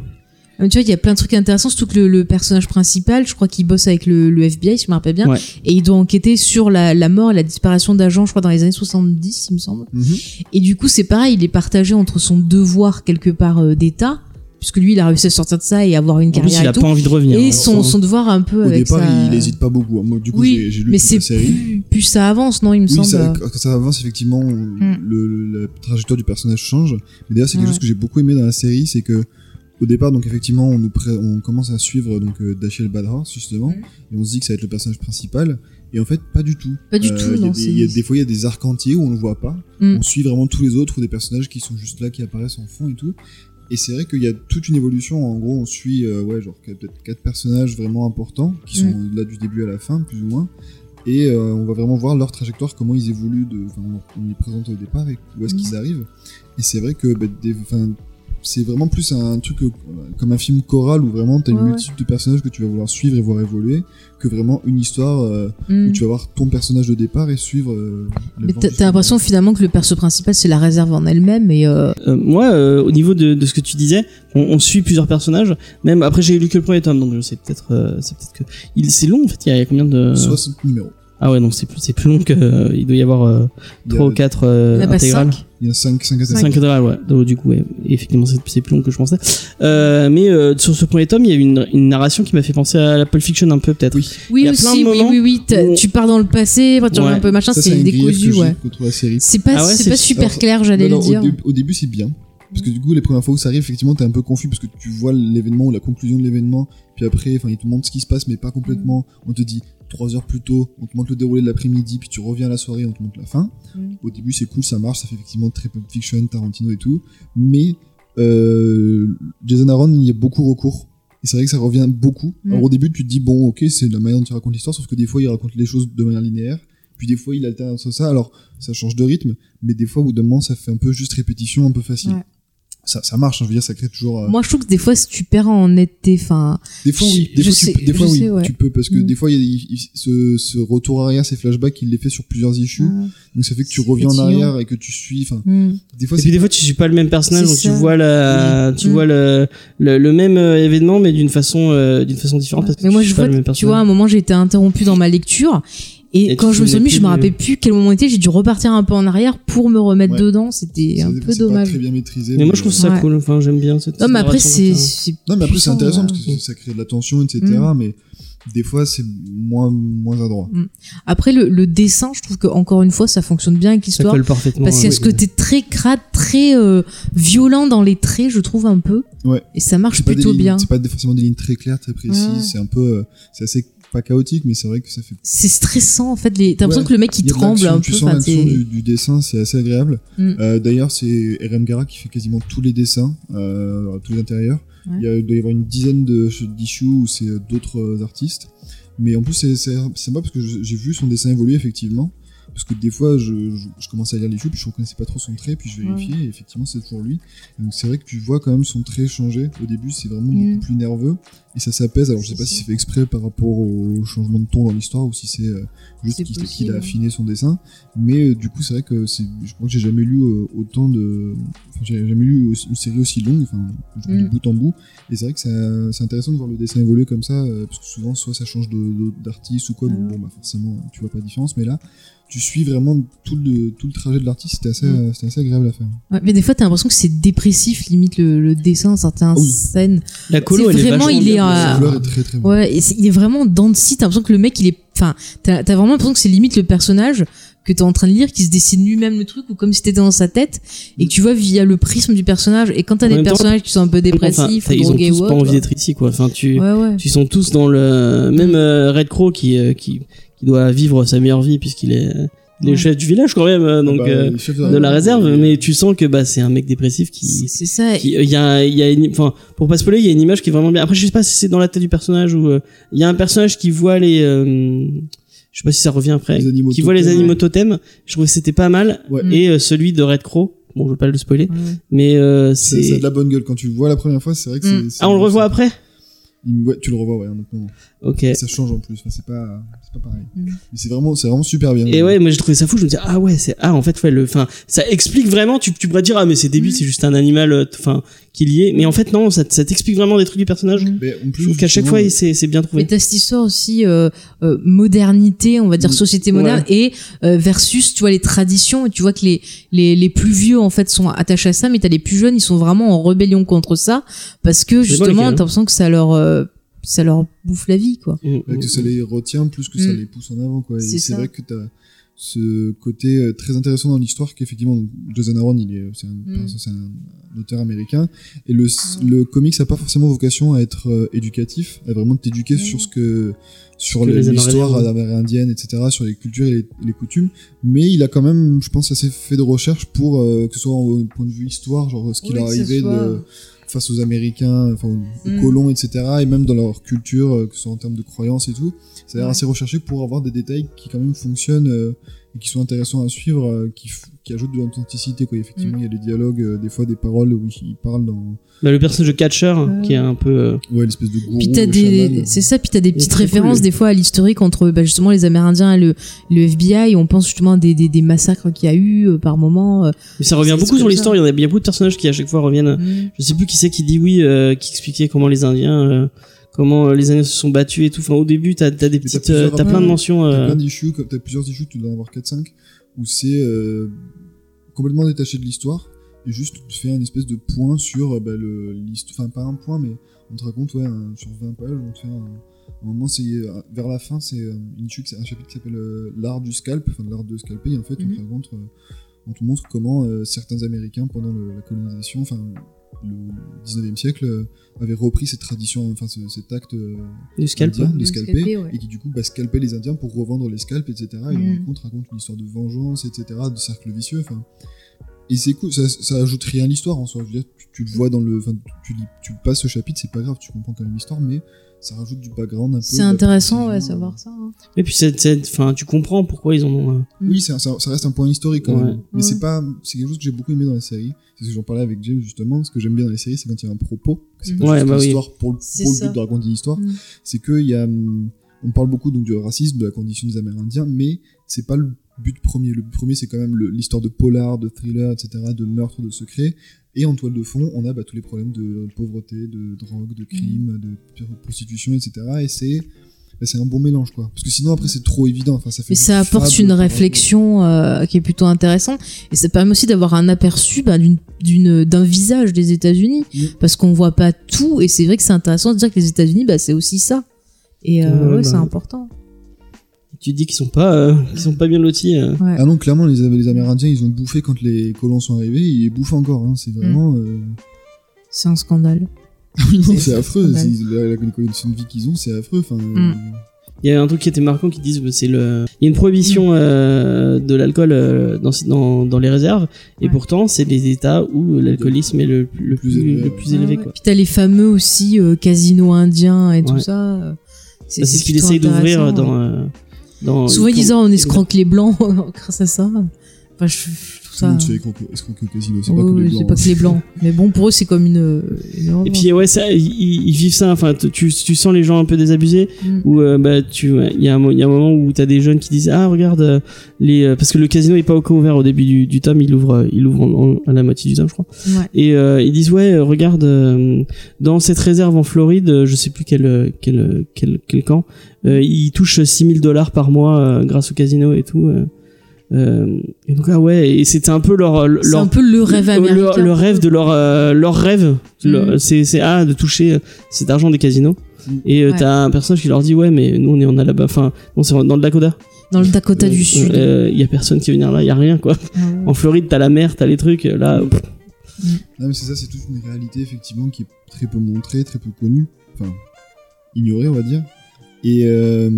Speaker 4: Mais tu vois, il y a plein de trucs intéressants, surtout que le, le personnage principal, je crois qu'il bosse avec le, le FBI, si je me rappelle bien,
Speaker 3: Ouais.
Speaker 4: et il doit enquêter sur la, la mort et la disparition d'agents, je crois, dans les années 70, il me semble.
Speaker 5: Mhm.
Speaker 4: Et du coup, c'est pareil, il est partagé entre son devoir, quelque part, euh, d'État, puisque lui, il a réussi à sortir de ça et avoir une
Speaker 3: En plus,
Speaker 4: carrière
Speaker 3: il
Speaker 4: et
Speaker 3: a
Speaker 4: tout,
Speaker 3: pas envie de revenir.
Speaker 4: et
Speaker 3: hein,
Speaker 4: son, son devoir un peu
Speaker 5: Au
Speaker 4: avec
Speaker 5: départ,
Speaker 4: sa-
Speaker 5: il hésite pas beaucoup. hein. Moi, du coup,
Speaker 4: Oui,
Speaker 5: j'ai- j'ai lu
Speaker 4: mais
Speaker 5: toute la
Speaker 4: c'est
Speaker 5: série.
Speaker 4: plus, plus ça avance, non, il me
Speaker 5: Oui,
Speaker 4: semble. euh, Hmm.
Speaker 5: ça, quand ça avance, effectivement, le- la trajectoire du personnage change. Mais d'ailleurs, c'est quelque
Speaker 4: Ouais.
Speaker 5: chose que j'ai beaucoup aimé dans la série, c'est que au départ, donc effectivement, on, nous pré- on commence à suivre donc euh, Dashiell Badhorse justement,
Speaker 4: Mhm.
Speaker 5: et on se dit que ça va être le personnage principal. Et en fait, pas du tout.
Speaker 4: Pas du tout,
Speaker 5: Euh, il y a
Speaker 4: non,
Speaker 5: des- il y a
Speaker 4: c'est-
Speaker 5: des fois, il y a des arcs entiers où on ne le voit pas.
Speaker 4: Mm.
Speaker 5: On suit vraiment tous les autres ou des personnages qui sont juste là, qui apparaissent en fond et tout. Et c'est vrai qu'il y a toute une évolution. En gros, on suit euh, ouais, genre qu- peut-être quatre personnages vraiment importants qui sont
Speaker 4: Hmm.
Speaker 5: là du début à la fin, plus ou moins. Et euh, on va vraiment voir leur trajectoire, comment ils évoluent, de, enfin, on on les présente au départ et où est-ce
Speaker 4: Mm.
Speaker 5: qu'ils arrivent. Et c'est vrai que bah, des- enfin, c'est vraiment plus un truc euh, comme un film choral où vraiment tu as une
Speaker 4: Ouais, ouais.
Speaker 5: multitude de personnages que tu vas vouloir suivre et voir évoluer, que vraiment une histoire euh,
Speaker 4: Mm.
Speaker 5: où tu vas voir ton personnage de départ et suivre. euh, les
Speaker 4: Mais
Speaker 5: gens
Speaker 4: t'as
Speaker 5: qui
Speaker 4: t'as
Speaker 5: sont-
Speaker 4: l'impression finalement que le perso principal, c'est la réserve en elle-même, et euh,
Speaker 3: Euh, moi, euh, au niveau de, de ce que tu disais, on, on suit plusieurs personnages. Même après, j'ai lu que le premier tome, donc je sais peut-être, euh, c'est peut-être que il c'est long en fait. Il y a, il y a combien de
Speaker 5: 60 numéros.
Speaker 3: Ah ouais, donc c'est plus, c'est plus long que. euh, il doit y avoir euh,
Speaker 5: Il y a-
Speaker 3: 3 ou 4
Speaker 4: Il y en a pas
Speaker 3: intégrales.
Speaker 4: bah, cinq.
Speaker 5: Il y a 5 5
Speaker 3: 5 intégrales, ouais. Donc, du coup, ouais, effectivement, c'est, c'est plus long que je pensais. Euh, mais euh, sur ce premier tome, il y a eu une, une narration qui m'a fait penser à la Pulp Fiction un peu, peut-être.
Speaker 5: Oui.
Speaker 3: Il
Speaker 4: Oui,
Speaker 3: y a plein de
Speaker 4: aussi, oui,
Speaker 3: moments
Speaker 4: oui, oui. t'as-
Speaker 3: où-
Speaker 4: Tu pars dans le passé, après, tu
Speaker 3: Ouais.
Speaker 4: reviens un peu machin,
Speaker 5: Ça, c'est
Speaker 4: c'est
Speaker 5: un grief que
Speaker 4: décousu, ouais.
Speaker 5: j'ai contre la série.
Speaker 4: C'est pas,
Speaker 3: Ah ouais,
Speaker 4: c'est
Speaker 3: c'est-
Speaker 4: pas super
Speaker 5: Alors,
Speaker 4: clair, j'allais
Speaker 5: Non,
Speaker 4: le
Speaker 5: non, au
Speaker 4: dire.
Speaker 5: dé- Au, début, c'est bien. Parce que du coup, les premières fois où ça arrive, effectivement, t'es un peu confus parce que tu vois l'événement ou la conclusion de l'événement. Puis après, enfin, ils te montrent ce qui se passe, mais pas complètement.
Speaker 4: Mm.
Speaker 5: On te dit trois heures plus tôt, on te montre le déroulé de l'après-midi, puis tu reviens à la soirée, on te montre la fin.
Speaker 4: Mm.
Speaker 5: Au début, c'est cool, ça marche, ça fait effectivement très Pulp Fiction, Tarantino et tout. Mais euh, Jason Aaron il y a beaucoup recours. Et c'est vrai que ça revient beaucoup.
Speaker 4: Mm.
Speaker 5: Alors au début, tu te dis, bon, ok, c'est la manière dont il raconte l'histoire, sauf que des fois, il raconte les choses de manière linéaire. Puis des fois, il alterne entre ça. Alors, ça change de rythme mais des fois au bout d'un moment ça fait un peu juste répétition un peu facile
Speaker 4: Ouais.
Speaker 5: ça, ça marche hein, je veux dire ça crée toujours euh,
Speaker 4: Moi, je trouve que des fois, si tu perds en netteté, enfin,
Speaker 5: des fois oui
Speaker 4: je-
Speaker 5: des
Speaker 4: je
Speaker 5: fois,
Speaker 4: sais-
Speaker 5: tu, des
Speaker 4: je
Speaker 5: fois, oui,
Speaker 4: sais, ouais.
Speaker 5: tu peux parce que
Speaker 4: Mm.
Speaker 5: des fois il, y a- il- ce, ce retour arrière ces flashbacks il les fait sur plusieurs issues donc ça fait que tu
Speaker 4: Ah. C'est
Speaker 5: reviens en
Speaker 4: fatigant.
Speaker 5: arrière et que tu suis enfin
Speaker 4: hmm.
Speaker 5: des fois
Speaker 3: Et
Speaker 5: c'est
Speaker 3: puis des fois, tu suis pas le même personnage,
Speaker 4: C'est
Speaker 3: donc tu
Speaker 4: ça.
Speaker 3: vois la, tu
Speaker 4: Mm.
Speaker 3: vois le, le, le même euh, événement, mais d'une façon, euh, d'une façon différente. Parce que
Speaker 4: Mais moi,
Speaker 3: tu
Speaker 4: je
Speaker 3: suis pas
Speaker 4: vois,
Speaker 3: le même
Speaker 4: tu
Speaker 3: personnage.
Speaker 4: vois, à un moment, j'ai été interrompue dans ma lecture. Et,
Speaker 3: Et
Speaker 4: quand
Speaker 3: tu
Speaker 4: je me suis
Speaker 3: n'as
Speaker 4: remis,
Speaker 3: plus
Speaker 4: je me
Speaker 3: de-
Speaker 4: rappelais plus quel moment était. J'ai dû repartir un peu en arrière pour me remettre
Speaker 5: Ouais.
Speaker 4: dedans. C'était
Speaker 5: c'est-
Speaker 4: un
Speaker 5: c'est
Speaker 4: peu
Speaker 5: pas très
Speaker 4: dommage.
Speaker 5: bien maîtrisé
Speaker 3: Mais moi, je trouve ça
Speaker 4: Ouais.
Speaker 3: cool. Enfin, j'aime bien cette.
Speaker 4: Non, mais après,
Speaker 3: cette
Speaker 4: c'est.
Speaker 3: narration, ça.
Speaker 4: c'est
Speaker 5: non mais après c'est
Speaker 4: puissant,
Speaker 5: intéressant
Speaker 4: ouais.
Speaker 5: parce que ça- ça crée de la tension etc
Speaker 4: Mm.
Speaker 5: mais des fois c'est moins moins adroit
Speaker 4: Après, le, le dessin, je trouve que encore une fois, ça fonctionne bien avec
Speaker 3: Ça
Speaker 4: l'histoire.
Speaker 3: colle parfaitement. euh,
Speaker 4: Parce qu'il y a
Speaker 3: ouais.
Speaker 4: ce côté très crade, très euh, violent dans les traits, je trouve un peu.
Speaker 5: Ouais.
Speaker 4: Et ça marche
Speaker 5: c'est pas des
Speaker 4: plutôt
Speaker 5: lignes-
Speaker 4: bien.
Speaker 5: c'est pas des- forcément des lignes très claires très précises
Speaker 4: Ouais.
Speaker 5: c'est un peu euh, c'est assez pas chaotique mais c'est vrai que ça fait
Speaker 4: C'est stressant en fait. Les... T'as l'impression
Speaker 5: Ouais.
Speaker 4: que le mec il
Speaker 5: Il y a de
Speaker 4: tremble
Speaker 5: l'action,
Speaker 4: un
Speaker 5: tu
Speaker 4: peu.
Speaker 5: sens
Speaker 4: enfin,
Speaker 5: l'action
Speaker 4: t'es-
Speaker 5: du, du dessin, c'est assez agréable.
Speaker 4: Mm.
Speaker 5: Euh, D'ailleurs, c'est RM Gara qui fait quasiment tous les dessins, euh, tous les intérieurs.
Speaker 4: Ouais.
Speaker 5: Il, y a, il doit y avoir une dizaine de d'issues où c'est euh, d'autres euh, artistes. Mais en plus, c'est c'est- c'est sympa parce que je- j'ai vu son dessin évoluer effectivement. Parce que des fois, je, je, je commençais à lire l'issue, puis je reconnaissais pas trop son trait, puis je vérifiais, et effectivement, c'est toujours lui. Donc c'est vrai que tu vois quand même son trait changer. Au début, c'est vraiment
Speaker 4: Mm.
Speaker 5: beaucoup plus nerveux, et ça s'apaise. Alors je sais pas si c'est fait exprès par rapport au changement de ton dans l'histoire, ou si c'est euh, juste
Speaker 4: C'est
Speaker 5: qu'il
Speaker 4: possible,
Speaker 5: qu'il a
Speaker 4: ouais.
Speaker 5: affiné son dessin. Mais euh, du coup, c'est vrai que c'est, je crois que j'ai jamais lu euh, autant de. Enfin, j'ai jamais lu aussi- une série aussi longue, enfin, je trouve
Speaker 4: Mm.
Speaker 5: de bout en bout. Et c'est vrai que ça- c'est intéressant de voir le dessin évoluer comme ça, euh, parce que souvent, soit ça change de- de- d'artiste ou quoi,
Speaker 4: Ah.
Speaker 5: donc bon, bah, forcément, tu vois pas de différence. Mais là, tu suis vraiment tout le, tout le trajet de l'artiste, c'était assez,
Speaker 4: Mm.
Speaker 5: c'était assez agréable à faire.
Speaker 4: Ouais, mais des fois, t'as l'impression que c'est dépressif, limite le, le dessin, dans certaines
Speaker 5: Ah oui.
Speaker 4: scènes.
Speaker 3: La colo,
Speaker 4: c'est
Speaker 3: elle est
Speaker 4: vraiment,
Speaker 3: vachement
Speaker 4: il est,
Speaker 3: bien posée.
Speaker 4: euh,
Speaker 5: La
Speaker 4: Ah.
Speaker 5: couleur est très très bonne.
Speaker 4: Ouais, et c'est- il est vraiment dans le site. T'as l'impression que le mec, il est. Enfin, t'as t'as vraiment l'impression que c'est limite le personnage que t'es en train de lire qui se dessine lui-même le truc ou comme si t'étais dans sa tête et que tu vois via le prisme du personnage. Et quand t'as
Speaker 3: En
Speaker 4: des
Speaker 3: même temps,
Speaker 4: personnages qui sont un peu
Speaker 3: Enfin,
Speaker 4: dépressifs, ou
Speaker 3: ils ont
Speaker 4: drogués
Speaker 3: tous
Speaker 4: ou
Speaker 3: pas
Speaker 4: autre,
Speaker 3: envie d'être ici, quoi. Enfin, tu,
Speaker 4: Ouais, ouais.
Speaker 3: tu sont tous dans le même euh, Red Crow qui, euh, qui qui doit vivre sa meilleure vie puisqu'il est il est
Speaker 4: Ouais.
Speaker 3: chef du village quand même, euh, donc
Speaker 5: Bah,
Speaker 3: euh,
Speaker 5: le chef
Speaker 3: de la réserve. Mais tu sens que bah c'est un mec dépressif qui
Speaker 4: C'est ça.
Speaker 3: qui- il y a il y a une enfin pour pas spoiler il y a une image qui est vraiment bien après je sais pas si c'est dans la tête du personnage ou euh, il y a un personnage qui voit les euh, je sais pas si ça revient après
Speaker 5: Les animaux
Speaker 3: qui voit les
Speaker 5: totems.
Speaker 3: animaux totems je trouvais que c'était pas mal
Speaker 5: Ouais.
Speaker 3: et euh, celui de Red Crow bon je veux pas le spoiler
Speaker 4: Ouais.
Speaker 3: mais euh,
Speaker 5: C'est, c'est
Speaker 3: c'est
Speaker 5: de la bonne gueule. Quand tu le vois la première fois, c'est vrai que
Speaker 4: Mm.
Speaker 5: c'est,
Speaker 3: ah on le revoit après
Speaker 5: Il- ouais, tu le revois, ouais, honnêtement.
Speaker 3: ok
Speaker 5: Et ça change en plus, enfin, c'est pas, c'est pas pareil.
Speaker 4: Mm.
Speaker 5: Mais c'est vraiment, c'est vraiment super bien.
Speaker 3: Et ouais, moi j'ai trouvé ça fou, je me dis ah ouais, c'est ah en fait ouais le enfin ça explique vraiment tu tu pourrais dire ah mais c'est
Speaker 5: Mm.
Speaker 3: débile,
Speaker 4: Mhm.
Speaker 3: c'est juste un animal euh, t- enfin qui y est mais en fait non, ça ça t'explique vraiment des trucs du personnage.
Speaker 5: Mais en
Speaker 3: Je
Speaker 5: plus,
Speaker 3: trouve qu'à chaque
Speaker 5: Mm. justement,
Speaker 3: fois il- c'est c'est bien
Speaker 4: Mais
Speaker 3: trouvé.
Speaker 4: t'as cette histoire aussi euh, euh, modernité, on va dire
Speaker 3: Mm.
Speaker 4: société moderne, et euh, versus tu vois les traditions. Et tu vois que les, les les plus vieux en fait sont attachés à ça, mais t'as les plus jeunes, ils sont vraiment en rébellion contre ça parce que
Speaker 3: Je sais pas
Speaker 4: justement
Speaker 3: lesquels, hein.
Speaker 4: t'as l'impression que ça leur euh, ça leur bouffe la vie quoi.
Speaker 3: Mm,
Speaker 5: Ouais,
Speaker 3: mm,
Speaker 5: que ça les retient plus que ça
Speaker 4: Mm.
Speaker 5: les pousse en avant quoi. Et
Speaker 4: C'est
Speaker 5: c'est
Speaker 4: ça.
Speaker 5: vrai que t'as ce côté euh, très intéressant dans l'histoire qu'effectivement donc, Jason Aaron il est c'est un,
Speaker 4: Mm.
Speaker 5: c'est un auteur américain et le, le comics a pas forcément vocation à être euh, éducatif à vraiment t'éduquer
Speaker 4: Mm.
Speaker 5: sur ce que sur
Speaker 3: Que
Speaker 5: le-
Speaker 3: les
Speaker 5: l'histoire
Speaker 3: Amérindiens.
Speaker 5: amérindienne etc sur les cultures et les, les coutumes mais il a quand même je pense assez fait de recherche pour euh, que ce soit au point de vue histoire genre ce qui
Speaker 4: Oui,
Speaker 5: leur
Speaker 4: que ce
Speaker 5: arrivait de
Speaker 4: soit-
Speaker 5: face aux Américains, enfin aux, aux
Speaker 4: Mm.
Speaker 5: colons, etc. Et même dans leur culture, euh, que ce soit en termes de croyances et tout. Ça a l'air
Speaker 4: Ouais.
Speaker 5: assez recherché pour avoir des détails qui quand même fonctionnent euh, et qui sont intéressants à suivre, euh, qui, f- qui ajoutent de l'authenticité. quoi.
Speaker 4: Mm.
Speaker 5: Effectivement, il y a des dialogues, euh, des fois des paroles où ils parlent dans
Speaker 3: Bah, le personnage de Catcher
Speaker 4: Mm.
Speaker 3: hein, qui est un peu euh,
Speaker 5: ouais, l'espèce de gourou.
Speaker 4: Puis t'as
Speaker 5: le
Speaker 4: des
Speaker 5: chaman. euh,
Speaker 4: c'est ça, puis t'as des
Speaker 3: Mais
Speaker 4: petites
Speaker 3: c'est cool,
Speaker 4: références
Speaker 3: le-
Speaker 4: des fois à l'historique entre bah, justement les Amérindiens et le le FBI. On pense justement à des des, des massacres qu'il y a eu euh, par moment. euh.
Speaker 3: mais ça revient
Speaker 4: C'est-
Speaker 3: beaucoup
Speaker 4: c'est
Speaker 3: sur
Speaker 4: comme
Speaker 3: l'histoire, il y en a Mm. bien beaucoup de personnages qui à chaque fois reviennent je sais plus qui c'est qui dit oui euh, qui expliquait comment les indiens euh, comment euh, les années se sont battues et tout. Enfin, au début, t'as as des
Speaker 5: t'as
Speaker 3: petites, euh,
Speaker 5: plusieurs
Speaker 3: t'as plein de
Speaker 5: rapports.
Speaker 3: mentions.
Speaker 5: T'as
Speaker 3: euh,
Speaker 5: plein d'issues, comme t'as plusieurs issues, tu dois en avoir 4-5, où c'est euh, complètement détaché de l'histoire, et juste tu te fais un espèce de point sur euh, bah, le- l'histoire, enfin pas un point, mais on te raconte, ouais, un- sur 20 pages, on te fait un, un moment, c'est, euh, vers la fin, c'est euh, une issue, qui s- un chapitre qui s'appelle euh, L'art du scalp, enfin l'art de scalper, et en fait on te
Speaker 4: Mhm.
Speaker 5: raconte, euh, on te montre comment euh, certains Américains, pendant le- la colonisation, enfin le 19e siècle, euh, avaient repris cette tradition, enfin ce- cet acte... euh,
Speaker 3: du scalp.
Speaker 5: indiens, de
Speaker 4: De
Speaker 5: scalper,
Speaker 4: scalper, ouais.
Speaker 5: et qui du coup bah, scalpait les Indiens pour revendre les scalps, etc. Et
Speaker 4: Mm.
Speaker 5: du coup, on te raconte une histoire de vengeance, etc., de cercle vicieux. Enfin, et c'est cool, ça, ça ajoute rien à l'histoire en soi. Je veux dire, tu, tu le vois dans le, enfin, tu, tu lis- tu passes ce chapitre, c'est pas grave, tu comprends quand même l'histoire, mais ça rajoute du background un peu.
Speaker 4: C'est
Speaker 5: de la
Speaker 4: intéressant, ouais,
Speaker 5: précision.
Speaker 4: savoir ça. hein.
Speaker 3: Et puis, c'est- c'est- enfin, tu comprends pourquoi ils en ont. euh,
Speaker 5: Oui, c'est un- ça, ça reste un point historique quand
Speaker 3: Ouais. Mm.
Speaker 5: même. Mais
Speaker 4: Ouais.
Speaker 5: c'est pas, c'est quelque chose que j'ai beaucoup aimé dans la série. C'est ce que j'en parlais avec James justement. Ce que j'aime bien dans les séries, c'est quand il y a un propos. que C'est pas
Speaker 3: Ouais,
Speaker 5: juste
Speaker 3: bah
Speaker 5: une
Speaker 3: oui.
Speaker 5: histoire pour, le-
Speaker 4: C'est
Speaker 5: pour le
Speaker 4: ça.
Speaker 5: but de raconter l'histoire.
Speaker 4: Mm.
Speaker 5: C'est que il y a, hum, on parle beaucoup donc du racisme, de la condition des Amérindiens, mais c'est pas le but premier. Le but premier, c'est quand même le- l'histoire de polar, de thriller, etc., de meurtre, de secret. Et en toile de fond, on a bah, tous les problèmes de pauvreté, de drogue, de crime, de prostitution, etc. Et c'est bah, c'est un bon mélange, quoi. Parce que sinon, après, c'est trop évident. Enfin, ça fait
Speaker 4: Mais
Speaker 5: juste
Speaker 4: ça apporte
Speaker 5: fable,
Speaker 4: une
Speaker 5: fable.
Speaker 4: réflexion euh, qui est plutôt intéressante et ça permet aussi d'avoir un aperçu bah, d'une- d'une- d'un visage des États-Unis
Speaker 5: Oui.
Speaker 4: parce qu'on voit pas tout et c'est vrai que c'est intéressant de dire que les États-Unis bah, c'est aussi ça et euh,
Speaker 3: Ouais, bah,
Speaker 4: ouais, c'est important.
Speaker 3: Tu te dis qu'ils sont pas, euh, qu'ils sont pas bien lotis. euh.
Speaker 4: Ouais.
Speaker 5: Ah non, clairement, les, les Amérindiens, ils ont bouffé quand les colons sont arrivés, ils bouffent encore, hein, c'est vraiment... euh,
Speaker 4: C'est un scandale.
Speaker 5: non,
Speaker 4: C'est-
Speaker 5: c'est
Speaker 4: c'est
Speaker 5: affreux,
Speaker 4: scandale.
Speaker 5: c'est- la- la- les conditions de vie qu'ils ont, c'est affreux, enfin...
Speaker 4: Mm.
Speaker 3: Il y a un truc qui était marquant qui disent bah, c'est le il y a une prohibition euh, de l'alcool euh, dans, dans dans les réserves et
Speaker 4: Ouais.
Speaker 3: pourtant c'est les états où l'alcoolisme est le, le plus
Speaker 5: élevé,
Speaker 3: le
Speaker 5: ouais.
Speaker 3: plus élevé
Speaker 4: Ouais, ouais.
Speaker 3: quoi.
Speaker 4: Puis t'as les fameux aussi euh, casinos indiens et tout
Speaker 3: Ouais.
Speaker 4: ça. euh,
Speaker 3: Bah, C'est ce qu'il
Speaker 4: plutôt
Speaker 3: essaye d'ouvrir
Speaker 4: intéressant,
Speaker 3: dans, euh, dans
Speaker 4: Souvent ils
Speaker 3: pour-
Speaker 4: disent oh, on escroque les blancs grâce à ça. Enfin, je, je trouve
Speaker 5: Tout le
Speaker 4: ça.
Speaker 5: monde se fait escroquer escroquer au casino, c'est
Speaker 4: Ouais,
Speaker 5: pas que
Speaker 4: ouais,
Speaker 5: les
Speaker 4: c'est
Speaker 5: blancs. hein.
Speaker 4: pas que les blancs. Mais bon, pour eux, c'est comme une. une
Speaker 3: Et puis ouais ça ils, ils ils vivent ça enfin tu, tu tu sens les gens un peu désabusés
Speaker 4: Mm.
Speaker 3: où euh, bah tu il y a un mo- il y a un moment où t'as des jeunes qui disent ah regarde euh, les euh, parce que le casino est pas encore ouvert au début du, du tome il ouvre euh, il ouvre en- en- à la moitié du tome je crois.
Speaker 4: Mm. Ouais.
Speaker 3: et euh, ils disent ouais euh, regarde euh, dans cette réserve en Floride euh, je sais plus quel euh, quel euh, quel, quel camp euh, ils touchent 6000 dollars par mois euh, grâce au casino et tout euh. Euh, et donc ah ouais et c'était un peu leur
Speaker 4: C'est
Speaker 3: leur
Speaker 4: un peu le rêve
Speaker 3: le-
Speaker 4: américain.
Speaker 3: le, le rêve de leur euh, leur rêve le-
Speaker 4: Mhm.
Speaker 3: c'est c'est ah de toucher euh, cet argent des casinos
Speaker 5: Mhm.
Speaker 3: et euh,
Speaker 4: Mm. Ouais.
Speaker 3: t'as un personnage qui leur dit ouais mais nous on est en Alabama enfin non c'est dans le Dakota
Speaker 4: Dans le Dakota du Sud. Ah
Speaker 3: il y a personne qui va venir là il y a rien quoi
Speaker 4: Mm.
Speaker 3: en Floride t'as la mer t'as les trucs euh, là pff,
Speaker 5: Non, mais c'est ça, c'est toute une réalité, effectivement, qui est très peu montrée, très peu connue, enfin, ignorée, on va dire. Et... euh,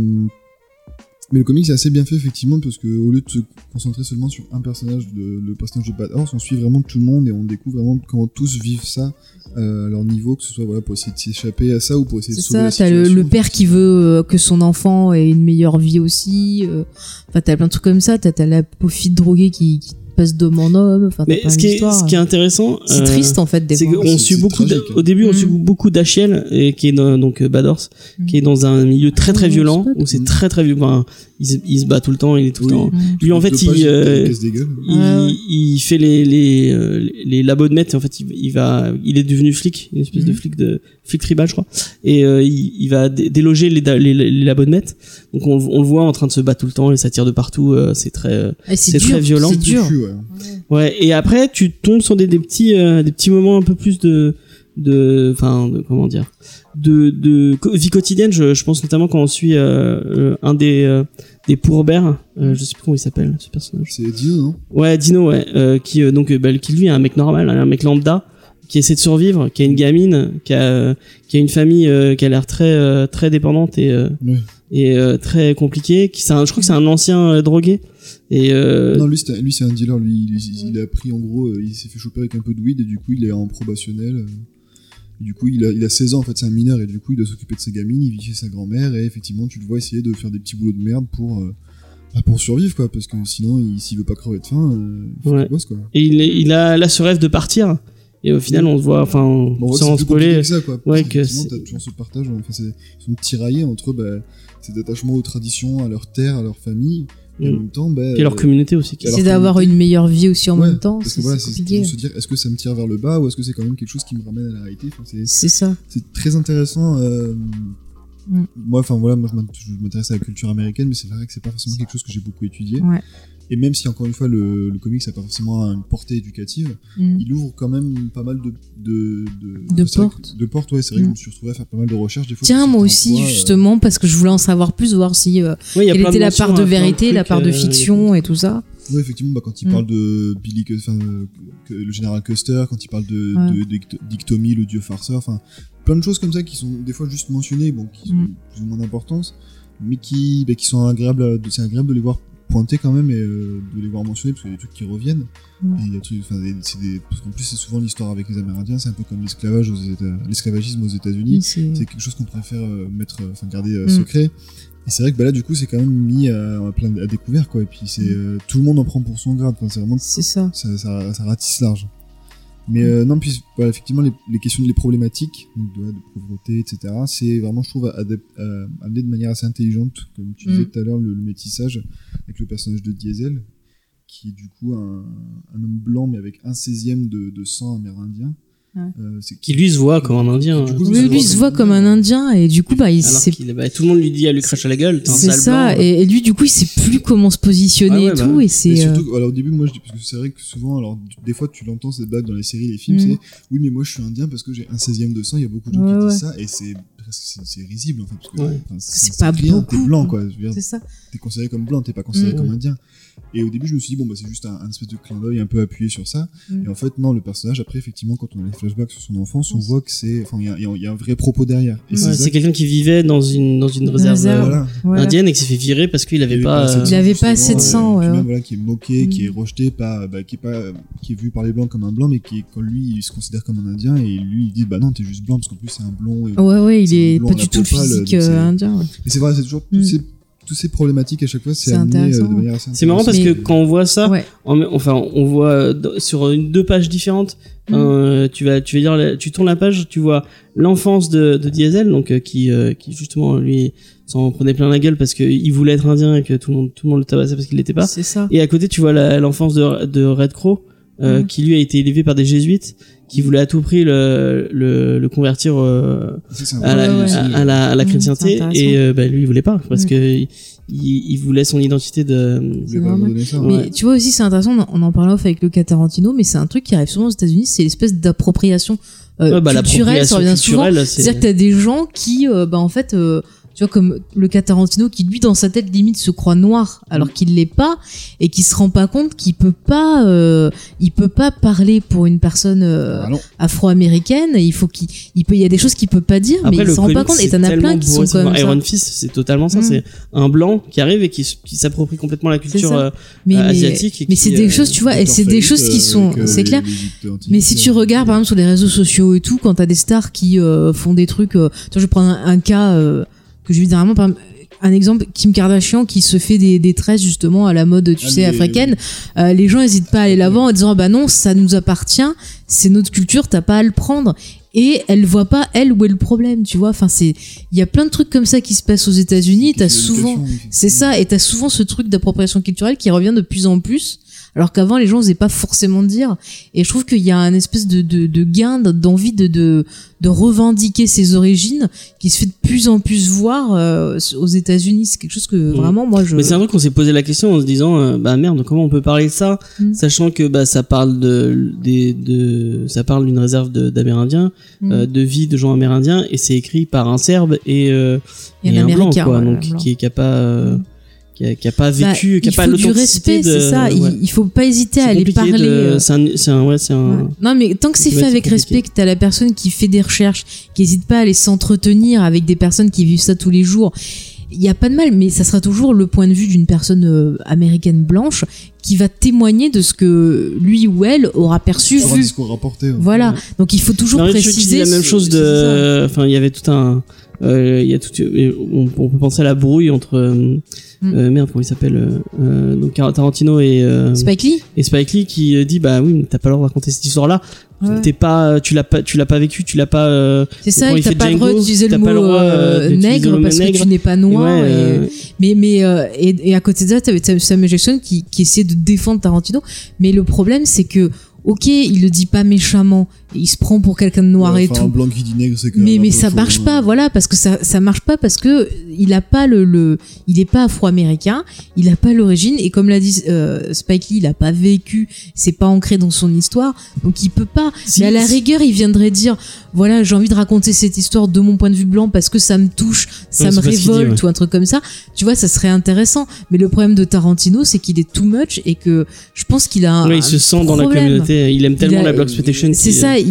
Speaker 5: Mais le comic c'est assez bien fait effectivement parce que au lieu de se concentrer seulement sur un personnage, de- le personnage de Bad Horse, on suit vraiment tout le monde et on découvre vraiment comment tous vivent ça euh, à leur niveau, que ce soit voilà pour essayer de s'échapper à ça ou pour essayer de
Speaker 4: C'est
Speaker 5: sauver
Speaker 4: ça,
Speaker 5: la
Speaker 4: t'as le, le
Speaker 5: situation.
Speaker 4: père qui veut euh, que son enfant ait une meilleure vie aussi. euh. Enfin, t'as plein de trucs comme ça. T'as t'as la pauvre fille droguée qui, qui passe d'homme en homme. Enfin, t'as
Speaker 3: mais
Speaker 4: plein
Speaker 3: ce qui est
Speaker 4: d'histoires.
Speaker 3: ce qui est intéressant
Speaker 4: hein. C'est
Speaker 3: euh,
Speaker 4: triste en fait des
Speaker 3: c'est
Speaker 4: fois.
Speaker 3: qu'on
Speaker 5: C'est-
Speaker 3: suit
Speaker 5: c'est
Speaker 3: beaucoup d'a-
Speaker 5: tragique, hein.
Speaker 3: au début on
Speaker 4: Mhm.
Speaker 3: suit beaucoup d'Achiel et qui est dans- donc euh, Bad Horse,
Speaker 4: Mhm.
Speaker 3: qui est dans un milieu très très
Speaker 4: Mhm,
Speaker 3: violent
Speaker 4: c'est pas
Speaker 3: où c'est très très violent enfin, il, se- il se bat tout le temps il est tout le
Speaker 5: Mm. Oui.
Speaker 3: temps
Speaker 4: Mm.
Speaker 3: lui en fait
Speaker 5: Dopage,
Speaker 3: il
Speaker 5: t'as
Speaker 3: euh,
Speaker 5: une caisse des gueules.
Speaker 3: il,
Speaker 4: Ah ouais.
Speaker 3: il fait les les euh, les labos de maître en fait il, il va il est devenu flic une espèce de
Speaker 4: Mhm.
Speaker 3: flic de flic tribal je crois et euh, il, il va dé- déloger les, da- les, les labos de maître donc on, on le voit en train de se battre tout le temps et ça tire de partout euh, c'est très euh,
Speaker 4: Et C'est
Speaker 3: c'est
Speaker 4: dur,
Speaker 3: très violent.
Speaker 4: C'est dur.
Speaker 5: Fichu, ouais.
Speaker 3: ouais et après tu tombes sur des, des petits euh, des petits moments un peu plus de de enfin de, comment dire de de co- vie quotidienne je, je pense notamment quand on suit euh, euh, un des euh, des Pourbert euh, je sais plus comment il s'appelle ce personnage
Speaker 5: C'est hein. Dino, non
Speaker 3: Ouais, Dino, ouais, euh, qui euh, donc euh, bah, qui lui est un mec normal, hein, un mec lambda, qui essaie de survivre, qui a une gamine, qui a euh, qui a une famille euh, qui a l'air très euh, très dépendante et euh,
Speaker 5: Ouais.
Speaker 3: et euh, très compliquée. Qui c'est un- je crois que c'est un ancien euh, drogué et euh,
Speaker 5: Non, lui c'est un, lui, c'est un dealer, lui il, il- il a pris en gros, euh, il s'est fait choper avec un peu de weed et du coup il est en probationnel. euh. Et Du coup il a, il a 16 ans en fait, c'est un mineur et du coup il doit s'occuper de ses gamines, il vit chez sa grand-mère et effectivement tu le vois essayer de faire des petits boulots de merde pour, euh, bah, pour survivre quoi, parce que sinon il- s'il veut pas crever de faim, euh, faut
Speaker 3: Ouais.
Speaker 5: qu'il bosse quoi.
Speaker 3: et il, est- il a là ce rêve de partir et au final on se voit, enfin
Speaker 5: Bon, en vrai, c'est
Speaker 3: sans
Speaker 5: plus
Speaker 3: spoiler.
Speaker 5: compliqué que ça, quoi.
Speaker 3: ouais,
Speaker 5: Ouais,
Speaker 3: que c'est-
Speaker 5: t'as toujours ce hein, partage, enfin, c'est- ils sont tiraillés entre bah, cet attachement aux traditions, à leur terre, à leur famille, Et
Speaker 3: Mm.
Speaker 5: en même temps, ben.
Speaker 3: Puis leur
Speaker 5: euh,
Speaker 3: communauté aussi. qui-
Speaker 5: alors
Speaker 4: C'est
Speaker 5: que-
Speaker 4: d'avoir une meilleure vie aussi en
Speaker 5: ouais,
Speaker 4: même temps,
Speaker 5: parce que
Speaker 4: c'est
Speaker 5: voilà,
Speaker 4: c'est
Speaker 5: c'est
Speaker 4: compliqué.
Speaker 5: de se dire est-ce que ça me tire vers le bas ou est-ce que c'est quand même quelque chose qui me ramène à la réalité Enfin, c'est-
Speaker 4: C'est ça.
Speaker 5: c'est très intéressant. euh,
Speaker 4: Mm.
Speaker 5: Moi, enfin voilà, moi je m'int- je m'intéresse à la culture américaine, mais c'est vrai que c'est pas forcément quelque chose que j'ai beaucoup étudié.
Speaker 4: Ouais.
Speaker 5: Et même si encore une fois le, le comics n'a pas forcément une portée éducative,
Speaker 4: Mm.
Speaker 5: il ouvre quand même pas mal de de de,
Speaker 4: De
Speaker 5: c'est vrai
Speaker 4: portes.
Speaker 5: que- de portes, ouais, c'est
Speaker 4: Mm.
Speaker 5: vrai que je me suis retrouvé à faire pas mal de recherches des fois.
Speaker 4: Tiens,
Speaker 5: sur
Speaker 4: moi
Speaker 5: certains
Speaker 4: aussi,
Speaker 5: points, euh,
Speaker 4: justement, parce que je voulais en savoir plus, voir si euh,
Speaker 3: Ouais, il y a
Speaker 4: quelle
Speaker 3: plein de
Speaker 4: était la
Speaker 3: mentions
Speaker 4: part
Speaker 3: à
Speaker 4: de
Speaker 3: plein
Speaker 4: vérité, la
Speaker 3: trucs,
Speaker 4: part
Speaker 3: euh,
Speaker 4: de fiction et tout ça.
Speaker 5: Ouais, effectivement, bah, quand il
Speaker 4: Mm.
Speaker 5: parle de Billy, Cus- enfin, euh, que- le général Custer, quand il parle de,
Speaker 4: Ouais.
Speaker 5: de- d'Ict- Dick Tommy, le dieu farceur, enfin, plein de choses comme ça qui sont des fois juste mentionnées, bon, qui
Speaker 4: Mm.
Speaker 5: ont plus ou moins d'importance, mais qui, bah, qui sont agréables, à- de- c'est agréable de les voir pointer quand même et euh, de les voir mentionner parce qu'il y a des trucs qui reviennent.
Speaker 4: Mm.
Speaker 5: Et il y a des trucs- enfin, des- c'est des- parce qu'en plus, c'est souvent l'histoire avec les Amérindiens, c'est un peu comme l'esclavage aux États- l'esclavagisme aux États-Unis.
Speaker 4: Oui, c'est-
Speaker 5: C'est quelque chose qu'on préfère euh, mettre, euh, enfin garder euh,
Speaker 4: Mm.
Speaker 5: secret. Et c'est vrai que bah, là, du coup, c'est quand même mis à, à plein à découvert, quoi. Et puis, c'est
Speaker 4: Mm.
Speaker 5: euh, tout le monde en prend pour son grade. Enfin, c'est vraiment
Speaker 4: C'est ça.
Speaker 5: ça, ça, ça ratisse large. Mais euh, non, puis voilà, effectivement, les, les questions, les problématiques donc de, de pauvreté, etc. C'est vraiment, je trouve, adep- euh, amené de manière assez intelligente, comme tu disais
Speaker 4: Mm.
Speaker 5: tout à l'heure, le, le métissage avec le personnage de Diesel, qui est du coup un, un homme blanc, mais avec un seizième de, de sang amérindien.
Speaker 4: Ouais.
Speaker 5: Euh, c'est
Speaker 3: Qui lui se voit comme un indien.
Speaker 5: Du
Speaker 3: hein.
Speaker 5: coup,
Speaker 3: Tout
Speaker 5: Oui,
Speaker 3: le
Speaker 4: Oui, lui
Speaker 5: c'est
Speaker 3: monde-
Speaker 4: il se voit comme un Indien et du coup, bah, il
Speaker 3: alors
Speaker 4: s'est
Speaker 3: qu'il- bah, tout le monde lui dit à lui crache à la gueule. t'es un
Speaker 4: C'est
Speaker 3: sale
Speaker 4: ça,
Speaker 3: blanc.
Speaker 4: et, et lui du coup il sait plus comment se positionner
Speaker 3: Ah ouais,
Speaker 4: et
Speaker 3: bah
Speaker 4: tout,
Speaker 3: ouais.
Speaker 4: et
Speaker 5: Et
Speaker 4: c'est... euh,
Speaker 5: surtout, alors, au début, moi, je dis, parce que c'est vrai que souvent, alors, des fois, tu l'entends cette blague dans les séries, les films,
Speaker 4: Mm.
Speaker 5: c'est oui, mais moi, je suis indien parce que j'ai un 16 e de sang, il y a beaucoup de gens
Speaker 4: Ouais,
Speaker 5: qui
Speaker 4: ouais.
Speaker 5: disent ça, et c'est presque, c'est, c'est risible, enfin, parce que
Speaker 3: Ouais.
Speaker 5: enfin,
Speaker 4: C'est pas
Speaker 5: clair,
Speaker 4: beaucoup,
Speaker 5: T'es blanc,
Speaker 4: quoi.
Speaker 5: quoi. Je veux dire,
Speaker 4: C'est ça.
Speaker 5: t'es considéré comme blanc, t'es pas considéré
Speaker 4: Mm.
Speaker 5: comme indien. Et au début, je me suis dit, bon, bah, c'est juste un, un espèce de clin d'œil un peu appuyé sur ça.
Speaker 4: Mm.
Speaker 5: Et en fait, non, le personnage, après, effectivement, quand on a les flashbacks sur son enfance, on voit que c'est, enfin, il y a- il y, a- il y a un vrai propos derrière. Et
Speaker 4: Mm.
Speaker 5: c'est
Speaker 3: Ouais,
Speaker 5: ça
Speaker 3: c'est
Speaker 5: que-
Speaker 3: quelqu'un qui vivait dans une, dans une réserve,
Speaker 4: réserve.
Speaker 3: euh,
Speaker 5: voilà.
Speaker 4: Voilà.
Speaker 3: indienne et qui s'est fait virer parce qu'il avait
Speaker 5: Il
Speaker 3: pas. euh,
Speaker 4: Il avait pas assez de sang,
Speaker 5: et puis
Speaker 4: ouais,
Speaker 5: même,
Speaker 4: ouais.
Speaker 5: voilà, qui est moqué, qui est
Speaker 4: Mm.
Speaker 5: rejeté, pas, bah, qui est pas, qui est vu par les blancs comme un blanc, mais qui, est- quand lui, il se considère comme un indien, et lui, il dit, bah non, t'es juste blanc, parce qu'en plus, c'est un blond. Et,
Speaker 4: Ouais, ouais, il
Speaker 5: C'est
Speaker 4: est
Speaker 5: un blond
Speaker 4: pas
Speaker 5: à la
Speaker 4: du tout le
Speaker 5: peau pâle,
Speaker 4: physique
Speaker 5: donc c'est-
Speaker 4: euh, indien. ouais.
Speaker 5: et c'est vrai, c'est toujours tous
Speaker 4: Mm.
Speaker 5: ces, tous ces problématiques à chaque fois, c'est
Speaker 4: C'est
Speaker 5: amené euh,
Speaker 4: intéressant.
Speaker 5: de manière assez
Speaker 3: C'est marrant parce que
Speaker 5: intéressante.
Speaker 3: quand on voit ça,
Speaker 4: Ouais.
Speaker 3: en- enfin, on voit euh, dans- sur une, deux pages différentes.
Speaker 4: Mm.
Speaker 3: euh, tu vas, tu vas dire, la- tu tournes la page, tu vois l'enfance de, de Diesel, donc euh, qui, euh, qui justement lui s'en prenait plein la gueule parce qu'il voulait être indien et que tout le monde, tout le monde le tabassait parce qu'il l'était pas.
Speaker 4: C'est ça.
Speaker 3: Et à côté, tu vois la- l'enfance de, de Red Crow, euh,
Speaker 4: Mhm.
Speaker 3: qui lui a été élevé par des jésuites, qui voulaient à tout prix le, le, le convertir euh,
Speaker 5: Ça, c'est un
Speaker 3: à,
Speaker 5: vrai
Speaker 3: la,
Speaker 4: Ouais, ouais.
Speaker 5: aussi,
Speaker 3: à-
Speaker 5: euh,
Speaker 3: à la, à la
Speaker 4: Mhm,
Speaker 3: chrétienté.
Speaker 4: c'est intéressant.
Speaker 3: et euh, bah, lui, il voulait pas, parce
Speaker 4: Mhm.
Speaker 3: que il, il voulait son identité de...
Speaker 5: je
Speaker 4: c'est
Speaker 5: vais pas
Speaker 4: normal.
Speaker 5: abandonner ça. hein.
Speaker 4: Mais
Speaker 3: Ouais.
Speaker 4: tu vois aussi, c'est intéressant, on en- on en parlait off avec le cas Tarantino, mais c'est un truc qui arrive souvent aux États-Unis, c'est l'espèce d'appropriation euh,
Speaker 3: Ouais, bah,
Speaker 4: culturelle, ça
Speaker 3: l'appropriation
Speaker 4: revient souvent.
Speaker 3: culturelle,
Speaker 4: C'est-à-dire que
Speaker 3: c'est...
Speaker 4: t'as des gens qui, euh, bah, en fait, euh, tu vois, comme le cas Tarantino, qui lui, dans sa tête, limite, se croit noir,
Speaker 3: Mm.
Speaker 4: alors qu'il l'est pas, et qui se rend pas compte qu'il peut pas, euh, il peut pas parler pour une personne euh,
Speaker 5: Ah non.
Speaker 4: afro-américaine, et il faut qu'il, il peut, il y a des choses qu'il peut pas dire, mais il
Speaker 3: le
Speaker 4: se rend pas
Speaker 3: comics,
Speaker 4: compte, et
Speaker 3: c'est
Speaker 4: t'en as
Speaker 3: tellement
Speaker 4: plein qui sont
Speaker 3: bourré, c'est
Speaker 4: comme
Speaker 3: vrai.
Speaker 4: ça.
Speaker 3: Iron Fist, c'est totalement ça.
Speaker 4: Mm.
Speaker 3: C'est un blanc qui arrive et qui, s- qui s'approprie complètement la culture
Speaker 4: ça.
Speaker 3: euh,
Speaker 4: Mais, mais-
Speaker 3: asiatique. et
Speaker 4: mais
Speaker 3: qui,
Speaker 4: c'est des
Speaker 3: euh,
Speaker 4: choses, tu vois, et
Speaker 5: Docteur
Speaker 4: c'est des
Speaker 5: Fate,
Speaker 4: choses
Speaker 5: euh,
Speaker 4: qui sont,
Speaker 5: avec, euh,
Speaker 4: c'est
Speaker 5: les-
Speaker 4: clair.
Speaker 5: les Égyptiens
Speaker 4: Mais si tu regardes par exemple sur les réseaux sociaux et tout, quand t'as des stars qui euh, font des trucs, euh, tu vois, je vais prendre un, un cas euh, que j'ai vu dernièrement, par exemple, un exemple Kim Kardashian qui se fait des, des tresses justement à la mode, tu
Speaker 5: Ah,
Speaker 4: sais,
Speaker 5: mais-
Speaker 4: africaine. Euh, les gens n'hésitent pas à aller l'avant en disant ah bah non, ça nous appartient, c'est notre culture, t'as pas à le prendre. Et elle voit pas elle où est le problème, tu vois. Enfin c'est, il y a plein de trucs comme ça qui se passent aux États-Unis. T'as souvent c'est ça, et t'as souvent ce truc d'appropriation culturelle qui revient de plus en plus, alors qu'avant les gens n'osaient pas forcément le dire. Et je trouve qu'il y a un espèce de, de, de gain, d- d'envie de, de, de revendiquer ses origines qui se fait de plus en plus voir euh, aux États-Unis. C'est quelque chose que vraiment moi je.
Speaker 3: Mmh. Mais c'est un truc qu'on s'est posé la question en se disant euh, bah merde comment on peut parler de ça
Speaker 4: Mm.
Speaker 3: sachant que bah ça parle de des de ça parle d'une réserve de- d'Amérindiens
Speaker 4: Mm.
Speaker 3: euh, de vie de gens Amérindiens et c'est écrit par un Serbe et euh,
Speaker 4: Et un
Speaker 3: et un blanc
Speaker 4: Américain,
Speaker 3: quoi
Speaker 4: ouais,
Speaker 3: donc
Speaker 4: un blanc.
Speaker 3: qui qui a pas euh,
Speaker 4: Mm.
Speaker 3: qui, a, qui a pas
Speaker 4: Bah,
Speaker 3: vécu qui a
Speaker 4: il
Speaker 3: pas
Speaker 4: faut du
Speaker 3: l'authenticité
Speaker 4: respect,
Speaker 3: de
Speaker 4: c'est ça.
Speaker 3: ouais.
Speaker 4: Il, il faut pas hésiter
Speaker 3: C'est
Speaker 4: à aller
Speaker 3: compliqué
Speaker 4: parler.
Speaker 3: de-
Speaker 4: euh,
Speaker 3: c'est un c'est un ouais c'est un
Speaker 4: Ouais. Non, mais tant que Euh, c'est
Speaker 3: Ouais,
Speaker 4: fait
Speaker 3: c'est
Speaker 4: avec
Speaker 3: compliqué.
Speaker 4: respect, que t'as la personne qui fait des recherches, qui hésite pas à aller s'entretenir avec des personnes qui vivent ça tous les jours, il y a pas de mal, mais ça sera toujours le point de vue d'une personne euh, américaine blanche qui va témoigner de ce que lui ou elle aura perçu,
Speaker 5: un
Speaker 4: vu.
Speaker 5: discours rapporté. hein.
Speaker 4: Voilà. Donc il faut toujours
Speaker 3: Non, mais tu
Speaker 4: préciser.
Speaker 3: utilises la même
Speaker 4: ce-
Speaker 3: chose
Speaker 4: c'est ça.
Speaker 3: de enfin il y avait tout un Euh, Il y a tout, et on, on peut penser à la brouille entre euh,
Speaker 4: Mm.
Speaker 3: euh, merde comment il s'appelle euh, euh, donc Tarantino et euh,
Speaker 4: Spike Lee
Speaker 3: et Spike Lee qui euh, dit bah oui mais t'as pas le droit de raconter cette histoire là
Speaker 4: Ouais.
Speaker 3: t'es pas tu l'as pas tu l'as pas vécu tu l'as pas euh,
Speaker 4: C'est ça,
Speaker 3: quand
Speaker 4: et
Speaker 3: il
Speaker 4: t'as
Speaker 3: fait
Speaker 4: pas le droit
Speaker 3: Django,
Speaker 4: d'utiliser le
Speaker 3: t'as pas le
Speaker 4: mot
Speaker 3: droit,
Speaker 4: euh,
Speaker 3: euh, d'utiliser le
Speaker 4: nègre
Speaker 3: mot
Speaker 4: parce que
Speaker 3: nègre.
Speaker 4: tu n'es pas
Speaker 3: et
Speaker 4: noir.
Speaker 3: ouais,
Speaker 4: et-
Speaker 3: euh,
Speaker 4: Mais, mais euh, et, et à côté de ça, t'avais Sam- Samuel Jackson qui, qui essayait de défendre Tarantino. Mais le problème, c'est que, ok, il le dit pas méchamment, il se prend pour quelqu'un de noir
Speaker 5: Ouais,
Speaker 4: et
Speaker 5: enfin,
Speaker 4: tout.
Speaker 5: Un blanc qui dit nègre, c'est quand
Speaker 4: mais
Speaker 5: même un
Speaker 4: mais
Speaker 5: peu
Speaker 4: ça
Speaker 5: chaud,
Speaker 4: marche
Speaker 5: hein.
Speaker 4: pas voilà parce que ça ça marche pas parce que il a pas le, le il est pas afro-américain il a pas l'origine et comme l'a dit euh, Spike Lee il a pas vécu c'est pas ancré dans son histoire donc il peut pas
Speaker 3: si-
Speaker 4: mais à la rigueur il viendrait dire voilà j'ai envie de raconter cette histoire de mon point de vue blanc parce que ça me touche ça
Speaker 3: Ouais,
Speaker 4: me
Speaker 3: c'est pas ce qu'il dit,
Speaker 4: révolte
Speaker 3: ouais.
Speaker 4: ou un truc comme ça tu vois ça serait intéressant mais le problème de Tarantino c'est qu'il est too much et que je pense qu'il a un,
Speaker 3: ouais, il se
Speaker 4: un
Speaker 3: sent dans la
Speaker 4: problème.
Speaker 3: communauté il aime tellement
Speaker 4: Il a-
Speaker 3: la black exploitation euh,
Speaker 4: c'est ça il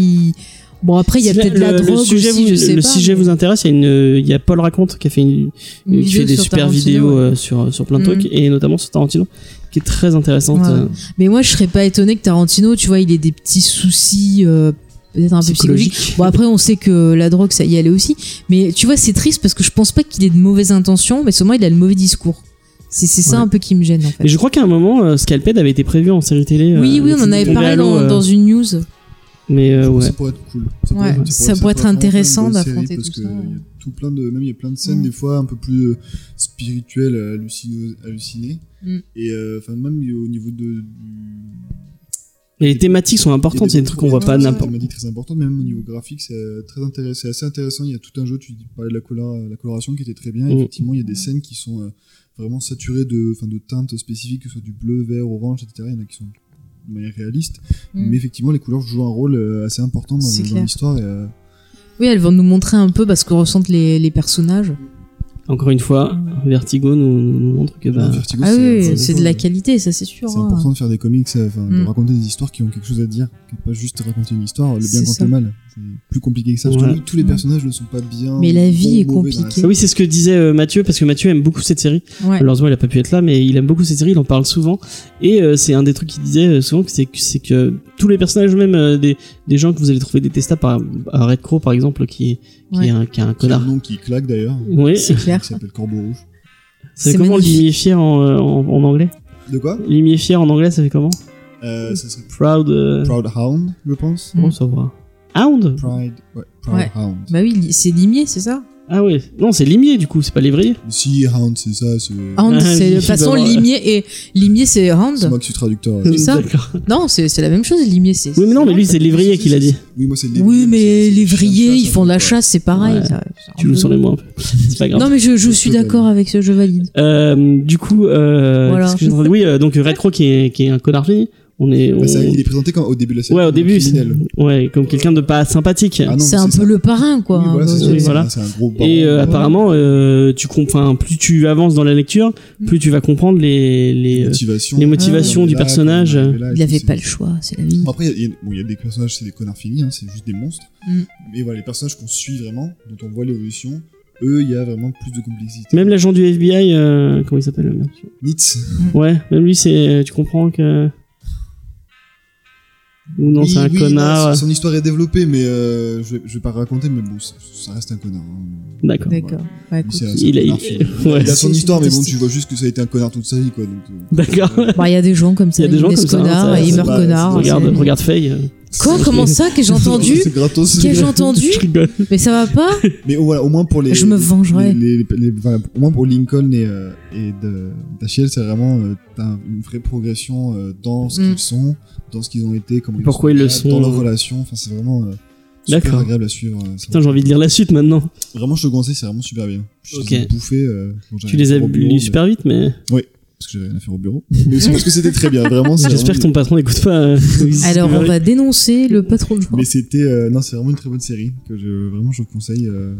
Speaker 4: Bon après Ah, il y a
Speaker 3: Si la-
Speaker 4: peut-être la
Speaker 3: le-
Speaker 4: drogue
Speaker 3: le sujet
Speaker 4: aussi,
Speaker 3: vous,
Speaker 4: je sais
Speaker 3: le
Speaker 4: pas,
Speaker 3: sujet
Speaker 4: mais-
Speaker 3: vous intéresse il y a une euh, il y a Paul raconte qui a fait une,
Speaker 4: Une
Speaker 3: qui fait
Speaker 4: vidéo
Speaker 3: des
Speaker 4: sur
Speaker 3: super
Speaker 4: Tarantino,
Speaker 3: vidéos
Speaker 4: ouais.
Speaker 3: euh, sur sur plein de
Speaker 4: Mhm.
Speaker 3: trucs et notamment sur Tarantino qui est très intéressante
Speaker 4: Ouais.
Speaker 3: euh,
Speaker 4: Mais moi, je serais pas étonné que Tarantino, tu vois, il ait des petits soucis, euh, peut-être un peu psychologiques.
Speaker 3: psychologique
Speaker 4: Bon, après, on sait que la drogue, ça y allait aussi. Mais tu vois, c'est triste parce que je pense pas qu'il ait de mauvaises intentions, mais seulement il a le mauvais discours. C'est c'est ça
Speaker 3: Ouais.
Speaker 4: un peu qui me gêne, en fait.
Speaker 3: et je crois qu'à un moment euh, Scalped avait été prévu en série télé
Speaker 4: Oui,
Speaker 3: euh,
Speaker 4: oui,
Speaker 3: qui
Speaker 4: on en avait
Speaker 3: tombait à
Speaker 4: parlé
Speaker 3: l'eau,
Speaker 4: dans,
Speaker 3: euh,
Speaker 4: dans une news.
Speaker 3: mais euh, ouais
Speaker 5: Ça pourrait être cool. Ça
Speaker 4: Ouais,
Speaker 5: pourrait,
Speaker 4: ça pourrait être
Speaker 5: vraiment
Speaker 4: intéressant
Speaker 5: une bonne série,
Speaker 4: d'affronter
Speaker 5: parce
Speaker 4: tout
Speaker 5: que
Speaker 4: ça.
Speaker 5: il y a tout plein de, même il y a plein de scènes
Speaker 4: Mm.
Speaker 5: des fois un peu plus euh, spirituelles, euh, hallucino- hallucinées.
Speaker 4: Mm.
Speaker 5: Et euh, enfin même au niveau de du,
Speaker 3: Et les thématiques sont importantes, c'est des trucs qu'on voit pas
Speaker 5: Ouais,
Speaker 3: n'importe.
Speaker 5: Il m'a dit très important, même au niveau graphique, c'est euh, très intéressant, c'est assez intéressant. Il y a tout un jeu, tu dis- parlais de la, couleur- la coloration qui était très bien.
Speaker 3: Mm.
Speaker 5: Effectivement, il y a des scènes qui sont euh, vraiment saturées de, enfin, de teintes spécifiques, que ce soit du bleu, vert, orange, etc. Il y en a qui sont de manière réaliste.
Speaker 4: Mm.
Speaker 5: Mais effectivement, les couleurs jouent un rôle euh, assez important dans,
Speaker 4: C'est
Speaker 5: dans
Speaker 4: clair.
Speaker 5: l'histoire. et, euh,
Speaker 4: Oui, elles vont nous montrer un peu parce que ressentent les, les personnages.
Speaker 3: Encore une fois, Vertigo nous, nous- nous montre que bah,
Speaker 5: Vertigo,
Speaker 4: ah
Speaker 5: euh,
Speaker 4: oui, c'est de la
Speaker 5: important,
Speaker 4: qualité, ça, c'est
Speaker 5: euh,
Speaker 4: sûr.
Speaker 5: C'est
Speaker 4: hein.
Speaker 5: important de faire des comics, euh, enfin, de
Speaker 4: Mm.
Speaker 5: raconter des histoires qui ont quelque chose à dire, que pas juste raconter une histoire, le bien
Speaker 4: C'est
Speaker 5: contre
Speaker 4: ça.
Speaker 5: le mal. C'est plus compliqué que ça. Je
Speaker 3: Ouais.
Speaker 5: trouve que tous les personnages ne sont pas bien.
Speaker 4: Mais la vie
Speaker 5: bons ou
Speaker 4: est
Speaker 5: mauvais dans la
Speaker 4: compliquée.
Speaker 3: Ah oui, c'est ce que disait euh, Mathieu, parce que Mathieu aime beaucoup cette série.
Speaker 4: Ouais.
Speaker 3: Malheureusement, il a pas pu être là, mais il aime beaucoup cette série, il en parle souvent. Et euh, c'est un des trucs qu'il disait euh, souvent, que c'est que, c'est que tous les personnages, même euh, des, des gens que vous allez trouver détestables, par à Red Crow par exemple, qui, est- qui,
Speaker 4: Ouais.
Speaker 3: est, un, qui est un
Speaker 5: C'est un
Speaker 3: connard.
Speaker 5: nom qui claque d'ailleurs. Euh,
Speaker 3: Oui,
Speaker 4: C'est clair.
Speaker 5: qui s'appelle Corbeau Rouge.
Speaker 3: c'est
Speaker 4: C'est
Speaker 3: comment
Speaker 4: magnifique.
Speaker 3: limier en, euh, en, en anglais
Speaker 5: De quoi
Speaker 3: Limier en anglais, ça fait comment
Speaker 5: euh, Ça serait
Speaker 3: Proud. euh,
Speaker 5: Proud Hound, je pense.
Speaker 3: Bon, ça va. Hound
Speaker 5: Pride, ouais, Proud
Speaker 4: Mm. Ouais.
Speaker 5: Hound.
Speaker 4: Bah oui, li- c'est limier, c'est ça
Speaker 3: Ah ouais, non, c'est limier du coup, c'est pas lévrier.
Speaker 5: Si Hound, c'est ça, c'est.
Speaker 4: Hand,
Speaker 3: Ah,
Speaker 4: c'est de
Speaker 3: il
Speaker 4: toute façon
Speaker 3: va voir.
Speaker 4: limier et limier, c'est hand.
Speaker 5: C'est moi qui suis traducteur.
Speaker 4: C'est ça
Speaker 3: D'accord.
Speaker 4: Non, c'est c'est la même chose, limier, c'est.
Speaker 3: Oui, mais non, mais lui, c'est lévrier
Speaker 5: Si, si,
Speaker 3: qu'il a
Speaker 5: si,
Speaker 3: dit.
Speaker 5: si. Oui, moi c'est lévrier.
Speaker 4: Oui,
Speaker 5: c'est-
Speaker 4: mais
Speaker 5: c'est
Speaker 4: les
Speaker 5: chasse,
Speaker 4: vrillés, ils
Speaker 5: un
Speaker 4: font de
Speaker 5: peu,
Speaker 4: la
Speaker 5: ouais.
Speaker 4: chasse, c'est pareil.
Speaker 3: Ouais.
Speaker 4: ça- c'est un
Speaker 3: Tu joues
Speaker 4: peu-
Speaker 3: sur les mots un peu. C'est pas grave.
Speaker 4: Non, mais je, je
Speaker 5: Je
Speaker 4: suis
Speaker 5: peux
Speaker 4: d'accord avec ce, je valide.
Speaker 3: Euh, du coup, euh,
Speaker 4: Voilà.
Speaker 3: qu'est-ce que j'étais en train de- oui, euh, donc Red Crow qui est, qui est un connard fini. On est, on-
Speaker 5: Bah, ça, il est présenté quand, au début de la série.
Speaker 3: ouais, au
Speaker 5: comme un
Speaker 3: début, c'est-
Speaker 5: criminel.
Speaker 3: ouais, comme quelqu'un de pas sympathique.
Speaker 5: Ah non,
Speaker 4: C'est un peu
Speaker 5: ça.
Speaker 4: le parrain, quoi.
Speaker 5: Oui, voilà,
Speaker 4: hein,
Speaker 5: c'est
Speaker 4: dans-
Speaker 5: ça,
Speaker 3: Oui,
Speaker 5: c'est-
Speaker 3: voilà.
Speaker 5: C'est un gros baron.
Speaker 3: Et euh,
Speaker 5: Ouais.
Speaker 3: apparemment, euh, tu comprends. Plus tu avances dans la lecture, plus tu vas comprendre les les, euh,
Speaker 5: Motivation.
Speaker 3: les motivations
Speaker 5: Ah,
Speaker 3: du
Speaker 5: là,
Speaker 3: personnage. euh,
Speaker 5: comment on est là,
Speaker 4: Il
Speaker 5: et
Speaker 4: avait
Speaker 5: tout,
Speaker 4: pas
Speaker 5: c'est-
Speaker 4: le choix, c'est la vie.
Speaker 5: Bon, Après, il y, a- bon, il y a des personnages, c'est des connards finis, hein, c'est juste des monstres.
Speaker 4: Mm.
Speaker 5: Mais voilà, les personnages qu'on suit vraiment, dont on voit l'évolution, eux, il y a vraiment plus de complexité.
Speaker 3: Même l'agent du FBI, euh, comment il s'appelle merde.
Speaker 5: Nitz.
Speaker 3: Ouais, même lui, c'est euh, tu comprends que ou non,
Speaker 5: Oui,
Speaker 3: c'est un
Speaker 5: oui,
Speaker 3: connard.
Speaker 5: non, son, son histoire est développée, mais euh, je, vais, je vais pas raconter, mais bon, ça, ça reste un connard. hein.
Speaker 3: D'accord.
Speaker 4: D'accord. Ouais,
Speaker 5: Lui,
Speaker 4: cool.
Speaker 5: c'est un- c'est un
Speaker 3: Il, a- il-
Speaker 5: connard fini.
Speaker 3: ouais.
Speaker 5: Il a son
Speaker 4: C'est-
Speaker 5: histoire,
Speaker 4: c'est
Speaker 5: mais bon,
Speaker 4: fantastique.
Speaker 5: tu vois juste que ça a été un connard toute sa vie, quoi. donc, euh,
Speaker 3: D'accord.
Speaker 5: voilà.
Speaker 4: Bah, il y a des gens comme ça,
Speaker 3: Il y a des
Speaker 4: ils
Speaker 3: gens
Speaker 4: naissent
Speaker 3: comme ça,
Speaker 4: connards
Speaker 3: ça-
Speaker 4: et ils
Speaker 5: ça
Speaker 4: meurent
Speaker 5: va,
Speaker 4: connards.
Speaker 5: c'est-
Speaker 4: Ah, c'est la
Speaker 3: Regarde,
Speaker 4: vie.
Speaker 3: regarde Faye.
Speaker 4: Quoi Comment ça que j'ai entendu
Speaker 5: C'est gratos.
Speaker 4: Que j'ai entendu
Speaker 3: Je rigole.
Speaker 4: Mais ça va pas
Speaker 5: Mais voilà, au moins pour les.
Speaker 4: Je me vengerai.
Speaker 5: les- les- les- enfin, au moins pour Lincoln et, euh, et de- d'Achiel, c'est vraiment euh, t'as une vraie progression euh, dans ce
Speaker 4: Mm.
Speaker 5: qu'ils sont, dans ce qu'ils ont été, comment ils
Speaker 3: Pourquoi ils le
Speaker 5: là, Dans
Speaker 3: sont. euh.
Speaker 5: leurs relations, enfin, c'est vraiment. euh, super
Speaker 3: D'accord.
Speaker 5: agréable à suivre. euh, c'est
Speaker 3: Putain, j'ai
Speaker 5: vraiment-
Speaker 3: envie de lire la suite maintenant.
Speaker 5: Vraiment, je te conseille, c'est vraiment super bien. Je
Speaker 3: Ok.
Speaker 5: les ai bouffés, euh, quand
Speaker 3: Tu
Speaker 5: j'arrivais
Speaker 3: les as
Speaker 5: au bureau,
Speaker 3: lus
Speaker 5: mais-
Speaker 3: super vite, mais
Speaker 5: parce que j'avais rien à faire au bureau. Mais c'est parce que c'était très bien, vraiment. c'est
Speaker 3: j'espère que ton
Speaker 5: vraiment-
Speaker 3: patron n'écoute pas. euh,
Speaker 4: Alors, on va dénoncer le patron de joie.
Speaker 5: Mais c'était, euh, non, c'est vraiment une très bonne série que je vraiment je vous conseille. euh.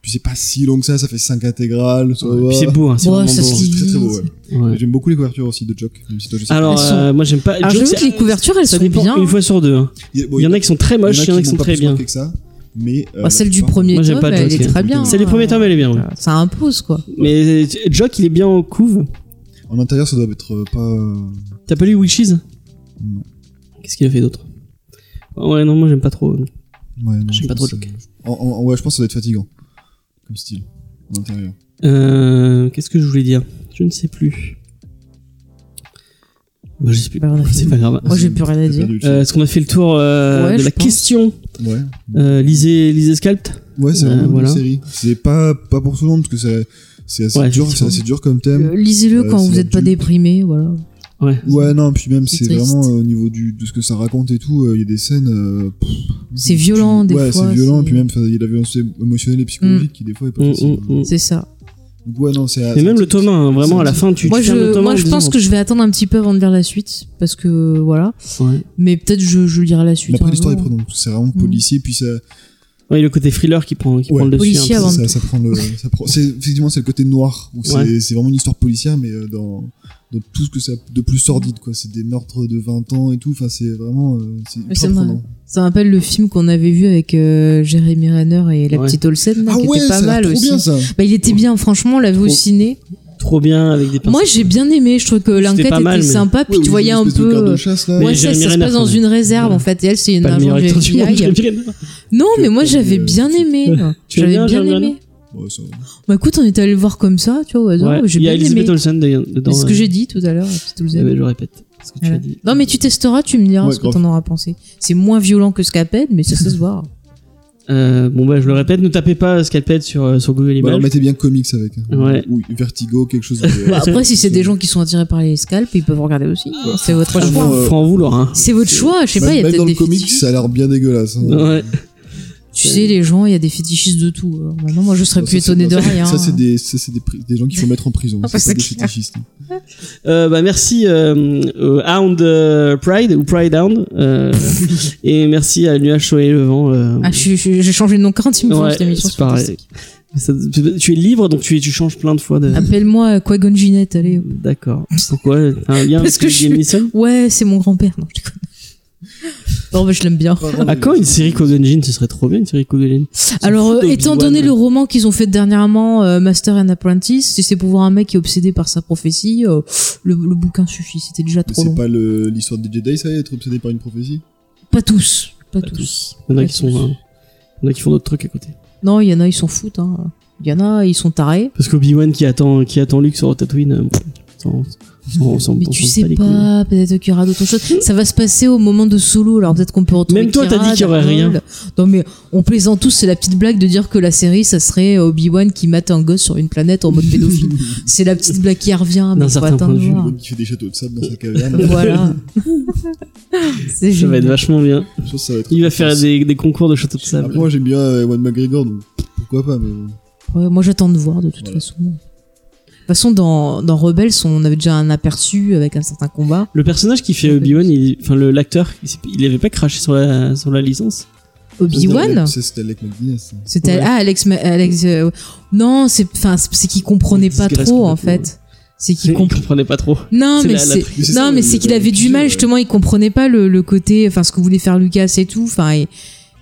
Speaker 5: Puis c'est pas si long que ça, ça fait 5 intégrales. ça
Speaker 3: Ouais,
Speaker 5: va.
Speaker 3: puis c'est beau, hein, c'est
Speaker 4: Ouais,
Speaker 3: vraiment
Speaker 4: Oh, ça se
Speaker 3: beau.
Speaker 4: lit.
Speaker 5: C'est très très beau. ouais.
Speaker 3: Ouais.
Speaker 5: Et J'aime beaucoup les couvertures aussi de Jock. Même si toi, je sais
Speaker 3: Alors,
Speaker 4: Elles sont-
Speaker 3: euh, moi j'aime pas.
Speaker 4: Alors,
Speaker 3: Joe,
Speaker 4: j'avoue
Speaker 3: c'est-
Speaker 4: que les couvertures, elles
Speaker 3: ça
Speaker 4: sont
Speaker 3: dépend
Speaker 4: bien.
Speaker 3: une fois sur deux. hein.
Speaker 5: pas. bon,
Speaker 3: Il y en a qui sont très moches, il y en a qui sont
Speaker 5: m'ont pas
Speaker 3: très
Speaker 5: plus
Speaker 3: bien. Ah,
Speaker 5: marqué Que ça, mais, euh,
Speaker 4: Bah, Celle
Speaker 5: la
Speaker 4: du
Speaker 5: plupart-
Speaker 4: premier
Speaker 3: Moi, j'aime
Speaker 4: tome,
Speaker 3: pas
Speaker 4: elle
Speaker 3: Joker.
Speaker 4: est très bien.
Speaker 3: C'est les
Speaker 4: hein.
Speaker 3: premiers tomes, elle est bien. ouais.
Speaker 4: Ça impose, quoi.
Speaker 3: Mais euh, Jock, il est bien en couve.
Speaker 5: En intérieur, ça doit être euh, pas. euh,
Speaker 3: T'as pas lu Witches
Speaker 5: Non.
Speaker 3: Qu'est-ce qu'il a fait d'autre Ouais, non, moi j'aime pas trop. euh,
Speaker 5: Ouais, non,
Speaker 3: J'aime
Speaker 5: je
Speaker 3: pas trop
Speaker 5: pense,
Speaker 3: Jock.
Speaker 5: euh, en- en- ouais, je pense que ça doit être fatigant. comme style d'intérieur.
Speaker 3: Euh, Qu'est-ce que je voulais dire Je ne sais plus. Bah, je sais plus.
Speaker 6: Bah, on a
Speaker 3: C'est
Speaker 6: fini.
Speaker 3: pas grave.
Speaker 6: Moi, j'ai plus rien à dire.
Speaker 3: Euh, Est-ce qu'on a fait le tour euh,
Speaker 6: Ouais,
Speaker 3: de
Speaker 6: je
Speaker 3: la
Speaker 6: pense.
Speaker 3: question
Speaker 5: Ouais,
Speaker 3: euh, Lisez, lisez Sculpt.
Speaker 5: ouais c'est
Speaker 3: Euh,
Speaker 5: vraiment
Speaker 3: voilà.
Speaker 5: une série. C'est pas, pas pour tout le monde parce que c'est c'est assez,
Speaker 3: Ouais,
Speaker 5: dur, c'est
Speaker 3: effectivement.
Speaker 5: assez dur comme thème.
Speaker 4: Euh, Lisez-le
Speaker 5: Euh,
Speaker 4: quand
Speaker 5: c'est
Speaker 4: vous n'êtes pas
Speaker 5: adulte.
Speaker 4: déprimé, voilà.
Speaker 3: Ouais.
Speaker 5: Ouais, non, puis même,
Speaker 4: C'est
Speaker 5: c'est
Speaker 4: triste.
Speaker 5: vraiment euh, au niveau du, de ce que ça raconte et tout, euh, il y a des scènes. euh, pff,
Speaker 4: C'est
Speaker 5: tu-
Speaker 4: violent, des
Speaker 5: ouais,
Speaker 4: fois,
Speaker 5: c'est violent,
Speaker 4: c'est-
Speaker 5: puis même, enfin, il y a de la violence émotionnelle et psychologique qui, des fois, est pas
Speaker 3: Mm,
Speaker 5: facile.
Speaker 3: mm, mm.
Speaker 4: C'est ça.
Speaker 5: Donc, ouais, non, c'est
Speaker 3: Mais
Speaker 5: c'est-
Speaker 3: même le tome 1, hein, vraiment à la fin, tu,
Speaker 4: Moi,
Speaker 3: tu fermes le
Speaker 4: je,
Speaker 3: tome
Speaker 4: moi,
Speaker 3: 1 en
Speaker 4: je
Speaker 3: disant-
Speaker 4: pense que je vais attendre un petit peu avant de lire la suite, parce que voilà.
Speaker 3: Ouais.
Speaker 4: Mais peut-être je, je lirai la
Speaker 5: Mais
Speaker 4: suite.
Speaker 5: Bah, après,
Speaker 4: un
Speaker 5: l'histoire est
Speaker 4: jour.
Speaker 5: prenante, parce que c'est vraiment
Speaker 4: Mm.
Speaker 5: policier, puis ça,
Speaker 3: Ouais, le côté thriller qui prend, qui
Speaker 5: Ouais.
Speaker 3: prend le dessus. hein,
Speaker 4: Policier
Speaker 3: un peu.
Speaker 4: avant.
Speaker 5: ça, ça prend le. Ça prend, c'est, effectivement, c'est le côté noir, où
Speaker 3: Ouais.
Speaker 5: c'est, c'est vraiment une histoire policière, mais euh, dans, dans tout ce que ça de plus sordide, quoi. C'est des meurtres de 20 ans et tout, enfin, c'est vraiment. euh, c'est
Speaker 4: Mais
Speaker 5: ultra
Speaker 4: c'est marrant.
Speaker 5: prenant.
Speaker 4: Ça me rappelle le film qu'on avait vu avec euh, Jérémy Renner et la
Speaker 3: Ouais.
Speaker 4: petite Olsen, là,
Speaker 5: Ah
Speaker 4: qui
Speaker 5: ouais,
Speaker 4: était pas
Speaker 5: ça a l'air
Speaker 4: mal
Speaker 5: trop
Speaker 4: aussi.
Speaker 5: bien ça!
Speaker 4: Bah, il était bien, franchement, on l'avait au
Speaker 3: Trop.
Speaker 4: ciné.
Speaker 3: Trop bien avec des pinceaux.
Speaker 4: Moi, j'ai bien aimé. Je trouve que l'enquête
Speaker 3: pas
Speaker 4: était
Speaker 3: mal, mais-
Speaker 4: sympa, puis
Speaker 5: Ouais,
Speaker 4: tu
Speaker 5: où
Speaker 4: voyais
Speaker 5: il y a
Speaker 4: un
Speaker 5: une espèce de garde
Speaker 4: peu. euh,
Speaker 5: de chasse, là.
Speaker 3: Ouais,
Speaker 4: Ouais, ça,
Speaker 3: Jeremy
Speaker 4: ça se
Speaker 3: Renner,
Speaker 4: passe dans
Speaker 3: quand
Speaker 4: une réserve
Speaker 3: Ouais.
Speaker 4: en fait. Et elle, c'est une
Speaker 3: pas le meilleur
Speaker 4: agent du
Speaker 3: acteur du monde,
Speaker 4: FBI.
Speaker 3: Jeremy Renner.
Speaker 4: Non, mais moi
Speaker 5: Que-
Speaker 4: j'avais bien aimé.
Speaker 3: Ouais.
Speaker 4: moi.
Speaker 3: Tu l'as
Speaker 4: J'avais
Speaker 3: bien,
Speaker 4: bien
Speaker 3: Jeremy
Speaker 4: aimé.
Speaker 5: Ouais, ça-
Speaker 4: Bah écoute, on est allé le voir comme ça, tu vois, au hasard.
Speaker 3: Ouais.
Speaker 4: J'ai
Speaker 3: Il y a
Speaker 4: bien aimé.
Speaker 3: Elizabeth Olsen de- dedans.
Speaker 4: C'est ce
Speaker 3: ouais.
Speaker 4: que j'ai dit tout à l'heure. la petite
Speaker 3: Ah,
Speaker 4: Olsen.
Speaker 3: mais Je répète ce que tu
Speaker 4: Voilà.
Speaker 3: as dit.
Speaker 4: Non, mais tu testeras, tu me diras
Speaker 5: Ouais,
Speaker 4: ce que
Speaker 5: grave.
Speaker 4: t'en auras pensé. C'est moins violent que Scaped, mais ça, ça se voit.
Speaker 3: Euh, bon, bah, je le répète, ne tapez pas Scalped sur, euh, sur Google
Speaker 5: Bah,
Speaker 3: Images.
Speaker 5: alors, mettez bien comics avec. hein.
Speaker 3: Ouais.
Speaker 5: Ou Vertigo, quelque chose. De...
Speaker 4: Bah, après, si c'est des gens qui sont attirés par les scalps, ils peuvent regarder aussi. C'est votre
Speaker 5: Franchement,
Speaker 4: choix.
Speaker 5: euh,
Speaker 3: Franc vouloir, hein.
Speaker 4: C'est votre choix, je sais
Speaker 5: même,
Speaker 4: pas, il y a
Speaker 5: Bah, même
Speaker 4: peut-être
Speaker 5: dans le
Speaker 4: des
Speaker 5: comics,
Speaker 4: fétichistes.
Speaker 5: ça a l'air bien dégueulasse. hein.
Speaker 3: Ouais.
Speaker 4: Tu sais, les gens, il y a des fétichistes de tout. Alors, maintenant, moi, je serais
Speaker 5: Ça,
Speaker 4: plus
Speaker 5: c'est-
Speaker 4: étonné de
Speaker 5: ça,
Speaker 4: rien. hein.
Speaker 5: Ça, c'est des, ça, c'est des, pri- des gens qu'il faut mettre en prison.
Speaker 4: Ah, bah,
Speaker 5: c'est pas
Speaker 4: c'est
Speaker 5: des
Speaker 4: clair.
Speaker 5: fétichistes.
Speaker 3: Euh, bah, merci euh, euh, Hound euh, Pride ou Pride Hound. euh, et merci à Nuage Soleil Levant. euh,
Speaker 4: Ah, je suis- je suis- j'ai changé de nom 46 fois
Speaker 3: Ouais,
Speaker 4: dans cette émission.
Speaker 3: c'est
Speaker 4: c'est
Speaker 3: pareil.
Speaker 4: fantastique.
Speaker 3: ça- tu, tu es libre, donc tu, tu changes plein de fois
Speaker 4: Ah
Speaker 3: de.
Speaker 4: bah Appelle-moi Quagon Ginette, allez.
Speaker 3: D'accord. Pourquoi T'as un lien
Speaker 4: Parce que
Speaker 3: avec
Speaker 4: je suis-
Speaker 3: Liam Neeson
Speaker 4: Ouais, c'est mon grand-père. Non, je déconne. Bon, bah, je l'aime bien.
Speaker 5: Pardon,
Speaker 3: À
Speaker 5: mais-
Speaker 3: Ah, quand une série Kogan Jin Ce serait trop bien une série Kogan Jin.
Speaker 4: Alors,
Speaker 3: fout
Speaker 4: euh, étant
Speaker 3: d'Obi-Wan.
Speaker 4: donné le roman qu'ils ont fait dernièrement, euh, Master and Apprentice, si c'est pour voir un mec qui est obsédé par sa prophétie, euh, le, le bouquin suffit. C'était déjà
Speaker 5: Mais
Speaker 4: trop long.
Speaker 5: C'est
Speaker 4: Pas...
Speaker 5: pas le- l'histoire des Jedi, ça, être obsédé par une prophétie
Speaker 4: tous. Pas, tous.
Speaker 3: Il y en a
Speaker 4: Pas
Speaker 3: qui sont.
Speaker 4: tous.
Speaker 3: euh, il y en a qui font d'autres trucs à côté.
Speaker 4: Non, il y en a, ils s'en foutent. hein. Il y en a, ils sont tarés.
Speaker 3: Parce qu'Obi-Wan qui attend, qui attend Luke sur Tatooine, euh, pff, on s'en- on s'en-
Speaker 4: Mais
Speaker 3: on
Speaker 4: tu
Speaker 3: s'en
Speaker 4: sais
Speaker 3: bat les couilles.
Speaker 4: pas, peut-être qu'il y aura d'autres choses. Ça va se passer au moment de solo, alors peut-être qu'on peut retrouver.
Speaker 3: Même toi, t'as
Speaker 4: Kira,
Speaker 3: dit qu'il y aurait
Speaker 4: Darnold.
Speaker 3: rien.
Speaker 4: Non, mais on plaisante tous, c'est la petite blague de dire que la série, ça serait euh, Obi-Wan qui mate un gosse sur une planète en mode pédophile. c'est la petite blague qui revient, mais
Speaker 3: D'un
Speaker 4: faut
Speaker 3: certain
Speaker 4: attendre.
Speaker 3: point de vue,
Speaker 4: voir.
Speaker 5: L'homme qui fait des châteaux de sable dans sa caverne.
Speaker 4: Voilà. c'est
Speaker 3: Ça va
Speaker 4: génial.
Speaker 3: être vachement bien.
Speaker 5: Je pense que ça va être
Speaker 3: Il va faire des, des concours de château de sable.
Speaker 5: Après, moi, j'aime bien euh, Ewan McGregor, donc pourquoi pas, mais. bon.
Speaker 4: Ouais, moi, j'attends de voir, de toute
Speaker 5: Voilà.
Speaker 4: façon. De toute façon, dans, dans Rebels, on avait déjà un aperçu avec un certain combat.
Speaker 3: Le personnage qui fait Obi-Wan, il- enfin le- l'acteur, il s'est- il avait pas craché sur la, sur la licence
Speaker 4: Obi-Wan
Speaker 5: C'est- C'était Alec McGuinness. ça.
Speaker 4: C'était
Speaker 3: Ouais.
Speaker 4: ah Alex, Ma- Alex euh, non c'est enfin c'est c'est qu'il comprenait
Speaker 3: Il
Speaker 4: pas
Speaker 3: digresse
Speaker 4: trop en
Speaker 3: complètement,
Speaker 4: fait c'est qu'il
Speaker 3: Il
Speaker 4: comprend
Speaker 3: comprenait pas trop.
Speaker 4: non
Speaker 3: C'est
Speaker 4: mais
Speaker 3: la- la
Speaker 4: c'est
Speaker 3: tri-
Speaker 5: Mais c'est
Speaker 4: non
Speaker 5: ça,
Speaker 4: mais
Speaker 5: le-
Speaker 4: c'est qu'il
Speaker 5: le-
Speaker 4: avait du
Speaker 5: le-
Speaker 4: mal
Speaker 5: ouais.
Speaker 4: justement il comprenait pas le, le côté enfin ce que voulait faire Lucas et tout enfin et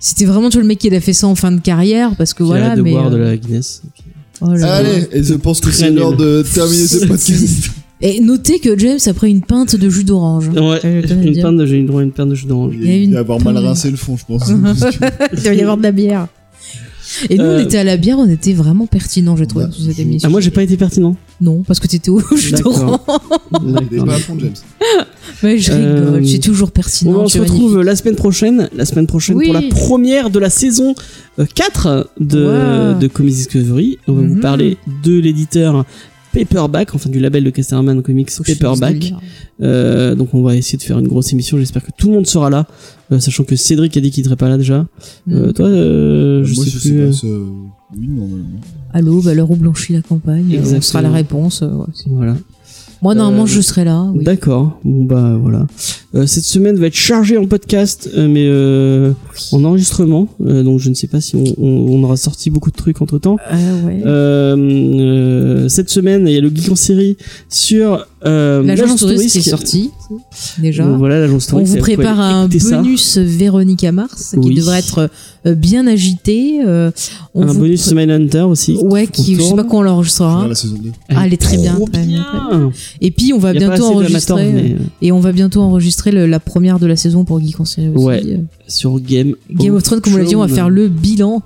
Speaker 4: c'était vraiment tu vois, le mec qui a fait ça en fin de carrière parce que
Speaker 3: Il
Speaker 4: voilà
Speaker 3: a de
Speaker 4: mais
Speaker 3: boire de
Speaker 4: euh,
Speaker 3: la Guinness. Et puis-
Speaker 4: oh là là.
Speaker 5: Allez, et je pense que
Speaker 3: Très
Speaker 5: c'est
Speaker 3: nul.
Speaker 5: l'heure de terminer ce podcast.
Speaker 4: et notez que James a pris une pinte de jus d'orange
Speaker 3: Ouais,
Speaker 4: je tenais à
Speaker 3: une
Speaker 4: dire.
Speaker 3: pinte de- j'ai eu droit à une pinte de jus d'orange.
Speaker 4: y a
Speaker 5: Il
Speaker 4: une
Speaker 5: va avoir mal
Speaker 4: tonne.
Speaker 5: rincé le fond, je pense.
Speaker 4: il va y avoir de la bière et nous
Speaker 3: Euh,
Speaker 4: on était à la bière on était vraiment pertinent j'ai trouvé
Speaker 5: Ouais,
Speaker 4: dans cette
Speaker 5: je-
Speaker 4: émission
Speaker 3: Ah, moi j'ai pas été pertinent.
Speaker 4: non parce que t'étais au jus
Speaker 3: D'accord.
Speaker 4: d'orange
Speaker 5: Il est
Speaker 3: D'accord.
Speaker 5: pas à fond, James.
Speaker 4: mais je rigole
Speaker 3: Euh,
Speaker 4: j'ai toujours pertinent
Speaker 3: Bon, on
Speaker 4: tu
Speaker 3: se
Speaker 4: es magnifique.
Speaker 3: retrouve la semaine prochaine, la semaine prochaine pour
Speaker 4: Oui.
Speaker 3: la première de la saison euh, 4 de,
Speaker 4: Wow.
Speaker 3: de Comics Discovery. On va vous
Speaker 4: Mhm.
Speaker 3: parler de l'éditeur Paperback, enfin du label de Casterman Comics
Speaker 4: Oh, Je suis
Speaker 3: Paperback.
Speaker 4: désolée.
Speaker 3: Euh, donc on va essayer de faire une grosse émission, j'espère que tout le monde sera là, euh, sachant que Cédric a dit qu'il serait pas là déjà.
Speaker 4: Mhm.
Speaker 3: Euh, toi, euh, je
Speaker 5: Moi,
Speaker 3: sais
Speaker 5: je
Speaker 3: plus. euh,
Speaker 5: pas, ça- Oui, normalement.
Speaker 4: Allô, bah l'heure où blanchit la campagne, euh,
Speaker 3: Exactement.
Speaker 4: on sera la réponse. euh, ouais, c'est-
Speaker 3: Voilà.
Speaker 4: Moi, normalement,
Speaker 3: Euh,
Speaker 4: je serai là. oui.
Speaker 3: D'accord. Bon bah voilà. Euh, cette semaine va être chargée en podcast, euh, mais euh, en enregistrement. Euh, donc je ne sais pas si on, on- on aura sorti beaucoup de trucs entre temps.
Speaker 4: Euh, ouais.
Speaker 3: Euh, euh, cette semaine, il y a le geek en série sur euh,
Speaker 4: L'agence
Speaker 3: l'agence
Speaker 4: touriste qui est
Speaker 3: touriste.
Speaker 4: sortie, déjà.
Speaker 3: Donc, voilà l'agence
Speaker 4: on
Speaker 3: touriste.
Speaker 4: vous
Speaker 3: pouvez
Speaker 4: prépare un
Speaker 3: écouter ça.
Speaker 4: bonus Véronica Mars qui
Speaker 3: Oui.
Speaker 4: devrait être euh, bien agité. euh, on
Speaker 3: un
Speaker 4: vous
Speaker 3: bonus
Speaker 4: pr-
Speaker 3: Smile Hunter aussi.
Speaker 4: Ouais,
Speaker 3: qu'on
Speaker 4: qui, je sais
Speaker 3: tourne.
Speaker 4: pas quand on l'enregistrera.
Speaker 5: Dans la saison 2.
Speaker 4: Ah, elle est très bien,
Speaker 3: trop
Speaker 4: très bien,
Speaker 3: bien.
Speaker 4: Et puis, on va
Speaker 3: Il y a pas
Speaker 4: bientôt
Speaker 3: assez d'amateurs,
Speaker 4: enregistrer.
Speaker 3: mais, euh,
Speaker 4: Et on va bientôt enregistrer le- la première de la saison pour Geek en série aussi.
Speaker 3: Ouais.
Speaker 4: Euh,
Speaker 3: sur Game.
Speaker 4: Game of Thrones, comme on l'a dit, on va faire le bilan.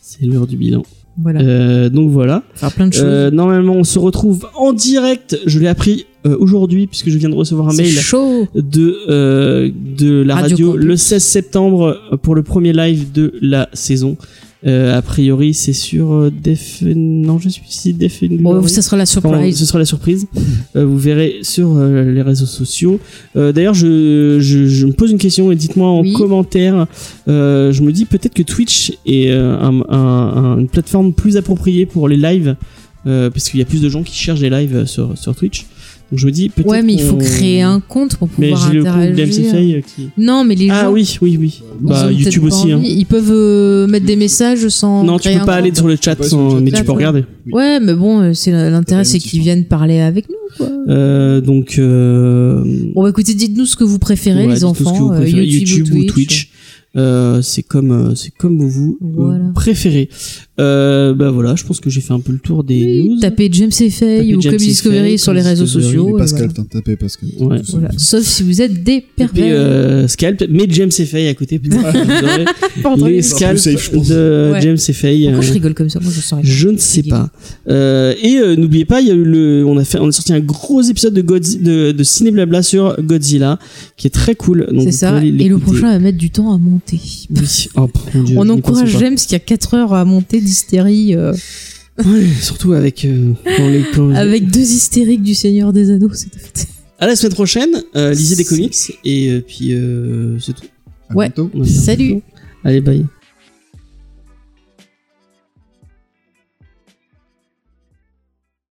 Speaker 3: C'est l'heure du bilan.
Speaker 4: Voilà.
Speaker 3: Euh, donc voilà.
Speaker 4: Faire plein de choses.
Speaker 3: Euh, normalement, on se retrouve en direct. Je l'ai appris euh, aujourd'hui puisque je viens de recevoir un
Speaker 4: c'est
Speaker 3: mail
Speaker 4: chaud.
Speaker 3: de euh, de la
Speaker 4: Radio
Speaker 3: radio,
Speaker 4: Campus.
Speaker 3: le 16 septembre euh, pour le premier live de la saison. Euh, a priori, c'est sur euh, Def. Non, je suis ici Def.
Speaker 4: Bon, ça sera la
Speaker 3: Enfin,
Speaker 4: surprise.
Speaker 3: ce sera la surprise. Euh, vous verrez sur euh, les réseaux sociaux. Euh, D'ailleurs, je, je, je me pose une question et dites-moi en
Speaker 4: Oui.
Speaker 3: commentaire. Euh, je me dis peut-être que Twitch est euh, un- un- un- une plateforme plus appropriée pour les lives, euh, parce qu'il y a plus de gens qui cherchent des lives euh, sur, sur Twitch. Donc je me dis peut-être.
Speaker 4: Ouais, mais il faut
Speaker 3: qu'on-
Speaker 4: créer un compte pour
Speaker 3: Mais
Speaker 4: pouvoir
Speaker 3: j'ai le compte de
Speaker 4: interagir.
Speaker 3: MCFI, euh, qui.
Speaker 4: non, mais les
Speaker 3: Ah
Speaker 4: gens.
Speaker 3: oui, oui, oui.
Speaker 5: Bah,
Speaker 4: ils ont
Speaker 3: Bah,
Speaker 4: peut-être
Speaker 3: YouTube
Speaker 4: pas
Speaker 3: aussi. hein.
Speaker 4: envie. Ils peuvent euh, mettre des messages sans.
Speaker 3: Non, tu
Speaker 4: créer
Speaker 3: peux
Speaker 4: un
Speaker 3: pas
Speaker 4: compte.
Speaker 3: aller sur le chat,
Speaker 5: Pas sur
Speaker 3: sans-
Speaker 5: le chat.
Speaker 3: mais tu peux
Speaker 4: D'accord.
Speaker 3: regarder.
Speaker 4: Ouais, mais bon, euh, c'est la- l'intérêt, c'est qu'ils viennent parler avec nous.
Speaker 3: Euh, donc. euh,
Speaker 4: Bon, bah, écoutez, dites-nous ce que vous préférez,
Speaker 3: Ouais,
Speaker 4: les
Speaker 3: dites tout ce que
Speaker 4: enfants.
Speaker 3: vous
Speaker 4: euh,
Speaker 3: préférez,
Speaker 4: YouTube, ou Twitch.
Speaker 3: Euh, c'est comme euh, c'est comme vous euh,
Speaker 4: Voilà.
Speaker 3: préférez. Euh, bah voilà, je pense que j'ai fait un peu le tour des
Speaker 4: Oui,
Speaker 3: news.
Speaker 4: tapez James Effay
Speaker 3: Tapez James
Speaker 4: ou Comedy
Speaker 3: Effay,
Speaker 4: Discovery sur les
Speaker 3: Comedy
Speaker 4: réseaux
Speaker 3: Discovery,
Speaker 4: sociaux.
Speaker 5: Et
Speaker 4: et
Speaker 5: Pascal,
Speaker 4: voilà.
Speaker 5: t'as tapé Pascal.
Speaker 3: Ouais.
Speaker 5: Tout seul.
Speaker 4: Voilà. Sauf si vous êtes des
Speaker 3: Tapez,
Speaker 4: pervers.
Speaker 3: euh, scalp, mais James Effay à côté. putain, j'adorais. les scalps
Speaker 5: safe, je pense.
Speaker 3: de
Speaker 4: Ouais.
Speaker 3: James Effay.
Speaker 4: Pourquoi je
Speaker 3: euh,
Speaker 4: rigole comme ça Moi, je saurais.
Speaker 3: Je ne sais pas. Euh, et euh, n'oubliez pas, il y a eu le, on a fait, on a sorti un gros épisode de, Godzi- de, de Ciné Blabla sur Godzilla, qui est très cool. Donc
Speaker 4: C'est
Speaker 3: vous
Speaker 4: ça.
Speaker 3: pouvez
Speaker 4: Et le
Speaker 3: l'écouter.
Speaker 4: prochain va mettre du temps à monter.
Speaker 3: Oui. Oh, mon Dieu,
Speaker 4: On
Speaker 3: n'y
Speaker 4: encourage
Speaker 3: pensez pas.
Speaker 4: James qui a 4 heures à monter d'hystérie euh,
Speaker 3: Ouais, surtout avec euh, dans les- dans les-
Speaker 4: avec deux hystériques du Seigneur des Anneaux. c'est-
Speaker 3: À la semaine prochaine, euh, lisez des comics et euh, puis euh, c'est tout.
Speaker 5: À
Speaker 4: Ouais.
Speaker 5: bientôt.
Speaker 3: On va faire un
Speaker 4: Salut
Speaker 3: tour. Allez, bye.